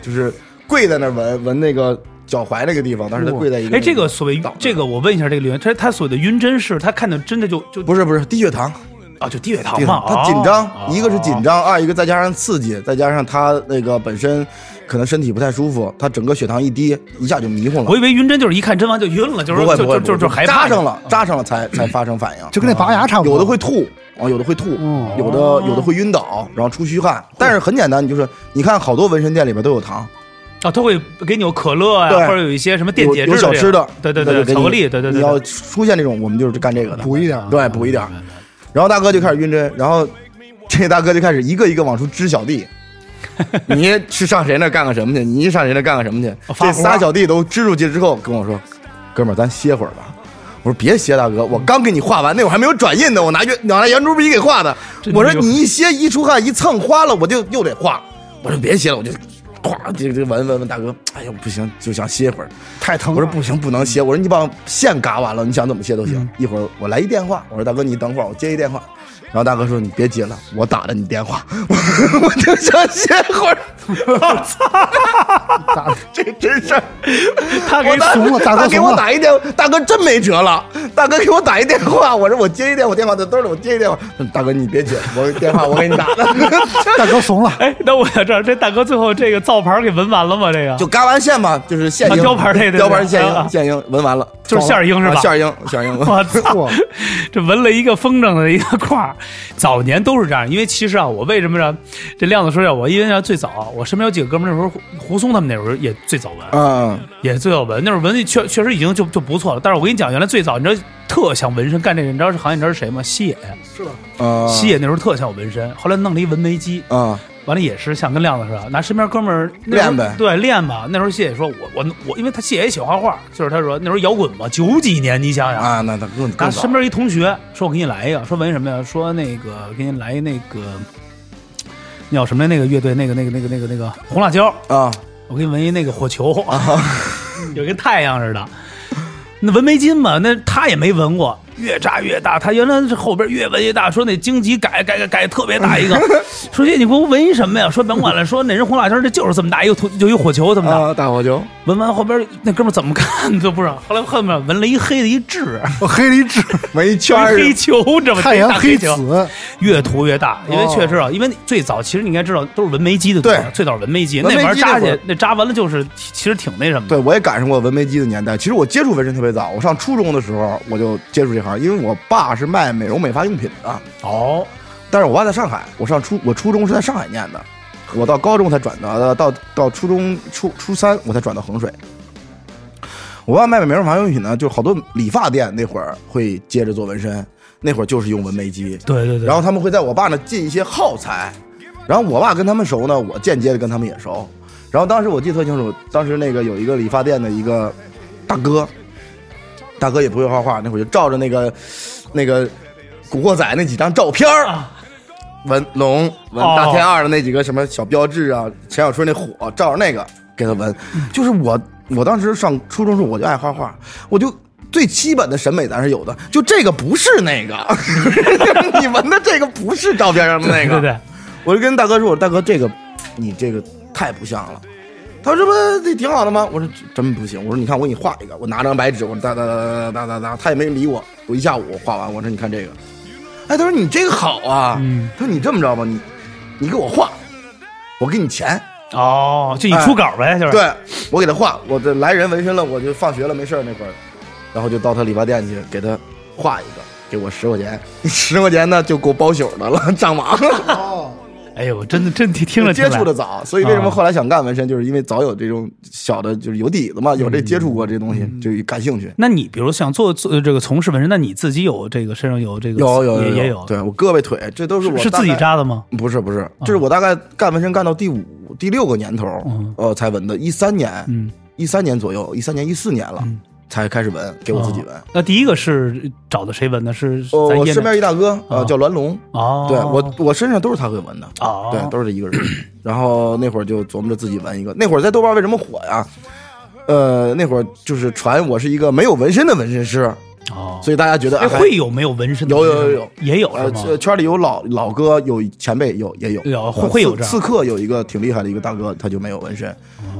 [SPEAKER 3] 就是跪在那儿闻闻那个脚踝那个地方，当时她跪在一个。
[SPEAKER 1] 哎，这个所谓
[SPEAKER 3] 倒那儿
[SPEAKER 1] 这个，我问一下这个留言，他他所谓的晕针是，他看到真的就就
[SPEAKER 3] 不是不是低血糖，
[SPEAKER 1] 啊，就低血糖
[SPEAKER 3] 低血
[SPEAKER 1] 嘛
[SPEAKER 3] 糖，，她
[SPEAKER 1] 哦
[SPEAKER 3] 紧张，
[SPEAKER 1] 哦
[SPEAKER 3] 一个是紧张，二一个再加上刺激，再加上她那个本身可能身体不太舒服，她整个血糖一低，一下就迷糊了
[SPEAKER 1] 我。以为晕针就是一看针完就晕了，就是
[SPEAKER 3] 不会
[SPEAKER 1] 就
[SPEAKER 3] 不会，
[SPEAKER 1] 就就
[SPEAKER 3] 不
[SPEAKER 1] 就
[SPEAKER 3] 会
[SPEAKER 1] 害怕嗯
[SPEAKER 3] 扎上了，扎上了才才发生反应。嗯
[SPEAKER 2] 就跟那拔牙差不多。
[SPEAKER 3] 有的会吐啊，有的会吐，
[SPEAKER 1] 哦
[SPEAKER 2] 嗯
[SPEAKER 3] 有的有的会晕倒，然后出虚汗。但是很简单，你就是你看好多纹身店里边都有糖，
[SPEAKER 1] 啊，他会给你有可乐呀，
[SPEAKER 3] 对
[SPEAKER 1] 或者有一些什么电
[SPEAKER 3] 有
[SPEAKER 1] 解质
[SPEAKER 3] 有
[SPEAKER 1] 的
[SPEAKER 3] 小
[SPEAKER 1] 这
[SPEAKER 3] 吃
[SPEAKER 1] 种
[SPEAKER 3] 的，
[SPEAKER 1] 对对
[SPEAKER 3] 那
[SPEAKER 1] 对，
[SPEAKER 3] 就给
[SPEAKER 1] 巧克
[SPEAKER 3] 你
[SPEAKER 1] 力，对对对
[SPEAKER 3] 你要
[SPEAKER 1] 对，
[SPEAKER 3] 出现这种，我们就是干这个的，
[SPEAKER 2] 补一点
[SPEAKER 3] 对，补一点。然后大哥就开始晕针，然后这大哥就开始一个一个往出支小弟。 你是上谁那儿干个什么去？你上谁那儿干个什么去？
[SPEAKER 1] 哦发
[SPEAKER 3] 这
[SPEAKER 1] 火
[SPEAKER 3] 仨小弟都支出去之后，跟我说：“哥们儿，咱歇会儿吧。”我说：“别歇，大哥，我刚给你画完，那会儿还没有转印呢，我拿圆我拿圆珠笔给画的。
[SPEAKER 1] 真
[SPEAKER 3] 我说
[SPEAKER 1] 牛
[SPEAKER 3] 你一歇一出汗一蹭花了，我就又得画。我说别歇了，我就咵这这闻闻闻，大哥，哎呦不行，就想歇会儿。
[SPEAKER 2] 太疼
[SPEAKER 3] 我
[SPEAKER 2] 了。
[SPEAKER 3] 说不行，不能歇。我说你把线嘎完了，你想怎么歇都行。一会儿我来一电话，我说大哥你等会儿，我接一电话。然后大哥说你别接了，我打了你电话， 我就想歇会儿。
[SPEAKER 2] 打得
[SPEAKER 3] 这真事儿，
[SPEAKER 1] 他给
[SPEAKER 3] 我当时
[SPEAKER 2] 怂了大哥
[SPEAKER 3] 他给
[SPEAKER 2] 怂
[SPEAKER 3] 我
[SPEAKER 2] 了
[SPEAKER 3] 打一电，大哥真没辙了。大哥给我打一电话，我说我接一电话，我电话在兜里，我接一电话。大哥你别接，我电话我给你打的。
[SPEAKER 2] 大哥怂了，
[SPEAKER 1] 哎，那我想知道这大哥最后这个造牌给纹完了吗？这个
[SPEAKER 3] 就嘎完线嘛，就是线
[SPEAKER 1] 啊
[SPEAKER 3] 鹰，
[SPEAKER 1] 雕牌儿对对对
[SPEAKER 3] 雕牌儿线
[SPEAKER 1] 啊啊
[SPEAKER 3] 鹰，线鹰纹完了，
[SPEAKER 1] 就是线儿鹰是吧
[SPEAKER 3] 啊线儿鹰，线儿鹰。
[SPEAKER 1] 我 操
[SPEAKER 2] 哇，
[SPEAKER 1] 这纹了一个风筝的一个块儿。早年都是这样，因为其实啊，我为什么让这亮子说要我？因为啊，最早我身边有几个哥们儿，那时候胡胡松他们那时候也最早纹，
[SPEAKER 3] 嗯，
[SPEAKER 1] 也最早纹。那时候纹的确确实已经就就不错了。但是我跟你讲，原来最早你知道特想纹身干这个，你知道是行业你知道是谁吗？西野，
[SPEAKER 2] 是吧？
[SPEAKER 3] 啊
[SPEAKER 1] 西野那时候特想纹身，后来弄了一纹眉机，
[SPEAKER 3] 啊，
[SPEAKER 1] 完了也是像跟亮子似的，拿身边哥们儿那
[SPEAKER 3] 练呗
[SPEAKER 1] 对，练吧。那时候谢野说我，我我因为他谢野也喜欢画画，就是他说那时候摇滚嘛，九几年你想想，
[SPEAKER 3] 啊，那那更
[SPEAKER 1] 拿
[SPEAKER 3] 更早
[SPEAKER 1] 身边一同学说，我给你来一个，说纹什么呀？说那个给你来一那个叫什么呀那个乐队那个那个那个那个那个红辣椒，
[SPEAKER 3] 啊，
[SPEAKER 1] 我给你纹一那个火球， 有跟太阳似的。那纹眉金嘛，那他也没纹过，越扎越大。他原来是后边越纹越大，说那荆棘改改改改特别大一个。说姐，你给我纹一什么呀？说甭管了，说那人红辣椒这就是这么大一个土，就一火球这么大。
[SPEAKER 6] 啊，大火球，
[SPEAKER 1] 纹完后边那哥们儿怎么看都不知道，后来后面纹了一黑的一痣，
[SPEAKER 2] 我黑了一痣，
[SPEAKER 3] 围一圈
[SPEAKER 1] 一
[SPEAKER 3] 儿
[SPEAKER 1] 黑球，这么
[SPEAKER 2] 太阳
[SPEAKER 1] 大
[SPEAKER 2] 黑
[SPEAKER 1] 黑
[SPEAKER 2] 子
[SPEAKER 1] 球。，越涂越大，因为确实啊，因为你最早其实你应该知道都是纹眉机的图，
[SPEAKER 3] 对
[SPEAKER 1] 最早是纹眉机那
[SPEAKER 3] 纹眉
[SPEAKER 1] 玩
[SPEAKER 3] 机
[SPEAKER 1] 意儿扎
[SPEAKER 3] 那会
[SPEAKER 1] 去
[SPEAKER 3] 儿，
[SPEAKER 1] 那扎完了就是其其实挺那什么的。
[SPEAKER 3] 对，我也赶上过纹眉机的年代。其实我接触纹身特别早，我上初中的时候我就接触这行，因为我爸是卖美容美发用品的，
[SPEAKER 1] 哦，
[SPEAKER 3] 但是我爸在上海，我上初我初中是在上海念的，我到高中才转到到到初中初初三我才转到衡水。我爸卖美容美发用品呢，就好多理发店那会儿会接着做纹身，那会儿就是用纹眉机，
[SPEAKER 1] 对对对，
[SPEAKER 3] 然后他们会在我爸那进一些耗材，然后我爸跟他们熟呢，我间接的跟他们也熟。然后当时我记得特清楚，当时那个有一个理发店的一个大哥，大哥也不会画画，那会儿就照着那个那个《古惑仔》那几张照片儿
[SPEAKER 1] 啊
[SPEAKER 3] 纹龙、纹
[SPEAKER 1] 哦
[SPEAKER 3] 大天二的那几个什么小标志啊，陈小春那火，照着那个给他纹。就是我，我当时上初中时候我就爱画画，我就最基本的审美咱是有的，就这个不是那个， 你纹的这个不是照片上的那
[SPEAKER 1] 对
[SPEAKER 3] 个。
[SPEAKER 1] 对对，
[SPEAKER 3] 我就跟大哥说，我说大哥这个你这个太不像了。他说这不这挺好的吗？我说真不行。我说你看我给你画一个，我拿张白纸，我哒哒哒哒哒哒哒，他也没理我。我一下午画完，我说你看这个，哎，他说你这个好啊。
[SPEAKER 1] 嗯
[SPEAKER 3] 他说你这么着吧，你你给我画，我给你钱。
[SPEAKER 1] 哦，就你出稿呗，就是
[SPEAKER 3] 哎对我给他画，我这来人纹身了，我就放学了没事儿那会儿，然后就到他理发店去给他画一个，给我十块钱，十块钱呢就够包宿的了，上网。
[SPEAKER 2] 哦，
[SPEAKER 1] 哎呦，真的真听听着
[SPEAKER 3] 接触的
[SPEAKER 1] 的
[SPEAKER 3] 早，所以为什么后来想干纹身，就是因为早有这种小的，就是有底
[SPEAKER 1] 嗯
[SPEAKER 3] 子嘛，有这接触过这东西，就感兴趣。
[SPEAKER 1] 那你比如想做做这个从事纹身，那你自己有这个身上有这个
[SPEAKER 3] 有有
[SPEAKER 1] 也也
[SPEAKER 3] 有
[SPEAKER 1] 有，，
[SPEAKER 3] 对我胳膊腿这都是我
[SPEAKER 1] 是是自己
[SPEAKER 3] 大概
[SPEAKER 1] 扎啊的吗？
[SPEAKER 3] 不是不是，这是我大概干纹身干到第五、第六个年头，
[SPEAKER 1] 嗯
[SPEAKER 3] 呃，才纹的，一三年，一三年左右，一三年一四年了，才开始纹，给我自己纹
[SPEAKER 1] 嗯哦。那第一个是找的谁纹的？是
[SPEAKER 3] 呃，
[SPEAKER 1] 咱
[SPEAKER 3] 我
[SPEAKER 1] 业内
[SPEAKER 3] 身边一大哥，
[SPEAKER 1] 啊
[SPEAKER 3] 呃，叫栾龙，
[SPEAKER 1] 哦，
[SPEAKER 3] 对我我身上都是他会纹的，
[SPEAKER 1] 哦，
[SPEAKER 3] 对，都是一个人。 然后那会儿就琢磨着自己纹一个。那会儿在豆瓣为什么火呀？呃，那会儿就是传我是一个没有纹身的纹身师，
[SPEAKER 1] 哦，
[SPEAKER 3] 所以大家觉得、
[SPEAKER 1] 哎
[SPEAKER 3] 啊、
[SPEAKER 1] 会有没有纹身的？
[SPEAKER 3] 有有有有
[SPEAKER 1] 也有
[SPEAKER 3] 呃
[SPEAKER 1] 是吗
[SPEAKER 3] 圈圈里有老老哥，有前辈有也有
[SPEAKER 1] 有
[SPEAKER 3] 呃
[SPEAKER 1] 会会有
[SPEAKER 3] 刺
[SPEAKER 1] 这样
[SPEAKER 3] 刺客有一个挺厉害的一个大哥，他就没有纹身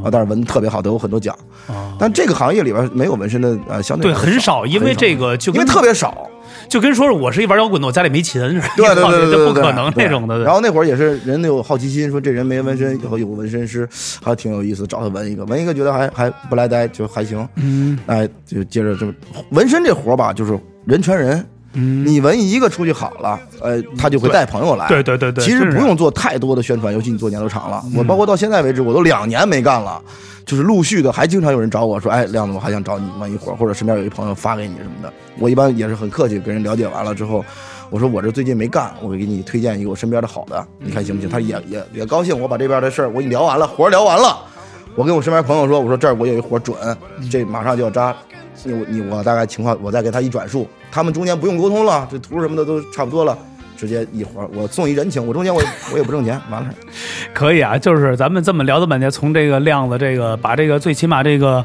[SPEAKER 3] 啊，但是纹得特别好，得过很多奖。
[SPEAKER 1] 哦
[SPEAKER 3] 但这个行业里边没有纹身的呃，相
[SPEAKER 1] 对
[SPEAKER 3] 对
[SPEAKER 1] 很
[SPEAKER 3] 少，
[SPEAKER 1] 少，因为这个就
[SPEAKER 3] 因
[SPEAKER 1] 跟
[SPEAKER 3] 为特别少。
[SPEAKER 1] 就跟说是我是一玩摇滚的，我家里没琴似的，
[SPEAKER 3] 对 对对对对，
[SPEAKER 1] 这不可能
[SPEAKER 3] 对
[SPEAKER 1] 那种的。
[SPEAKER 3] 然后那会儿也是人有好奇心，说这人没纹身，以后有个纹身师还挺有意思，找他纹一个，纹一个觉得还还不来呆，就还行。嗯，哎，就接着这么纹身这活儿吧，就是人传人。嗯，你纹一个出去好了，呃，他就会带朋友来。
[SPEAKER 1] 对对对对
[SPEAKER 3] 其实
[SPEAKER 1] 是嗯
[SPEAKER 3] 不用做太多的宣传，尤其你做年头长了，我包括到现在为止，我都两年没干了，就是陆续的还经常有人找我说，哎，亮子，我还想找你玩一会儿，或者身边有一朋友发给你什么的，我一般也是很客气，跟人了解完了之后，我说我这最近没干，我给你推荐一个我身边的好的，你看行不行？他也也也高兴，我把这边的事儿我跟你聊完了，活儿聊完了，我跟我身边朋友说，我说这儿我有一活儿准，这马上就要扎，你我你我大概情况我再给他一转述，他们中间不用沟通了，这图什么的都差不多了。直接一活儿，我送一人情，我中间我也我也不挣钱，完了事儿。
[SPEAKER 1] 可以啊，就是咱们这么聊的半天，从这个量子这个把这个最起码这个。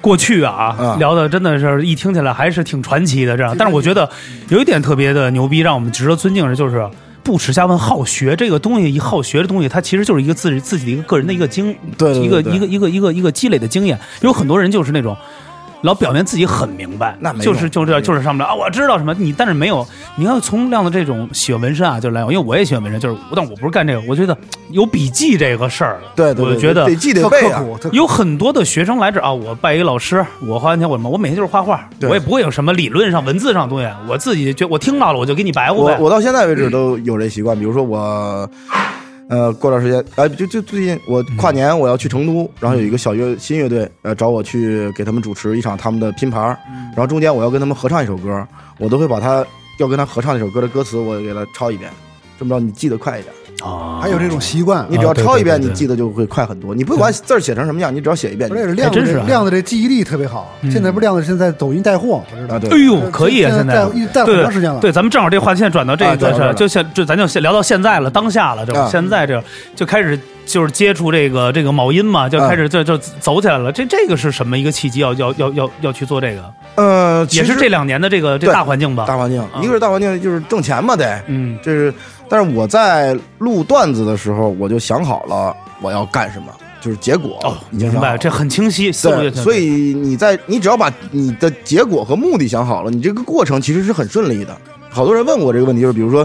[SPEAKER 1] 过去啊，
[SPEAKER 3] 嗯
[SPEAKER 1] 聊的真的是一听起来还是挺传奇的，这样。但是我觉得有一点特别的牛逼，让我们值得尊敬的就是不耻下问，好学这个东西，一好学的东西，它其实就是一个自己自己的一个个人的一个经，
[SPEAKER 3] 对对对对
[SPEAKER 1] 一个一个一个一个一个积累的经验。有很多人就是那种老表面自己很明白，
[SPEAKER 3] 那没用
[SPEAKER 1] 就是就是就是上不了啊，我知道什么你，但是没有。你要从亮的这种喜欢纹身啊，就是来，因为我也喜欢纹身，就是但我不是干这个，我觉得有笔记这个事儿，
[SPEAKER 3] 对对对，
[SPEAKER 1] 我觉得
[SPEAKER 3] 得记得
[SPEAKER 2] 特
[SPEAKER 3] 背
[SPEAKER 2] 刻
[SPEAKER 3] 啊。
[SPEAKER 2] 苦，特
[SPEAKER 1] 有很多的学生来这儿啊，我拜一老师，我花完钱我什么，我每天就是画画，
[SPEAKER 3] 对
[SPEAKER 1] 我也不会有什么理论上、文字上的东西，我自己觉我听到了我就给你白话
[SPEAKER 3] 我
[SPEAKER 1] 呗。
[SPEAKER 3] 我到现在为止都有这习惯，比如说我，呃，过段时间，哎、就就最近我
[SPEAKER 1] 嗯
[SPEAKER 3] 跨年我要去成都，然后有一个小乐新乐队，呃，找我去给他们主持一场他们的拼盘儿，
[SPEAKER 1] 嗯
[SPEAKER 3] 然后中间我要跟他们合唱一首歌，我都会把他要跟他合唱那首歌的歌词，我给他抄一遍，这么着你记得快一点。
[SPEAKER 5] 啊
[SPEAKER 1] 哦
[SPEAKER 2] 还有这种习惯，
[SPEAKER 3] 你只要
[SPEAKER 1] 啊对
[SPEAKER 3] 抄一遍，
[SPEAKER 1] 对对
[SPEAKER 3] 你
[SPEAKER 1] 对
[SPEAKER 3] 记得就会快很多。你不管字儿写成什么样，你只要写一遍
[SPEAKER 2] 而且
[SPEAKER 3] 你
[SPEAKER 2] 是亮
[SPEAKER 1] 还真
[SPEAKER 2] 子
[SPEAKER 1] 是
[SPEAKER 2] 这
[SPEAKER 1] 啊
[SPEAKER 2] 亮子这记忆力特别好。现在不是亮子现在抖音带货，我知道
[SPEAKER 3] 嗯啊，。对
[SPEAKER 1] 哎。呦，可以啊！现
[SPEAKER 2] 现
[SPEAKER 1] 在
[SPEAKER 2] 在带带
[SPEAKER 1] 对
[SPEAKER 2] 好长时间了
[SPEAKER 1] 对，咱们正好这话现在转到这
[SPEAKER 3] 啊
[SPEAKER 1] 个
[SPEAKER 3] 转到这儿
[SPEAKER 1] 是，
[SPEAKER 3] 了
[SPEAKER 1] 就现就咱就先聊到现在了，当下了，就
[SPEAKER 3] 啊
[SPEAKER 1] 现在这就开始就是接触这个这个某音嘛，就
[SPEAKER 3] 啊
[SPEAKER 1] 开始就就走起来了。这这个是什么一个契机？要要要要要去做这个，
[SPEAKER 3] 呃，
[SPEAKER 1] 也是
[SPEAKER 3] 其实
[SPEAKER 1] 这两年的这个这
[SPEAKER 3] 对
[SPEAKER 1] 大环境吧
[SPEAKER 3] 大？环境，一个是大环境就是挣钱嘛得，
[SPEAKER 1] 嗯，
[SPEAKER 3] 这是。但是我在录段子的时候，我就想好了我要干什么，就是结果
[SPEAKER 1] 哦，
[SPEAKER 3] 已经
[SPEAKER 1] 明
[SPEAKER 3] 想好
[SPEAKER 1] 白，
[SPEAKER 3] 了
[SPEAKER 1] 这很清晰，思路
[SPEAKER 3] 对
[SPEAKER 1] 就，
[SPEAKER 3] 所以你在你只要把你的结果和目的想好了，你这个过程其实是很顺利的。好多人问我这个问题，就是比如说，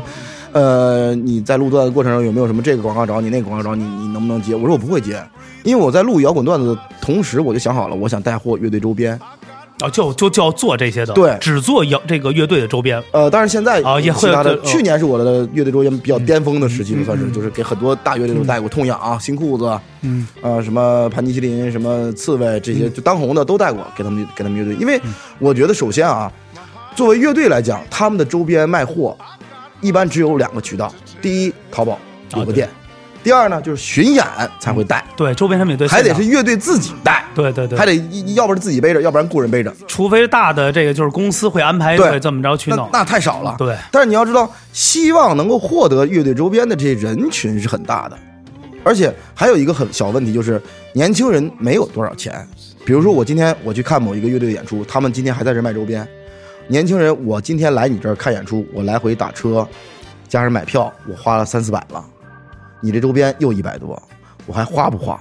[SPEAKER 3] 呃，你在录段子过程中有没有什么这个广告找你，那个广告找你，你能不能接？我说我不会接，因为我在录摇滚段子的同时，我就想好了，我想带货乐队周边。
[SPEAKER 1] 哦，就就就要做这些的，
[SPEAKER 3] 对
[SPEAKER 1] 只做摇这个乐队的周边，
[SPEAKER 3] 呃，但是现在
[SPEAKER 1] 啊也会
[SPEAKER 3] 其他的
[SPEAKER 1] 对，哦
[SPEAKER 3] 去年是我的乐队周边比较巅峰的时期了，算是就是给很多大乐队都带过，痛痒啊、新裤子，
[SPEAKER 1] 嗯，
[SPEAKER 3] 呃，什么盘尼西林、什么刺猬这些就当红的都带过，给他们给他们乐队，因为
[SPEAKER 1] 嗯
[SPEAKER 3] 我觉得首先啊，作为乐队来讲，他们的周边卖货一般只有两个渠道，第一，淘宝有个
[SPEAKER 1] 哦对
[SPEAKER 3] 店。第二呢，就是巡演才会带，
[SPEAKER 1] 对周边产品对，
[SPEAKER 3] 还得
[SPEAKER 1] 现
[SPEAKER 3] 是
[SPEAKER 1] 场
[SPEAKER 3] 乐队自己带，
[SPEAKER 1] 对对对
[SPEAKER 3] 还，得要不然自己背着，要不然雇人背着。
[SPEAKER 1] 除非大的这个就是公司会安排
[SPEAKER 3] 对
[SPEAKER 1] 会这么着去
[SPEAKER 3] 那
[SPEAKER 1] 弄，
[SPEAKER 3] 那太少了。
[SPEAKER 1] 对，
[SPEAKER 3] 但是你要知道，希望能够获得乐队周边的这些人群是很大的，而且还有一个很小问题就是，年轻人没有多少钱。比如说我今天我去看某一个乐队的演出，他们今天还在这卖周边。年轻人，我今天来你这儿看演出，我来回打车，加上买票，我花了三四百了，你这周边又一百多，我还花不花？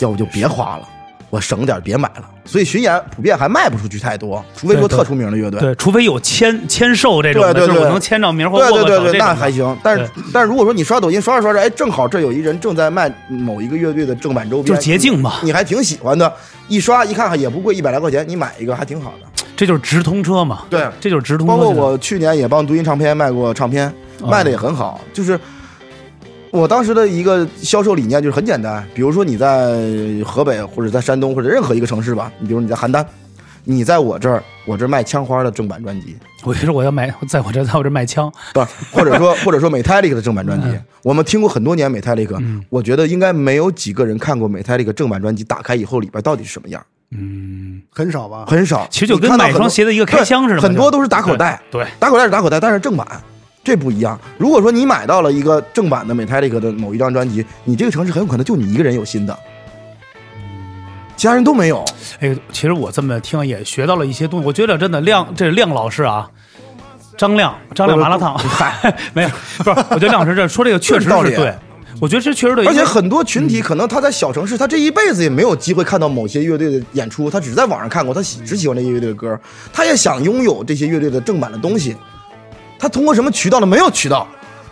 [SPEAKER 3] 要不就别花了，我省点儿别买了。所以巡演普遍还卖不出去太多，除非说
[SPEAKER 1] 对对
[SPEAKER 3] 特出名的乐队。
[SPEAKER 1] 对，除非有签签售这种的，
[SPEAKER 3] 对对对
[SPEAKER 1] 就是我能签到名或
[SPEAKER 3] 对
[SPEAKER 1] 握
[SPEAKER 3] 对
[SPEAKER 1] 个手
[SPEAKER 3] 对
[SPEAKER 1] 这
[SPEAKER 3] 对，
[SPEAKER 1] 种
[SPEAKER 3] 那
[SPEAKER 1] 的
[SPEAKER 3] 还行。但是
[SPEAKER 1] 对
[SPEAKER 3] 但是如果说你刷抖音刷着刷着，哎，正好这有一人正在卖某一个乐队的正版周边，
[SPEAKER 1] 就是捷径嘛
[SPEAKER 3] 你，你还挺喜欢的，一刷一看看也不贵，一百来块钱，你买一个还挺好的。
[SPEAKER 1] 这就是直通车嘛。
[SPEAKER 3] 对
[SPEAKER 1] 这就是直通车。
[SPEAKER 3] 包括我去年也帮读音唱片卖过唱片，
[SPEAKER 1] 哦
[SPEAKER 3] 卖的也很好，就是。我当时的一个销售理念就是很简单，比如说你在河北或者在山东或者任何一个城市吧，你比如你在邯郸，你在我这儿，我这儿卖枪花的正版专辑，
[SPEAKER 1] 我跟你说我要买， 在我这在我这卖枪，
[SPEAKER 3] 不是，或者说 或者说 Metallica 的正版专
[SPEAKER 1] 嗯
[SPEAKER 3] 辑，我们听过很多年 Metallica，、我觉得应该没有几个人看过 Metallica 正版专辑打开以后里边到底是什么样，
[SPEAKER 2] 很少吧？
[SPEAKER 3] 很少。
[SPEAKER 1] 其实就
[SPEAKER 3] 你
[SPEAKER 1] 跟
[SPEAKER 3] 看到
[SPEAKER 1] 买
[SPEAKER 3] 很
[SPEAKER 1] 双
[SPEAKER 3] 多
[SPEAKER 1] 鞋的一个开箱似的嘛，
[SPEAKER 3] 对很多都是打口袋，
[SPEAKER 1] 对，对
[SPEAKER 3] 打口袋是打口袋，但是正版这不一样。如果说你买到了一个正版的 Metallica 的某一张专辑，你这个城市很有可能就你一个人有新的，其他人都没有。
[SPEAKER 1] 哎，其实我这么听也学到了一些东西。我觉得真的亮，这亮老师啊，张亮，张亮麻辣烫，嗨， 没有，不是，我觉得亮老师这说这个确实
[SPEAKER 3] 这道
[SPEAKER 1] 是
[SPEAKER 3] 理
[SPEAKER 1] 对，我觉得这确实对，
[SPEAKER 3] 而且
[SPEAKER 1] 因为
[SPEAKER 3] 很多群体可能他在小城市，他这一辈子也没有机会看到某些乐队的演出，他只在网上看过，他喜只喜欢这些乐队的歌，他也想拥有这些乐队的正版的东西。他通过什么渠道呢？没有渠道，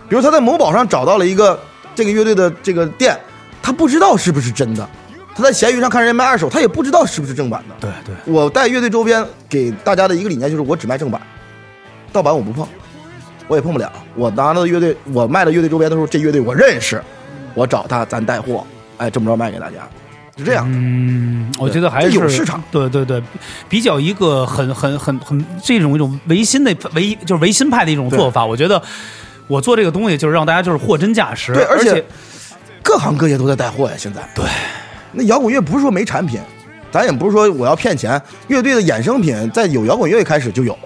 [SPEAKER 3] 比如他在某宝上找到了一个这个乐队的这个店，他不知道是不是真的，他在闲鱼上看人家卖二手，他也不知道是不是正版的。
[SPEAKER 1] 对对，
[SPEAKER 3] 我带乐队周边给大家的一个理念就是，我只卖正版，盗版我不碰，我也碰不了。我拿到乐队，我卖的乐队周边的时候，这乐队我认识，我找他，咱带货，哎，这么着卖给大家，就这样。
[SPEAKER 1] 嗯，我觉得还
[SPEAKER 3] 这
[SPEAKER 1] 是
[SPEAKER 3] 有市场，
[SPEAKER 1] 对对对，比较一个很很很很这种一种唯心的唯就是唯心派的一种做法。我觉得我做这个东西就是让大家就是货真价实，
[SPEAKER 3] 对，
[SPEAKER 1] 而
[SPEAKER 3] 而且各行各业都在带货呀，现在。对，那摇滚乐不是说没产品，咱也不是说我要骗钱，乐队的衍生品在有摇滚乐开始就有，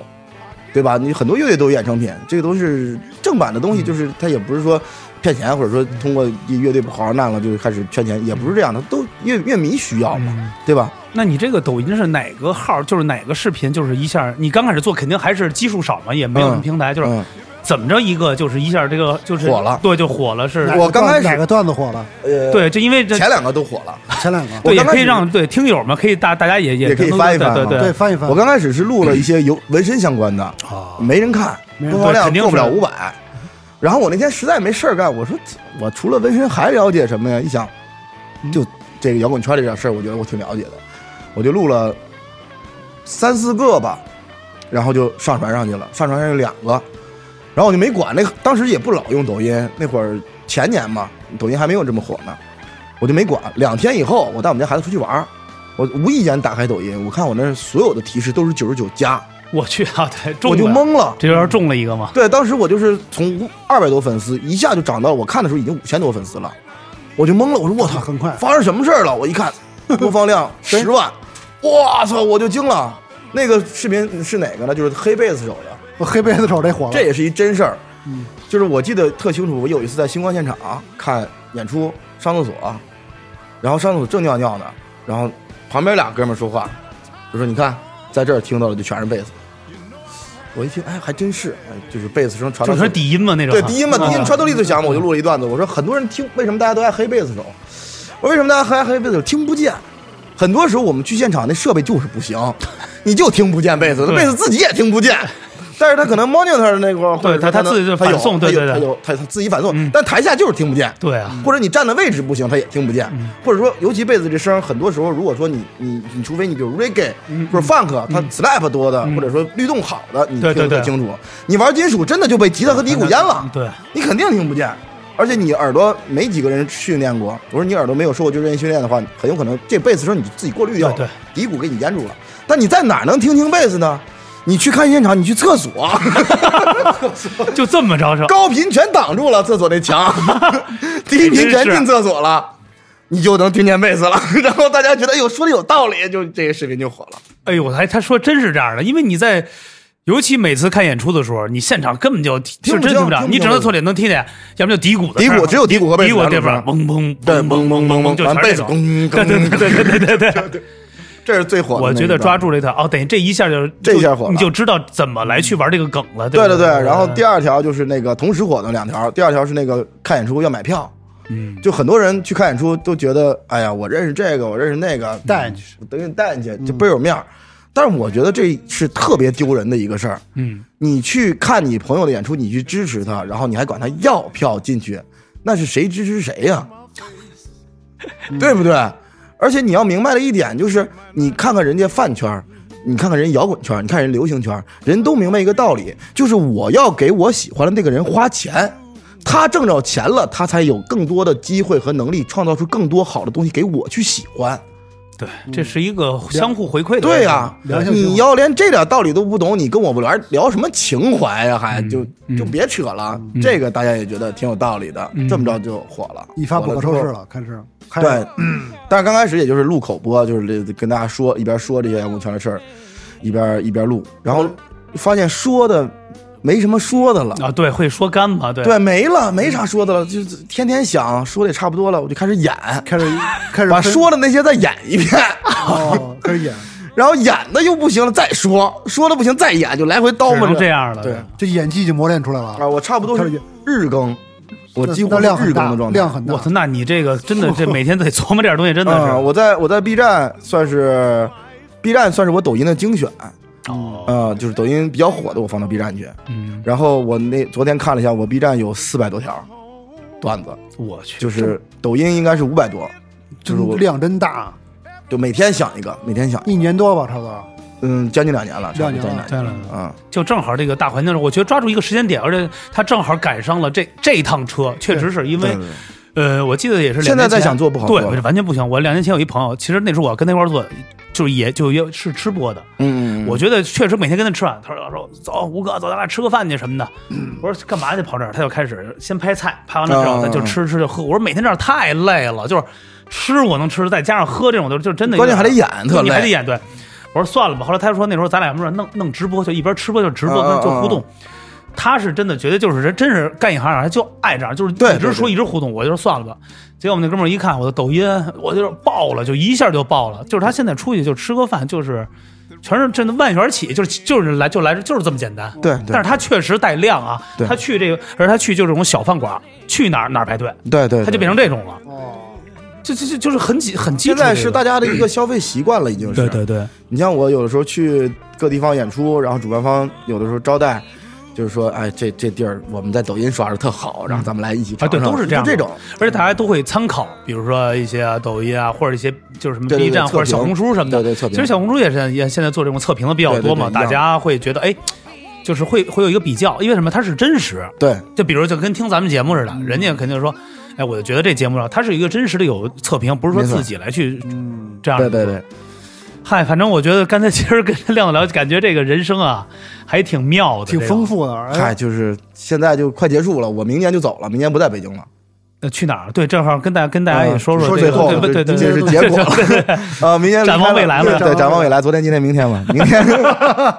[SPEAKER 3] 对吧？你很多乐队都有衍生品，这个都是正版的东西，就是它也不是说骗钱，或者说通过乐队不好好干了就开始圈钱，也不是这样的，都乐乐迷需要嘛，对吧？
[SPEAKER 1] 那你这个抖音是哪个号？就是哪个视频？就是一下你刚开始做肯定还是基数少嘛，也没有什么
[SPEAKER 3] 嗯
[SPEAKER 1] 平台，就是
[SPEAKER 3] 嗯
[SPEAKER 1] 怎么着一个就是一下这个就是
[SPEAKER 3] 火了
[SPEAKER 1] 对，就火了是。
[SPEAKER 2] 哪个
[SPEAKER 3] 我刚开始
[SPEAKER 2] 哪个段子火 了？
[SPEAKER 3] 呃，
[SPEAKER 1] 对，就因为这
[SPEAKER 3] 前两个都火了。
[SPEAKER 2] 前两个
[SPEAKER 1] 对
[SPEAKER 3] 我
[SPEAKER 1] 也
[SPEAKER 3] 刚开
[SPEAKER 1] 可以
[SPEAKER 3] 始
[SPEAKER 1] 让对听友们可以大大家也也
[SPEAKER 3] 也可以
[SPEAKER 1] 能
[SPEAKER 3] 翻一翻
[SPEAKER 1] 对对
[SPEAKER 3] 啊
[SPEAKER 2] 对，翻一翻。
[SPEAKER 3] 我刚开始是录了一些有纹身相关的，没人看，
[SPEAKER 1] 人
[SPEAKER 3] 播放
[SPEAKER 1] 对肯
[SPEAKER 3] 量
[SPEAKER 1] 定
[SPEAKER 3] 过不了
[SPEAKER 1] 是
[SPEAKER 3] 五百。然后我那天实在没事儿干，我说我除了纹身还了解什么呀？一想，就这个摇滚圈里点事儿，我觉得我挺了解的，我就录了三四个吧，然后就上传上去了，上传上去两个，然后我就没管那，当时也不老用抖音，那会儿前年嘛，抖音还没有这么火呢，我就没管。两天以后，我带我们家孩子出去玩儿，我无意间打开抖音，我看我那所有的提示都是九十九加，
[SPEAKER 1] 我去啊，对，中
[SPEAKER 3] 我就
[SPEAKER 1] 了，
[SPEAKER 3] 懵了。
[SPEAKER 1] 这就是中了一个嘛。
[SPEAKER 3] 对，当时我就是从二百多粉丝一下就涨到了我看的时候已经五千多粉丝了，我就懵了，我说我操，
[SPEAKER 2] 啊很快
[SPEAKER 3] 发生什么事儿了？我一看播放 量十万，我操，我就惊了。那个视频是哪个呢？就是黑贝斯手的，
[SPEAKER 2] 我黑贝斯手这火了，
[SPEAKER 3] 这也是一真事儿。
[SPEAKER 1] 嗯
[SPEAKER 3] 就是我记得特清楚，我有一次在星光现场看演出，上厕所，然后上厕所正尿尿呢，然后旁边俩哥们儿说话，就说你看在这儿听到的就全是贝斯。我一听，哎，还真是，哎，就是贝斯声传到
[SPEAKER 1] 就是底音嘛那种，
[SPEAKER 3] 对，低音嘛，低音
[SPEAKER 1] 嗯
[SPEAKER 3] 穿透力最强嘛，我就录了一段子，我说很多人听，为什么大家都爱黑贝斯手？我说为什么大家爱黑贝斯手？听不见。很多时候我们去现场，那设备就是不行，你就听不见贝斯，那贝斯自己也听不见。但是他可能 monitor 那块儿，或者
[SPEAKER 1] 对他
[SPEAKER 3] 他能
[SPEAKER 1] 他自己就
[SPEAKER 3] 他有
[SPEAKER 1] 反送
[SPEAKER 3] 他有
[SPEAKER 1] 对对对
[SPEAKER 3] 他有他他自己反送
[SPEAKER 1] 嗯，
[SPEAKER 3] 但台下就是听不见。
[SPEAKER 1] 对啊，嗯
[SPEAKER 3] 或者你站的位置不行，他也听不见。或者说，尤其贝斯这声儿，很多时候如果说你你你除非你比如 reggae
[SPEAKER 1] 嗯
[SPEAKER 3] 或者 funk，它 slap 多的，或者说律动好的，你
[SPEAKER 1] 对
[SPEAKER 3] 听
[SPEAKER 1] 对
[SPEAKER 3] 得
[SPEAKER 1] 对
[SPEAKER 3] 特清楚。你玩金属真的就被吉他和底鼓淹了，
[SPEAKER 1] 对，
[SPEAKER 3] 你肯定听不见。而且你耳朵没几个人训练过，我说你耳朵没有受过就任意训练的话，很有可能这贝斯声你自己过滤掉了，
[SPEAKER 1] 对对
[SPEAKER 3] 底鼓给你淹住了。但你在哪儿能听清贝斯呢？你去看现场，你去 厕所。
[SPEAKER 1] 就这么着是吧？
[SPEAKER 3] 高频全挡住了厕所 那墙，低频全进厕所了，你就能听见贝斯了。然后大家觉得，哎呦，说的有道理，就这个视频就火了。
[SPEAKER 1] 哎呦，我还他说真是这样的，因为你在，尤其每次看演出的时候，你现场根本就
[SPEAKER 3] 听
[SPEAKER 1] 就
[SPEAKER 3] 不清
[SPEAKER 1] 真听不
[SPEAKER 3] 听
[SPEAKER 1] 着，
[SPEAKER 3] 不清
[SPEAKER 1] 你只能从里能听见，要么就底鼓的
[SPEAKER 3] 底
[SPEAKER 1] 声儿嘛，
[SPEAKER 3] 鼓只有底鼓和贝斯
[SPEAKER 1] 底鼓
[SPEAKER 3] 两
[SPEAKER 1] 这
[SPEAKER 3] 种
[SPEAKER 1] 边儿
[SPEAKER 3] 声
[SPEAKER 1] 嗡嗡
[SPEAKER 3] 对
[SPEAKER 1] 嗡
[SPEAKER 3] 嗡嗡
[SPEAKER 1] 嗡，就
[SPEAKER 3] 完
[SPEAKER 1] 全是
[SPEAKER 3] 贝
[SPEAKER 1] 这
[SPEAKER 3] 斯
[SPEAKER 1] 种
[SPEAKER 3] 咣
[SPEAKER 1] 对对对对对对对对。
[SPEAKER 3] 这是最火的。
[SPEAKER 1] 我觉得抓。住这条哦，等于这一下就
[SPEAKER 3] 这一下火了
[SPEAKER 1] 就你就知道怎么来去玩这个梗了。
[SPEAKER 3] 对
[SPEAKER 1] 吧
[SPEAKER 3] 对对，然后第二条就是那个同时火的两条，第二条是那个看演出要买票，嗯，就很多人去看演出都觉得，哎呀，我认识这个，我认识那 个，带进去，嗯等于带进去就倍儿有面儿。但是我觉得这是特别丢人的一个事儿，
[SPEAKER 1] 嗯，
[SPEAKER 3] 你去看你朋友的演出，你去支持他，然后你还管他要票进去，那是谁支持谁呀、对不对？而且你要明白的一点就是，你看看人家饭圈儿，你看看人摇滚圈儿，你看人流行圈儿，人都明白一个道理，就是我要给我喜欢的那个人花钱，他挣着钱了，他才有更多的机会和能力创造出更多好的东西给我去喜欢。
[SPEAKER 1] 对，这是一个相互回馈的。
[SPEAKER 3] 对呀、
[SPEAKER 2] 良性循环
[SPEAKER 3] 你要连这点道理都不懂，你跟我们聊聊什么情怀呀、还
[SPEAKER 2] 嗯
[SPEAKER 3] 就就别扯了。这个大家也觉得挺有道理的，这么着就火了，
[SPEAKER 2] 嗯一发不可收
[SPEAKER 3] 火
[SPEAKER 2] 拾
[SPEAKER 3] 之后
[SPEAKER 2] 了，开始开始
[SPEAKER 3] 对，嗯但是刚开始也就是录口播，就是跟大家说一边说这些摇滚圈的事儿，一边一边录，然后发现说的没什么说的了。
[SPEAKER 1] 啊，对，会说干嘛？对
[SPEAKER 3] 对，没了，没啥说的了，就是天天想说的也差不多了，我就开始演，
[SPEAKER 2] 开始开始
[SPEAKER 3] 把
[SPEAKER 2] 分
[SPEAKER 3] 说的那些再演一 遍，
[SPEAKER 2] 哦，开始 演，
[SPEAKER 3] 然后演的又不行了再说，说的不行再演，就来回叨
[SPEAKER 1] 只
[SPEAKER 3] 磨
[SPEAKER 1] 能
[SPEAKER 3] 着
[SPEAKER 1] 这。样了。
[SPEAKER 3] 对
[SPEAKER 2] 这演技已经磨练出来了
[SPEAKER 3] 啊，。我差不多
[SPEAKER 2] 开始
[SPEAKER 3] 是
[SPEAKER 2] 演
[SPEAKER 3] 日更，我
[SPEAKER 2] 那
[SPEAKER 3] 几乎
[SPEAKER 2] 那
[SPEAKER 3] 是
[SPEAKER 2] 量
[SPEAKER 3] 日
[SPEAKER 2] 很
[SPEAKER 3] 更
[SPEAKER 2] 大，
[SPEAKER 3] 的状态，
[SPEAKER 2] 量很大
[SPEAKER 1] 我。操，那你这个真的 这每天得琢磨点东西，真的
[SPEAKER 3] 啊、
[SPEAKER 1] 是
[SPEAKER 3] 我在我在 B 站算是 B 站算是我抖音的精选，
[SPEAKER 1] 哦，
[SPEAKER 3] 啊，就是抖音比较火的，我放到 B 站去。
[SPEAKER 1] 嗯，
[SPEAKER 3] 然后我那昨天看了一下，我 B 站有四百多条段子，
[SPEAKER 1] 我去，
[SPEAKER 3] 就是抖音应该是五百多，就是
[SPEAKER 2] 真
[SPEAKER 3] 我
[SPEAKER 2] 量真大，
[SPEAKER 3] 就每天想一个，每天想一个，
[SPEAKER 2] 一年多吧，差不多。
[SPEAKER 3] 嗯，将近两年了，差不多
[SPEAKER 2] 两年了
[SPEAKER 3] 将近
[SPEAKER 1] 对
[SPEAKER 3] 两
[SPEAKER 1] 了，
[SPEAKER 3] 年了啊。
[SPEAKER 1] 就正好这个大环境，我觉得抓住一个时间点，而且他正好赶上了这这一趟车，确实是因为
[SPEAKER 3] 嗯对对对
[SPEAKER 1] 呃，我记得也是两
[SPEAKER 3] 现在
[SPEAKER 1] 年前
[SPEAKER 3] 再想做不好
[SPEAKER 1] 对，
[SPEAKER 3] 做了
[SPEAKER 1] 完全不行。我两年前有一朋友，其实那时候我跟他一块儿做，就是也就也是吃播的。
[SPEAKER 3] 嗯，嗯嗯
[SPEAKER 1] 我觉得确实每天跟他吃饭，他说说走，吴哥，走，咱俩吃个饭去什么的。
[SPEAKER 3] 嗯
[SPEAKER 1] 我说干嘛去跑这儿？他就开始先拍菜，拍完了之后
[SPEAKER 3] 啊
[SPEAKER 1] 他就吃吃就喝。我说每天这样太累了，就是吃我能吃，再加上喝这种，就就真的有
[SPEAKER 3] 关
[SPEAKER 1] 点
[SPEAKER 3] 键还得演特
[SPEAKER 1] 对你还得
[SPEAKER 3] 累
[SPEAKER 1] 演对。我说算了吧。后来他说那时候咱俩什么时候弄弄直播，就一边吃播就直播
[SPEAKER 3] 啊
[SPEAKER 1] 跟
[SPEAKER 3] 啊
[SPEAKER 1] 就互动。他是真的觉得就是人真是干一行啊，就爱这样，就是一
[SPEAKER 3] 对对
[SPEAKER 1] 直说一直互动。我就说算了吧。结果我们那哥们儿一看我的抖音，我就是爆了，就一下就爆了。就是他现在出去就吃个饭，就是全是真的万元起，就是就是来就来就是这么简单。
[SPEAKER 3] 对对
[SPEAKER 1] 但是他确实带量啊
[SPEAKER 3] 对，
[SPEAKER 1] 他去这个，而他去就是这种小饭馆，去哪儿哪儿排队，
[SPEAKER 3] 对对，
[SPEAKER 1] 他就变成
[SPEAKER 3] 成
[SPEAKER 1] 这种了。
[SPEAKER 2] 哦，
[SPEAKER 1] 就就就就是很基很基
[SPEAKER 3] 现
[SPEAKER 1] 础的一
[SPEAKER 3] 在
[SPEAKER 1] 个。
[SPEAKER 3] 是大家的一个消费习惯了，已经是
[SPEAKER 1] 对对对，
[SPEAKER 3] 你像我有的时候去各地方演出，然后主办方有的时候招待，就是说，哎，这这地儿我们在抖音刷的特好，然后咱们来一起
[SPEAKER 1] 啊，
[SPEAKER 3] 尝
[SPEAKER 1] 对，
[SPEAKER 3] 尝，
[SPEAKER 1] 都是这样
[SPEAKER 3] 就
[SPEAKER 1] 的，
[SPEAKER 3] 这种。
[SPEAKER 1] 而且大家都会参考，比如说一些啊抖音啊，或者一些就是什么
[SPEAKER 3] 对对
[SPEAKER 1] B
[SPEAKER 3] 对
[SPEAKER 1] 站
[SPEAKER 3] 测
[SPEAKER 1] 或者小
[SPEAKER 3] 评
[SPEAKER 1] 红书什么的。
[SPEAKER 3] 对对测评
[SPEAKER 1] 其实小红书也是也现在做这种测评的比较多嘛，
[SPEAKER 3] 对对对
[SPEAKER 1] 大
[SPEAKER 3] 一样
[SPEAKER 1] 家会觉得哎，就是会会有一个比较，因为什么？它是真实，
[SPEAKER 3] 对嗯
[SPEAKER 1] 就比如就跟听咱们节目似的，人家肯定说。哎，我就觉得这节目上它是一个真实的有测评，不是说
[SPEAKER 3] 没错
[SPEAKER 1] 自己来去这样。
[SPEAKER 3] 对对对，，
[SPEAKER 1] 嗨，反正我觉得刚才其实跟亮子聊，感觉这个人生啊还挺妙的，
[SPEAKER 2] 挺丰。富的。
[SPEAKER 3] 嗨，
[SPEAKER 2] 哎，
[SPEAKER 3] 就是现在就快结束了，我明年就走了，明年不在北京了。
[SPEAKER 1] 呃，去哪儿？对，正好跟大家跟大家也
[SPEAKER 3] 嗯
[SPEAKER 1] 说
[SPEAKER 3] 说
[SPEAKER 1] 这
[SPEAKER 3] 最
[SPEAKER 1] 个
[SPEAKER 3] 后
[SPEAKER 1] 对对对对，
[SPEAKER 3] 这是结 果
[SPEAKER 1] 对对对
[SPEAKER 3] 呃，明年离开
[SPEAKER 1] 展望未来
[SPEAKER 3] 对
[SPEAKER 1] 了
[SPEAKER 3] 对，展望未来，昨天、今天、明天嘛，明天，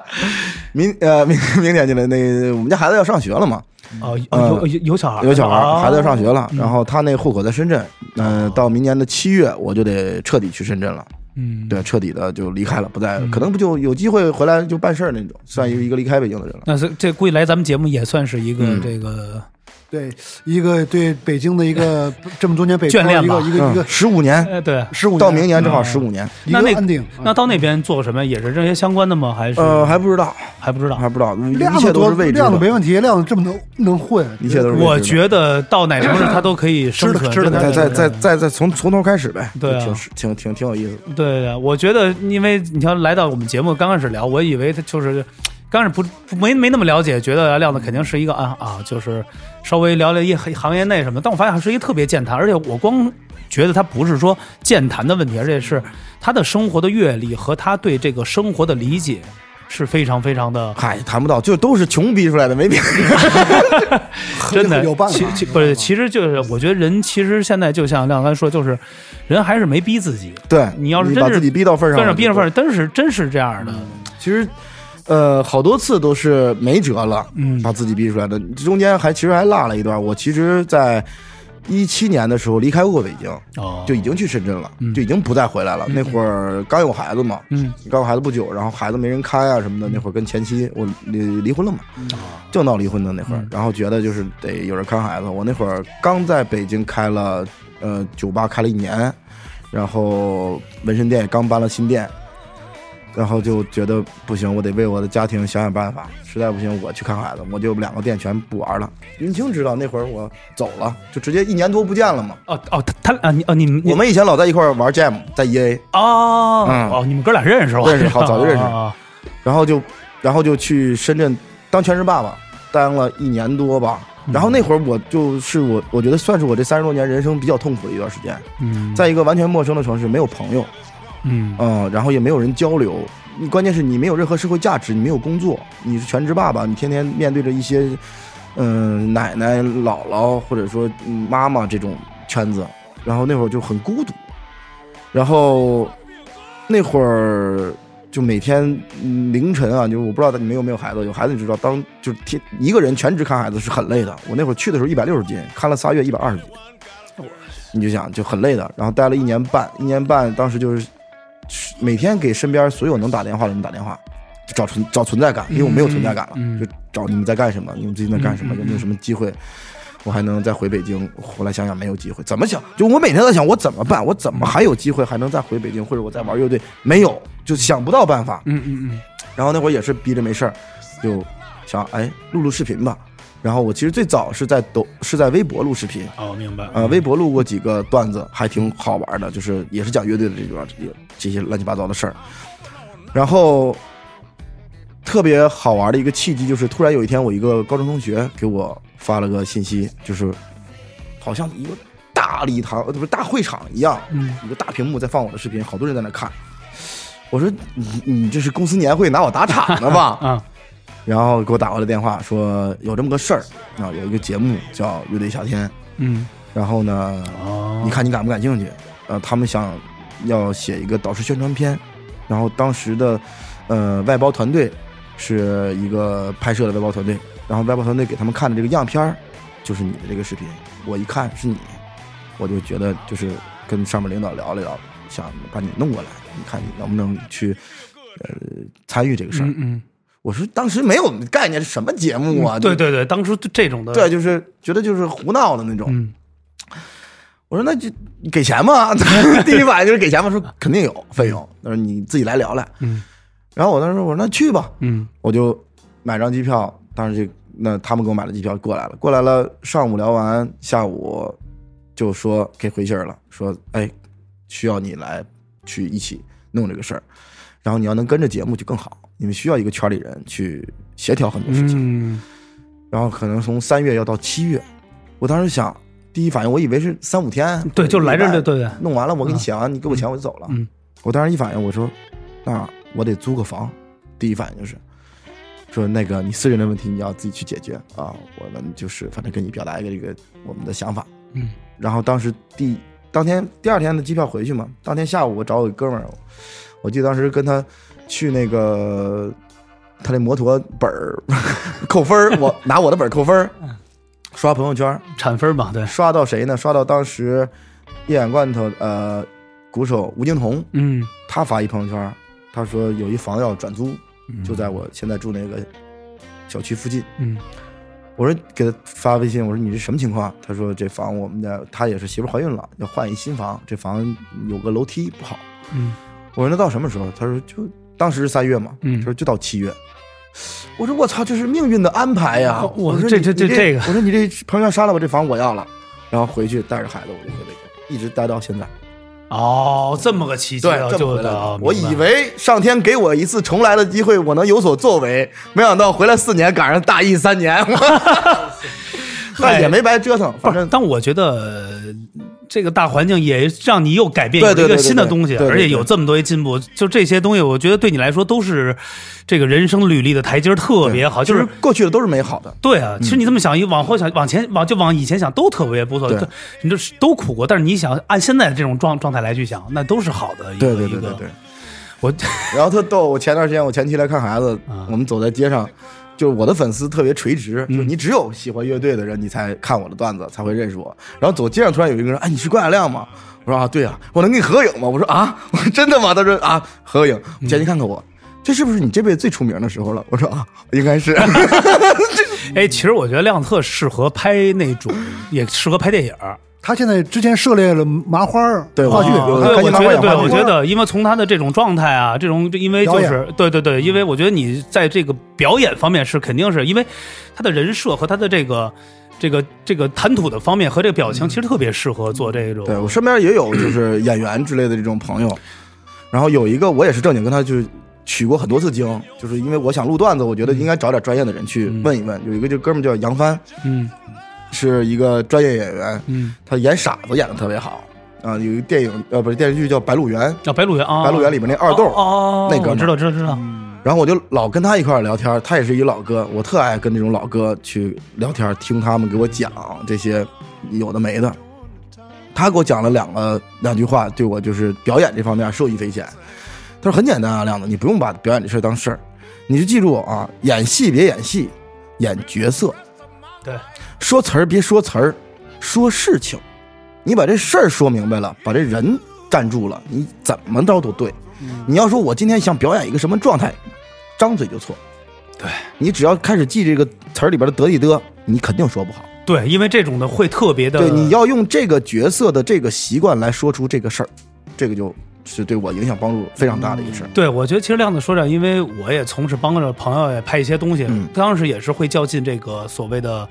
[SPEAKER 3] 明呃明明天进来，那我们家孩子要上学了嘛，
[SPEAKER 1] 哦，有有有小孩儿，
[SPEAKER 3] 嗯
[SPEAKER 1] 哦
[SPEAKER 3] 有小孩儿，孩子要上
[SPEAKER 1] 学。
[SPEAKER 3] 学了，然后他那户口在
[SPEAKER 1] 哦
[SPEAKER 3] 深圳，嗯，到明年的七月我就得彻底去深圳了。
[SPEAKER 1] 嗯，
[SPEAKER 3] 对，彻底的就离开了，不再可能不就有机会回来就办事儿那种，算
[SPEAKER 1] 嗯
[SPEAKER 3] 一个离开北京的人了。
[SPEAKER 1] 那是这估计来咱们节目也算是一个
[SPEAKER 3] 嗯
[SPEAKER 1] 这个
[SPEAKER 2] 对，一个对北京的一个 这么多年北漂
[SPEAKER 1] 眷恋
[SPEAKER 2] 一个
[SPEAKER 1] 吧
[SPEAKER 2] 一个一个
[SPEAKER 3] 十五年，
[SPEAKER 1] 哎对。
[SPEAKER 2] 十五
[SPEAKER 3] 嗯
[SPEAKER 2] 嗯
[SPEAKER 3] 到明年
[SPEAKER 1] 嗯
[SPEAKER 3] 正好十五年。
[SPEAKER 2] 一
[SPEAKER 1] 那
[SPEAKER 2] 个
[SPEAKER 1] 那
[SPEAKER 2] 安定。
[SPEAKER 3] 嗯
[SPEAKER 1] 那到那边做什么？也是这些相关的吗？还是
[SPEAKER 3] 呃，还不知道，
[SPEAKER 1] 还不知道？
[SPEAKER 3] 还不知道，
[SPEAKER 2] 量
[SPEAKER 3] 一
[SPEAKER 2] 子
[SPEAKER 3] 切都
[SPEAKER 2] 多
[SPEAKER 3] 是未知
[SPEAKER 2] 量子没
[SPEAKER 3] 的，
[SPEAKER 2] 问题，量子这么能能混，
[SPEAKER 3] 一切都是未知的。
[SPEAKER 1] 我觉得到哪 城市他都可以生存，
[SPEAKER 2] 知道
[SPEAKER 1] 真的
[SPEAKER 3] 再再再再再从从头开始呗，
[SPEAKER 1] 对啊
[SPEAKER 3] 挺挺挺挺有意思的。
[SPEAKER 1] 对对，我觉得，因为你像来到我们节目刚开始聊，我以为他就是刚开始不不没没那么了解，觉得亮子肯定是一个啊啊，就是稍微聊聊业行业内什么，但我发现还是一个特别健谈，而且我光觉得他不是说健谈的问题，而且是他的生活的阅历和他对这个生活的理解是非常非常 的
[SPEAKER 3] 嗨，谈不到，就都是穷逼出来的，没别人。
[SPEAKER 1] 真的
[SPEAKER 2] 有办法
[SPEAKER 1] 其其不是，其实就是我觉得人其实现在就像亮刚才说，就是人还是没逼自己，
[SPEAKER 3] 对，
[SPEAKER 1] 你要是真
[SPEAKER 3] 把
[SPEAKER 1] 是
[SPEAKER 3] 自己逼到份儿上
[SPEAKER 1] 跟
[SPEAKER 3] 了，嗯
[SPEAKER 1] 上逼上份
[SPEAKER 3] 儿。
[SPEAKER 1] 儿，真是真是这样的。
[SPEAKER 3] 其实，呃，好多次都是没辙了，
[SPEAKER 1] 嗯
[SPEAKER 3] 把自己逼出来的。中间还其实还落了一段，我其实，在一七年的时候离开过北京，
[SPEAKER 1] 哦
[SPEAKER 3] 就已经去深圳了，
[SPEAKER 1] 嗯
[SPEAKER 3] 就已经不再回来了。那会儿刚有孩子嘛，
[SPEAKER 1] 嗯，
[SPEAKER 3] 刚有孩子不久，然后孩子没人看啊什么的。那会儿跟前妻我离离婚了嘛，正闹离婚的那会儿
[SPEAKER 1] 哦嗯，
[SPEAKER 3] 然后觉得就是得有人看孩子。我那会儿刚在北京开了呃酒吧开了一年，然后纹身店也刚搬了新店。然后就觉得不行，我得为我的家庭想想办法。实在不行，我去看孩子，我就两个店全不玩了。云清知道那会儿我走了，就直接一年多不见了嘛。
[SPEAKER 1] 哦哦，他他啊，你哦你们你
[SPEAKER 3] 我们以前老在一块儿玩 jam，在 E EA，
[SPEAKER 1] 哦、
[SPEAKER 3] 嗯
[SPEAKER 1] 哦，你们哥俩认识我
[SPEAKER 3] 认识好早就 认识
[SPEAKER 1] 啊
[SPEAKER 3] 然后就，然后就去深圳当全职爸爸，当了一年多吧。
[SPEAKER 1] 嗯
[SPEAKER 3] 然后那会儿我就是我，我觉得算是我这三十多年人生比较痛苦的一段时间，
[SPEAKER 1] 嗯，
[SPEAKER 3] 在一个完全陌生的城市，没有朋友，
[SPEAKER 1] 嗯
[SPEAKER 3] 嗯，然后也没有人交流，你关键是你没有任何社会价值，你没有工作，你是全职爸爸，你天天面对着一些，嗯、奶奶、姥姥或者说嗯妈妈这种圈子，然后那会儿就很孤独，然后那会儿就每天嗯凌晨啊，就是我不知道你们有没有孩子，有孩子你知道，当就是天一个人全职看孩子是很累的。我那会儿去的时候一百六十斤，看了仨月一百二十斤，你就想就很累的。然后待了一年半，一年半当时就是每天给身边所有能打电话的人打电话，就找存找存在感，因为我没有存在感了，
[SPEAKER 1] 嗯嗯
[SPEAKER 3] 就找你们在干什么，你们最近在干什么，
[SPEAKER 1] 嗯嗯
[SPEAKER 3] 有没有什么机会。我还能再回北京，后来想想没有机会，怎么想？就我每天在想我怎么办，我怎么还有机会还能再回北京，或者我再玩乐队？没有，就想不到办法。
[SPEAKER 1] 嗯嗯嗯，
[SPEAKER 3] 然后那会儿也是逼着没事儿，就想哎录录视频吧。然后我其实最早是在抖是在微博录视频，
[SPEAKER 1] 哦，明白，
[SPEAKER 3] 呃，微博录过几个段子，还挺好玩的，就是也是讲乐队的这段也这些乱七八糟的事儿。然后特别好玩的一个契机就是，突然有一天，我一个高中同学给我发了个信息，就是好像一个大礼堂，呃，不是大会场一样，
[SPEAKER 1] 嗯
[SPEAKER 3] 一个大屏幕在放我的视频，好多人在那看。我说你你这是公司年会拿我打场呢吧？
[SPEAKER 1] 啊
[SPEAKER 3] 然后给我打过来电话说有这么个事儿啊，有一个节目叫《乐队夏天》，
[SPEAKER 1] 嗯
[SPEAKER 3] 然后呢，
[SPEAKER 1] 哦，
[SPEAKER 3] 你看你感不感兴趣？呃，他们想要写一个导师宣传片，然后当时的呃外包团队是一个拍摄的外包团队，然后外包团队给他们看的这个样片儿就是你的这个视频，我一看是你，我就觉得就是跟上面领导聊了聊，想把你弄过来，你看你能不能去呃参与这个事儿
[SPEAKER 1] 嗯？嗯，
[SPEAKER 3] 我说当时没有概念，什么节目啊？
[SPEAKER 1] 对对对，当初这种的，
[SPEAKER 3] 对，就是觉得就是胡闹的那种。
[SPEAKER 1] 嗯
[SPEAKER 3] 我说那就给钱嘛， 第一反应就是给钱嘛，说肯定有费用，他说你自己来聊来。
[SPEAKER 1] 嗯
[SPEAKER 3] 然后我当时说我说那去吧，
[SPEAKER 1] 嗯
[SPEAKER 3] 我就买张机票，当时就那他们给我买了机票过来了，过来了上午聊完，下午就说给回信儿了，说哎需要你来去一起弄这个事儿，然后你要能跟着节目就更好，你们需要一个圈里人去协调很多事情。
[SPEAKER 1] 嗯
[SPEAKER 3] 然后可能从三月要到七月，我当时想，第一反应我以为是三五天，
[SPEAKER 1] 对就来这儿
[SPEAKER 3] 一个礼拜
[SPEAKER 1] 对对对
[SPEAKER 3] 弄完了我给你写完，你给我钱我就走了。
[SPEAKER 1] 啊嗯
[SPEAKER 3] 我当时一反应我说，那我得租个房，第一反应就是。说那个你私人的问题你要自己去解决啊，我们就是反正跟你表达一个这个我们的想法，
[SPEAKER 1] 嗯，
[SPEAKER 3] 然后当时第当天第二天的机票回去嘛，当天下午我找我一哥们儿，我记得当时跟他去那个他那摩托本儿 扣分儿，
[SPEAKER 1] 嗯
[SPEAKER 3] 我拿我的本儿扣分儿，刷朋友圈儿，
[SPEAKER 1] 产分吧，对，
[SPEAKER 3] 刷到谁呢？刷到当时一眼罐头呃鼓手吴京彤，
[SPEAKER 1] 嗯
[SPEAKER 3] 他发一朋友圈儿，他说有一房要转租，就在我现在住那个小区附近。
[SPEAKER 1] 嗯
[SPEAKER 3] 我说给他发微信，我说你这什么情况？他说这房我们家他也是媳妇怀孕了，要换一新房，这房有个楼梯不好。
[SPEAKER 1] 嗯，
[SPEAKER 3] 我说那到什么时候？他说就当时是三月嘛，
[SPEAKER 1] 嗯
[SPEAKER 3] 他说就到七月。我说我操，这是命运的安排呀！
[SPEAKER 1] 哦我
[SPEAKER 3] 我说
[SPEAKER 1] 这
[SPEAKER 3] 你
[SPEAKER 1] 这
[SPEAKER 3] 你
[SPEAKER 1] 这这个
[SPEAKER 3] 我说你这朋友圈删了吧，这房我要了。然后回去带着孩子，我就回北京，一直待到现在。
[SPEAKER 1] 哦，这么个奇迹
[SPEAKER 3] 对
[SPEAKER 1] 啊，，
[SPEAKER 3] 这么
[SPEAKER 1] 就
[SPEAKER 3] 回来
[SPEAKER 1] 哦
[SPEAKER 3] 的。
[SPEAKER 1] 明白
[SPEAKER 3] 我以为上天给我一次重来的机会，我能有所作为，没想到回来四年赶上大疫 三年， 那也没白折腾，
[SPEAKER 1] 哎不
[SPEAKER 3] 反
[SPEAKER 1] 是，
[SPEAKER 3] 正
[SPEAKER 1] 但我觉得呃这个大环境也让你又改变有
[SPEAKER 3] 对
[SPEAKER 1] 一个
[SPEAKER 3] 对对对
[SPEAKER 1] 新的
[SPEAKER 3] 对
[SPEAKER 1] 东西，
[SPEAKER 3] 对对
[SPEAKER 1] 而且
[SPEAKER 3] 对
[SPEAKER 1] 有这么多进步，就这些东西，我觉得对你来说都是这个人生履历的台阶儿特别好，
[SPEAKER 3] 其
[SPEAKER 1] 就
[SPEAKER 3] 实
[SPEAKER 1] 是。
[SPEAKER 3] 过去的都是美好的。
[SPEAKER 1] 对啊，其实你这么想，一往后想，往前往就往以前想，都特别不错，
[SPEAKER 3] 对
[SPEAKER 1] 都你就是都苦过，但是你想按现在这种状状态来去想，那都是好的一个
[SPEAKER 3] 对对
[SPEAKER 1] 一
[SPEAKER 3] 对对
[SPEAKER 1] 个
[SPEAKER 3] 对。。
[SPEAKER 1] 我
[SPEAKER 3] 然后特逗，我前段时间我前妻来看孩子
[SPEAKER 1] 啊，
[SPEAKER 3] 我们走在街上，就是我的粉丝特别垂直，就是你只有喜欢乐队的人，你才看我的段子，才会认识我。然后走街上突然有一个人，哎，你是关雅亮吗？我说啊，对啊，我能跟你合影吗？我说啊，我说真的吗？他说啊，合影，前妻看看我。这是不是你这辈子最出名的时候了？我说啊，应该是。
[SPEAKER 1] 哎，其实我觉得亮特适合拍那种，也适合拍电影儿。
[SPEAKER 2] 他现在之前涉猎了麻花儿
[SPEAKER 3] 对
[SPEAKER 2] 话剧，
[SPEAKER 1] 对，
[SPEAKER 3] 我看
[SPEAKER 1] 啊我觉
[SPEAKER 3] 见他会
[SPEAKER 1] 得，
[SPEAKER 3] 演
[SPEAKER 1] 对，
[SPEAKER 3] 话
[SPEAKER 1] 我
[SPEAKER 3] 剧
[SPEAKER 1] 觉得，因为从他的这种状态啊，这种因为就
[SPEAKER 2] 表
[SPEAKER 1] 是对对对，因为
[SPEAKER 3] 嗯
[SPEAKER 1] 我觉得你在这个表演方面是肯定是因为他的人设和他的这个这个这个谈吐的方面和这个表情，其实特别适合做这种。
[SPEAKER 3] 嗯对我身边也有 就是演员之类的这种朋友，然后有一个我也是正经跟他就是取过很多次经，就是因为我想录段子，我觉得应该找点专业的人去问一问。有一个这哥们儿叫杨帆，
[SPEAKER 1] 嗯
[SPEAKER 3] 是一个专业演员，
[SPEAKER 1] 嗯，
[SPEAKER 3] 他演傻子演的特别好啊、有一个电影呃不是电视剧叫《白鹿原》，
[SPEAKER 1] 啊，白鹿原啊，
[SPEAKER 3] 白鹿原里面那二豆
[SPEAKER 1] 哦哦，哦
[SPEAKER 3] 那哥们儿嗯
[SPEAKER 1] 我知道知道知道，
[SPEAKER 3] 然后我就老跟他一块儿聊天儿，他也是一老哥，我特爱跟这种老哥去聊天儿，听他们给我讲这些有的没的。他给我讲了两个两句话，对我就是表演这方面受益匪浅。他说很简单啊，亮子，你不用把表演这事儿当事儿，你就记住啊，演戏别演戏，演角色，
[SPEAKER 1] 对，
[SPEAKER 3] 说词儿别说词儿，说事情。你把这事儿说明白了，把这人站住了，你怎么着都对。你要说我今天想表演一个什么状态，张嘴就错。对你只要开始记这个词儿里边的得意的，你肯定说不好。
[SPEAKER 1] 对，因为这种的会特别的，
[SPEAKER 3] 对，你要用这个角色的这个习惯来说出这个事儿，这个就是对我影响帮助非常大的一个事儿。
[SPEAKER 1] 对，我觉得其实亮子说这，因为我也从事帮着朋友也拍一些东西，
[SPEAKER 3] 嗯
[SPEAKER 1] 当时也是会较劲这个所谓的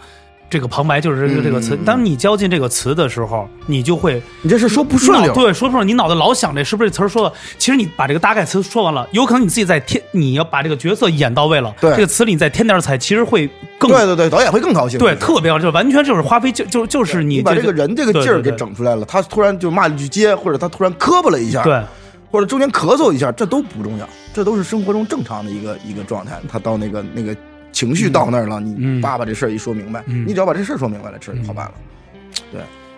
[SPEAKER 1] 这个旁白，就是这个
[SPEAKER 3] 嗯
[SPEAKER 1] 这个词。
[SPEAKER 3] 嗯嗯
[SPEAKER 1] 当你较劲这个词的时候，你就会
[SPEAKER 3] 你这事说不顺
[SPEAKER 1] 脑
[SPEAKER 3] 溜，
[SPEAKER 1] 对，说不顺溜，你脑袋老想这是不是这词儿说了？其实你把这个大概词说完了，有可能你自己再添，你要把这个角色演到位了，
[SPEAKER 3] 对
[SPEAKER 1] 这个词里你再添点彩，其实会更
[SPEAKER 3] 对对对，导演会更高兴。
[SPEAKER 1] 对特别好，就完全就是花费就就就是你
[SPEAKER 3] 你把这个人这个劲儿
[SPEAKER 1] 对
[SPEAKER 3] 给。
[SPEAKER 1] 对对
[SPEAKER 3] 整出来了，他突然就骂了一句街，或者他突然磕巴了一下，
[SPEAKER 1] 对，
[SPEAKER 3] 或者中间咳嗽一下，这都不重要，这都是生活中正常的一个一个状态。他到那个那个情绪到那儿了，
[SPEAKER 1] 嗯
[SPEAKER 3] 你爸爸这事儿一说明白，
[SPEAKER 1] 嗯
[SPEAKER 3] 你只要把这事儿说明白了，事儿就好办了。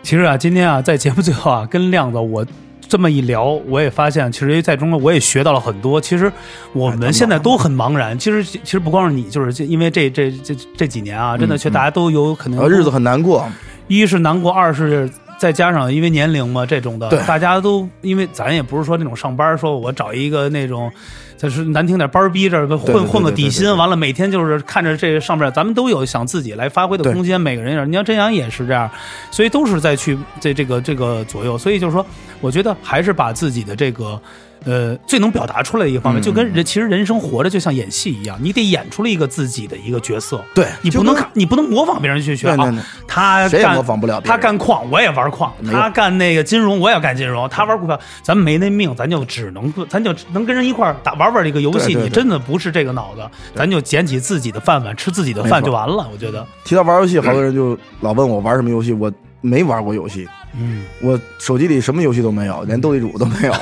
[SPEAKER 1] 其实啊，今天啊，在节目最后啊，跟亮子我这么一聊，我也发现，其实在中国我也学到了很多。其实我
[SPEAKER 3] 哎
[SPEAKER 1] 们现在都很茫然。其实，其实不光是你，就是这因为这这这这几年啊，真的，其实大家都有可能、
[SPEAKER 3] 嗯呃，日子很难过，
[SPEAKER 1] 一是难过，二是再加上因为年龄嘛这种的
[SPEAKER 3] 对，
[SPEAKER 1] 大家都因为咱也不是说那种上班，说我找一个那种，就是难听点班儿逼这儿
[SPEAKER 3] 对对
[SPEAKER 1] 混
[SPEAKER 3] 对
[SPEAKER 1] 混个底
[SPEAKER 3] 对对
[SPEAKER 1] 薪，
[SPEAKER 3] 对
[SPEAKER 1] 完了每天就是看着这上边，咱们都有想自己来发挥的
[SPEAKER 3] 对
[SPEAKER 1] 空间，每个人也是，你要真阳也是这样，所以都是在去这这个这个左右，所以就是说，我觉得还是把自己的这个。呃，最能表达出来的一个
[SPEAKER 3] 嗯
[SPEAKER 1] 方面，就跟人其实人生活着就像演戏一样，你得演出了一个自己的一个角色，
[SPEAKER 3] 对
[SPEAKER 1] 你
[SPEAKER 3] 就
[SPEAKER 1] 不能
[SPEAKER 3] 跟
[SPEAKER 1] 看，你不能模仿别人去学
[SPEAKER 3] 对对
[SPEAKER 1] 啊
[SPEAKER 3] 对，
[SPEAKER 1] 他
[SPEAKER 3] 谁也
[SPEAKER 1] 干
[SPEAKER 3] 模仿不了别
[SPEAKER 1] 他
[SPEAKER 3] 人
[SPEAKER 1] 干矿我也玩矿，
[SPEAKER 3] 没用
[SPEAKER 1] 他干那个金融我也干金融，他玩股票，咱们没那命，咱就只能咱就能跟人一块儿打玩玩这个游戏。
[SPEAKER 3] 对对对
[SPEAKER 1] 你真的不是这个脑子，咱就捡起自己的饭碗，吃自己的
[SPEAKER 3] 没
[SPEAKER 1] 饭
[SPEAKER 3] 错
[SPEAKER 1] 就完了。我觉得
[SPEAKER 3] 提到玩游戏，好多人就老问我玩什么游戏，我没玩过游戏，
[SPEAKER 1] 嗯，
[SPEAKER 3] 我手机里什么游戏都没有，连斗地主 都没有。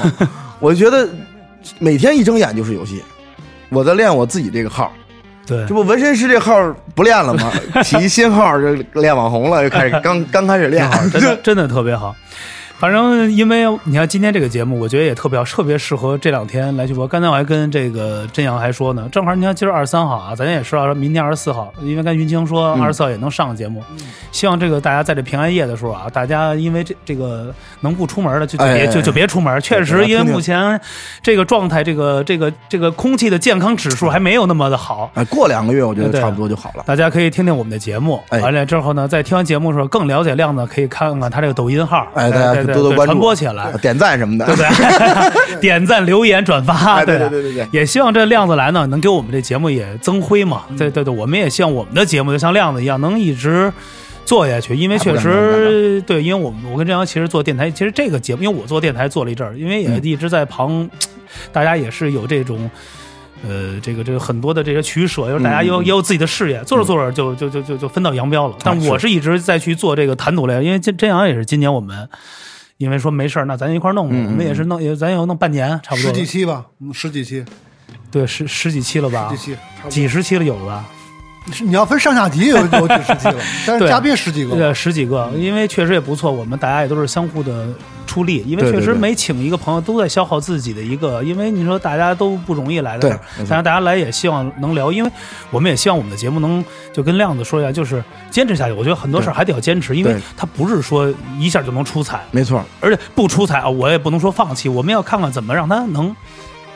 [SPEAKER 3] 我就觉得每天一睁眼就是游戏，我在练我自己这个号。
[SPEAKER 1] 对
[SPEAKER 3] 这，不纹身师这号不练了吗？起一新号就练网红了，又开始刚刚开始练号。
[SPEAKER 1] 真 的真的特别好。反正因为你看今天这个节目，我觉得也特别好，特别适合这两天来去播。刚才我还跟这个真阳还说呢，正好你看今儿二十三号啊，咱也说到明天二十四号，因为跟云清
[SPEAKER 3] 嗯
[SPEAKER 1] 说二十四号也能上节目，希望这个大家在这平安夜的时候啊，大家因为这这个能不出门的就就别、
[SPEAKER 3] 哎哎哎
[SPEAKER 1] 就就别出门。确
[SPEAKER 3] 对
[SPEAKER 1] 实，
[SPEAKER 3] 大家
[SPEAKER 1] 因为
[SPEAKER 3] 听听
[SPEAKER 1] 目前这个状态，这个这个这个空气的健康指数还没有那么的好，
[SPEAKER 3] 哎，过两个月我觉
[SPEAKER 1] 对啊
[SPEAKER 3] 得差不多就好了。
[SPEAKER 1] 大家可以听听我们的节目，
[SPEAKER 3] 哎
[SPEAKER 1] 完了之后呢，在听完节目的时候更了解亮呢，可以看看他这个抖音号，
[SPEAKER 3] 哎，大家
[SPEAKER 1] 对对
[SPEAKER 3] 多
[SPEAKER 1] 对
[SPEAKER 3] 多关注，
[SPEAKER 1] 传播起来，
[SPEAKER 3] 点赞什么的。
[SPEAKER 1] 对不 啊对？点赞、留言、转发，
[SPEAKER 3] 哎对
[SPEAKER 1] 的
[SPEAKER 3] 对对对对
[SPEAKER 1] 也希望这亮子来呢，能给我们这节目也增辉嘛。
[SPEAKER 3] 嗯
[SPEAKER 1] 对对对，我们也希望我们的节目就像亮子一样，能一直。做下去，因为
[SPEAKER 3] 哎不
[SPEAKER 1] 确
[SPEAKER 3] 敢不敢
[SPEAKER 1] 实对，因为我们我跟郑阳其实做电台，其实这个节目，因为我做电台做了一阵儿，因为也
[SPEAKER 3] 嗯
[SPEAKER 1] 一直在旁，大家也是有这种，呃，这个这个很多的这些取舍，就是大家
[SPEAKER 3] 嗯嗯
[SPEAKER 1] 也有
[SPEAKER 3] 嗯啊
[SPEAKER 1] 也有自己的事业，做着做着就就就就就分道扬镳了。但
[SPEAKER 3] 是
[SPEAKER 1] 我是一直在去做这个谈吐类，因为这真阳也是今年我们因为说没事儿，那咱一块儿弄吧。
[SPEAKER 3] 嗯嗯
[SPEAKER 1] 我们也是弄，也咱也要弄半年，差不多
[SPEAKER 2] 十
[SPEAKER 1] 了
[SPEAKER 2] 几期吧，嗯十几期，
[SPEAKER 1] 对十十几期了吧
[SPEAKER 2] 十几，期，差不多
[SPEAKER 1] 几十期了有了吧？
[SPEAKER 2] 是你要分上下集有有几十期了，但是
[SPEAKER 1] 对
[SPEAKER 2] 嘉宾十几个，
[SPEAKER 1] 对，十几个，因为确实也不错，我们大家也都是相互的出力，因为
[SPEAKER 3] 对
[SPEAKER 1] 确
[SPEAKER 3] 对
[SPEAKER 1] 实
[SPEAKER 3] 对
[SPEAKER 1] 每请一个朋友都在消耗自己的一个，因为你说大家都不容易来的
[SPEAKER 3] 对
[SPEAKER 1] 事儿，
[SPEAKER 3] 没错
[SPEAKER 1] 但是大家来也希望能聊，因为我们也希望我们的节目能就跟亮子说一下，就是坚持下去。我觉得很多事儿还得要坚持，因为
[SPEAKER 3] 对
[SPEAKER 1] 它不是说一下就能出彩，
[SPEAKER 3] 没错，
[SPEAKER 1] 而且不出彩啊，我也不能说放弃，我们要看看怎么让它能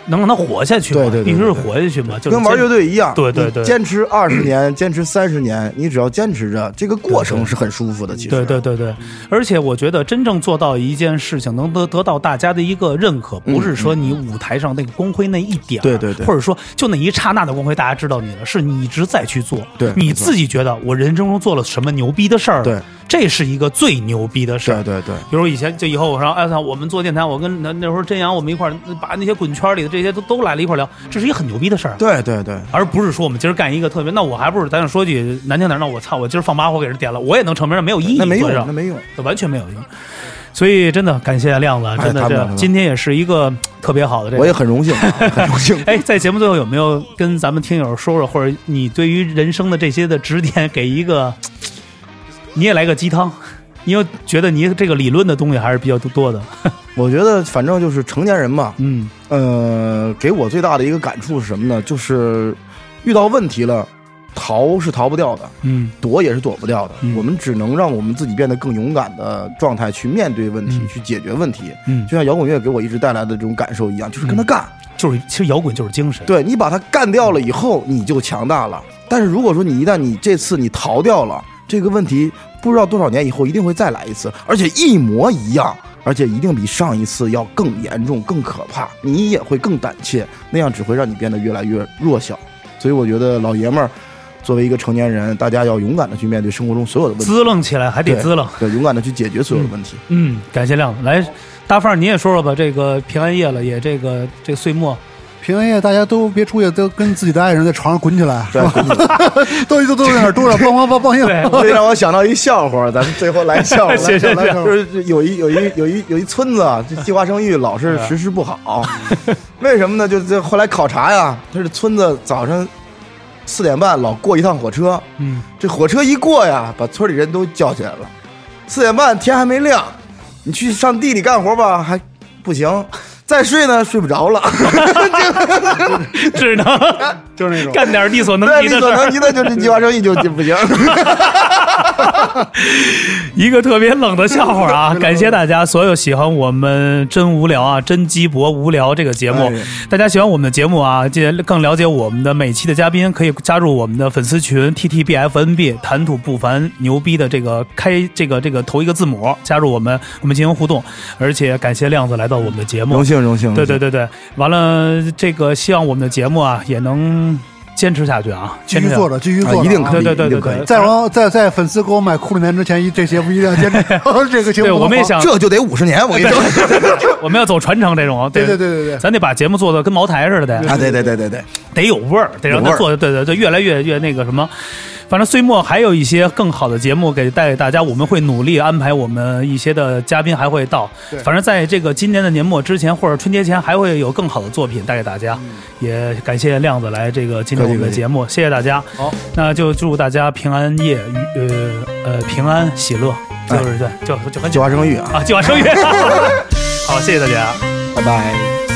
[SPEAKER 1] 能让它活下去嘛，
[SPEAKER 3] 对对对
[SPEAKER 1] 必须是
[SPEAKER 3] 对
[SPEAKER 1] 活下去嘛，就是
[SPEAKER 3] 跟玩
[SPEAKER 1] 坚
[SPEAKER 3] 乐队一样，
[SPEAKER 1] 对对
[SPEAKER 3] 你
[SPEAKER 1] 对
[SPEAKER 3] 坚持二十年，坚持三十年，你只要坚持着，这个过程是很舒服的。其实，
[SPEAKER 1] 对对对
[SPEAKER 3] 嗯
[SPEAKER 1] 对，而且我觉得真正做到一件事情，能得得到大家的一个认可，不是说你舞台上那个光辉那一点儿，
[SPEAKER 3] 嗯对对对
[SPEAKER 1] 或者说就那一刹那的光辉，大家知道你了，是你一直在去做，
[SPEAKER 3] 对
[SPEAKER 1] 你
[SPEAKER 3] 没错
[SPEAKER 1] 自己觉得我人生中做了什么牛逼的事儿，
[SPEAKER 3] 对，
[SPEAKER 1] 这是一个最牛逼的事儿，
[SPEAKER 3] 对对对，
[SPEAKER 1] 比如以前就以后我说，哎操，我们做电台，我跟那那时候真阳，我们一块儿把那些滚圈里的这些都都来了一块儿聊，这是一个很牛逼的事儿，
[SPEAKER 3] 对对对，
[SPEAKER 1] 而不是说我们今儿干一个特别，那我还不如咱就说句难听点儿，那我操，我今儿放把火给人点了，我也能成名儿，没有意义，
[SPEAKER 3] 那没用
[SPEAKER 1] 做这，
[SPEAKER 3] 那没用。
[SPEAKER 1] 这完全没有用。所以真的感谢亮子，啊真的
[SPEAKER 3] 谈不了谈不
[SPEAKER 1] 这
[SPEAKER 3] 了
[SPEAKER 1] 今天也是一个特别好的这
[SPEAKER 3] 我也
[SPEAKER 1] 个。
[SPEAKER 3] 很荣幸啊，很荣幸。
[SPEAKER 1] 哎，在节目最后有没有跟咱们听友说说，或者你对于人生的这些的指点，给一个，你也来个鸡汤，因为觉得你这个理论的东西还是比较多的。
[SPEAKER 3] 我觉得反正就是成年人嘛，
[SPEAKER 1] 嗯，
[SPEAKER 3] 呃，给我最大的一个感触是什么呢？就是遇到问题了，逃是逃不掉的，
[SPEAKER 1] 嗯，
[SPEAKER 3] 躲也是躲不掉的。
[SPEAKER 1] 嗯
[SPEAKER 3] 我们只能让我们自己变得更勇敢的状态去面对问题，
[SPEAKER 1] 嗯
[SPEAKER 3] 去解决问题。
[SPEAKER 1] 嗯
[SPEAKER 3] 就像摇滚乐给我一直带来的这种感受一样，就是跟他干。
[SPEAKER 1] 就是其实摇滚就是精神，
[SPEAKER 3] 对你把它干掉了以后，你就强大了。但是如果说你一旦你这次你逃掉了这个问题，不知道多少年以后一定会再来一次，而且一模一样，而且一定比上一次要更严重、更可怕。你也会更胆怯，那样只会让你变得越来越弱小。所以我觉得老爷们儿，作为一个成年人，大家要勇敢的去面对生活中所有的问题，
[SPEAKER 1] 滋楞起来还得
[SPEAKER 3] 对
[SPEAKER 1] 滋楞。
[SPEAKER 3] 对，勇敢的去解决所有的问题。
[SPEAKER 1] 嗯，感谢亮子，来，大范儿你也说说吧，这个平安夜了，也这个这个岁 末，
[SPEAKER 2] 平安夜大家都别出去，都跟自己的爱人在床上滚起来，
[SPEAKER 3] 对，
[SPEAKER 2] 都都都在那 儿桌上梆梆梆梆
[SPEAKER 1] 对
[SPEAKER 2] 硬。
[SPEAKER 3] 这让 我想到一笑话儿，咱们最后来 笑话儿。
[SPEAKER 1] 谢谢
[SPEAKER 3] 来笑话儿就是有一有一有一有一村子啊，这计划生育 老是
[SPEAKER 1] 啊
[SPEAKER 3] 实施不好， 为什么呢？就这后来考察呀，这是村子早上四点半老过一趟火车，
[SPEAKER 1] 嗯，
[SPEAKER 3] 这火车一过呀，把村里人都叫起来了。四点半天还没亮，你去上地里干活吧，还不行，再睡呢睡不着了，
[SPEAKER 1] 只能
[SPEAKER 3] 就是那种。
[SPEAKER 1] 干点力所 能
[SPEAKER 3] 对，
[SPEAKER 1] 及
[SPEAKER 3] 力
[SPEAKER 1] 的事
[SPEAKER 3] 所
[SPEAKER 1] 儿
[SPEAKER 3] 能。及的就是计划生育就 就不行。
[SPEAKER 1] 一个特别冷的笑话啊！感谢大家所有喜欢我们真无聊啊、真鸡博无聊这个节目
[SPEAKER 3] 哎呀。
[SPEAKER 1] 大家喜欢我们的节目啊，记得更了解我们的每期的嘉宾，可以加入我们的粉丝群 T T B F N B，谈吐不凡，牛逼的这个开这个这个头一个字母，加入我们，我们进行互动。而且感谢亮子来到我们的节目，
[SPEAKER 3] 荣幸荣幸，
[SPEAKER 1] 对对对对，完了，这个希望我们的节目啊也能坚持下去啊，
[SPEAKER 2] 继
[SPEAKER 1] 坚持
[SPEAKER 2] 续
[SPEAKER 1] 下去
[SPEAKER 2] 做着，继续
[SPEAKER 3] 啊
[SPEAKER 2] 做着啊，
[SPEAKER 3] 一定可
[SPEAKER 1] 对
[SPEAKER 3] 以，
[SPEAKER 1] 对对
[SPEAKER 3] 一
[SPEAKER 1] 对
[SPEAKER 3] 定可以
[SPEAKER 1] 对。
[SPEAKER 2] 再往在在粉丝给我买库里南之前，一这节目一定要坚持。 哦这个节目
[SPEAKER 1] 对，
[SPEAKER 2] 不能
[SPEAKER 1] 我们也
[SPEAKER 2] 放
[SPEAKER 1] 想，
[SPEAKER 3] 这就得五十年，我跟你说。
[SPEAKER 1] 我们要走传承这种，
[SPEAKER 2] 对
[SPEAKER 1] 对
[SPEAKER 2] 对对对对，
[SPEAKER 1] 咱得把节目做的跟茅台似的，得
[SPEAKER 3] 啊，对对对对对，
[SPEAKER 1] 得有味儿，得让
[SPEAKER 3] 有味
[SPEAKER 1] 它
[SPEAKER 3] 儿
[SPEAKER 1] 做，对对对，越来越越那个什么。反正岁末还有一些更好的节目给带给大家，我们会努力安排我们一些的嘉宾还会到
[SPEAKER 2] 对。
[SPEAKER 1] 反正在这个今年的年末之前或者春节前，还会有更好的作品带给大家。
[SPEAKER 2] 嗯
[SPEAKER 1] 也感谢亮子来这个今天我们的节目，谢谢大家。
[SPEAKER 2] 好，
[SPEAKER 1] 那就祝大家平安夜愉呃呃平安喜乐，就是对，就就很
[SPEAKER 3] 九华生育 啊，
[SPEAKER 1] 啊，计划生育。好，谢谢大家。
[SPEAKER 3] 拜拜。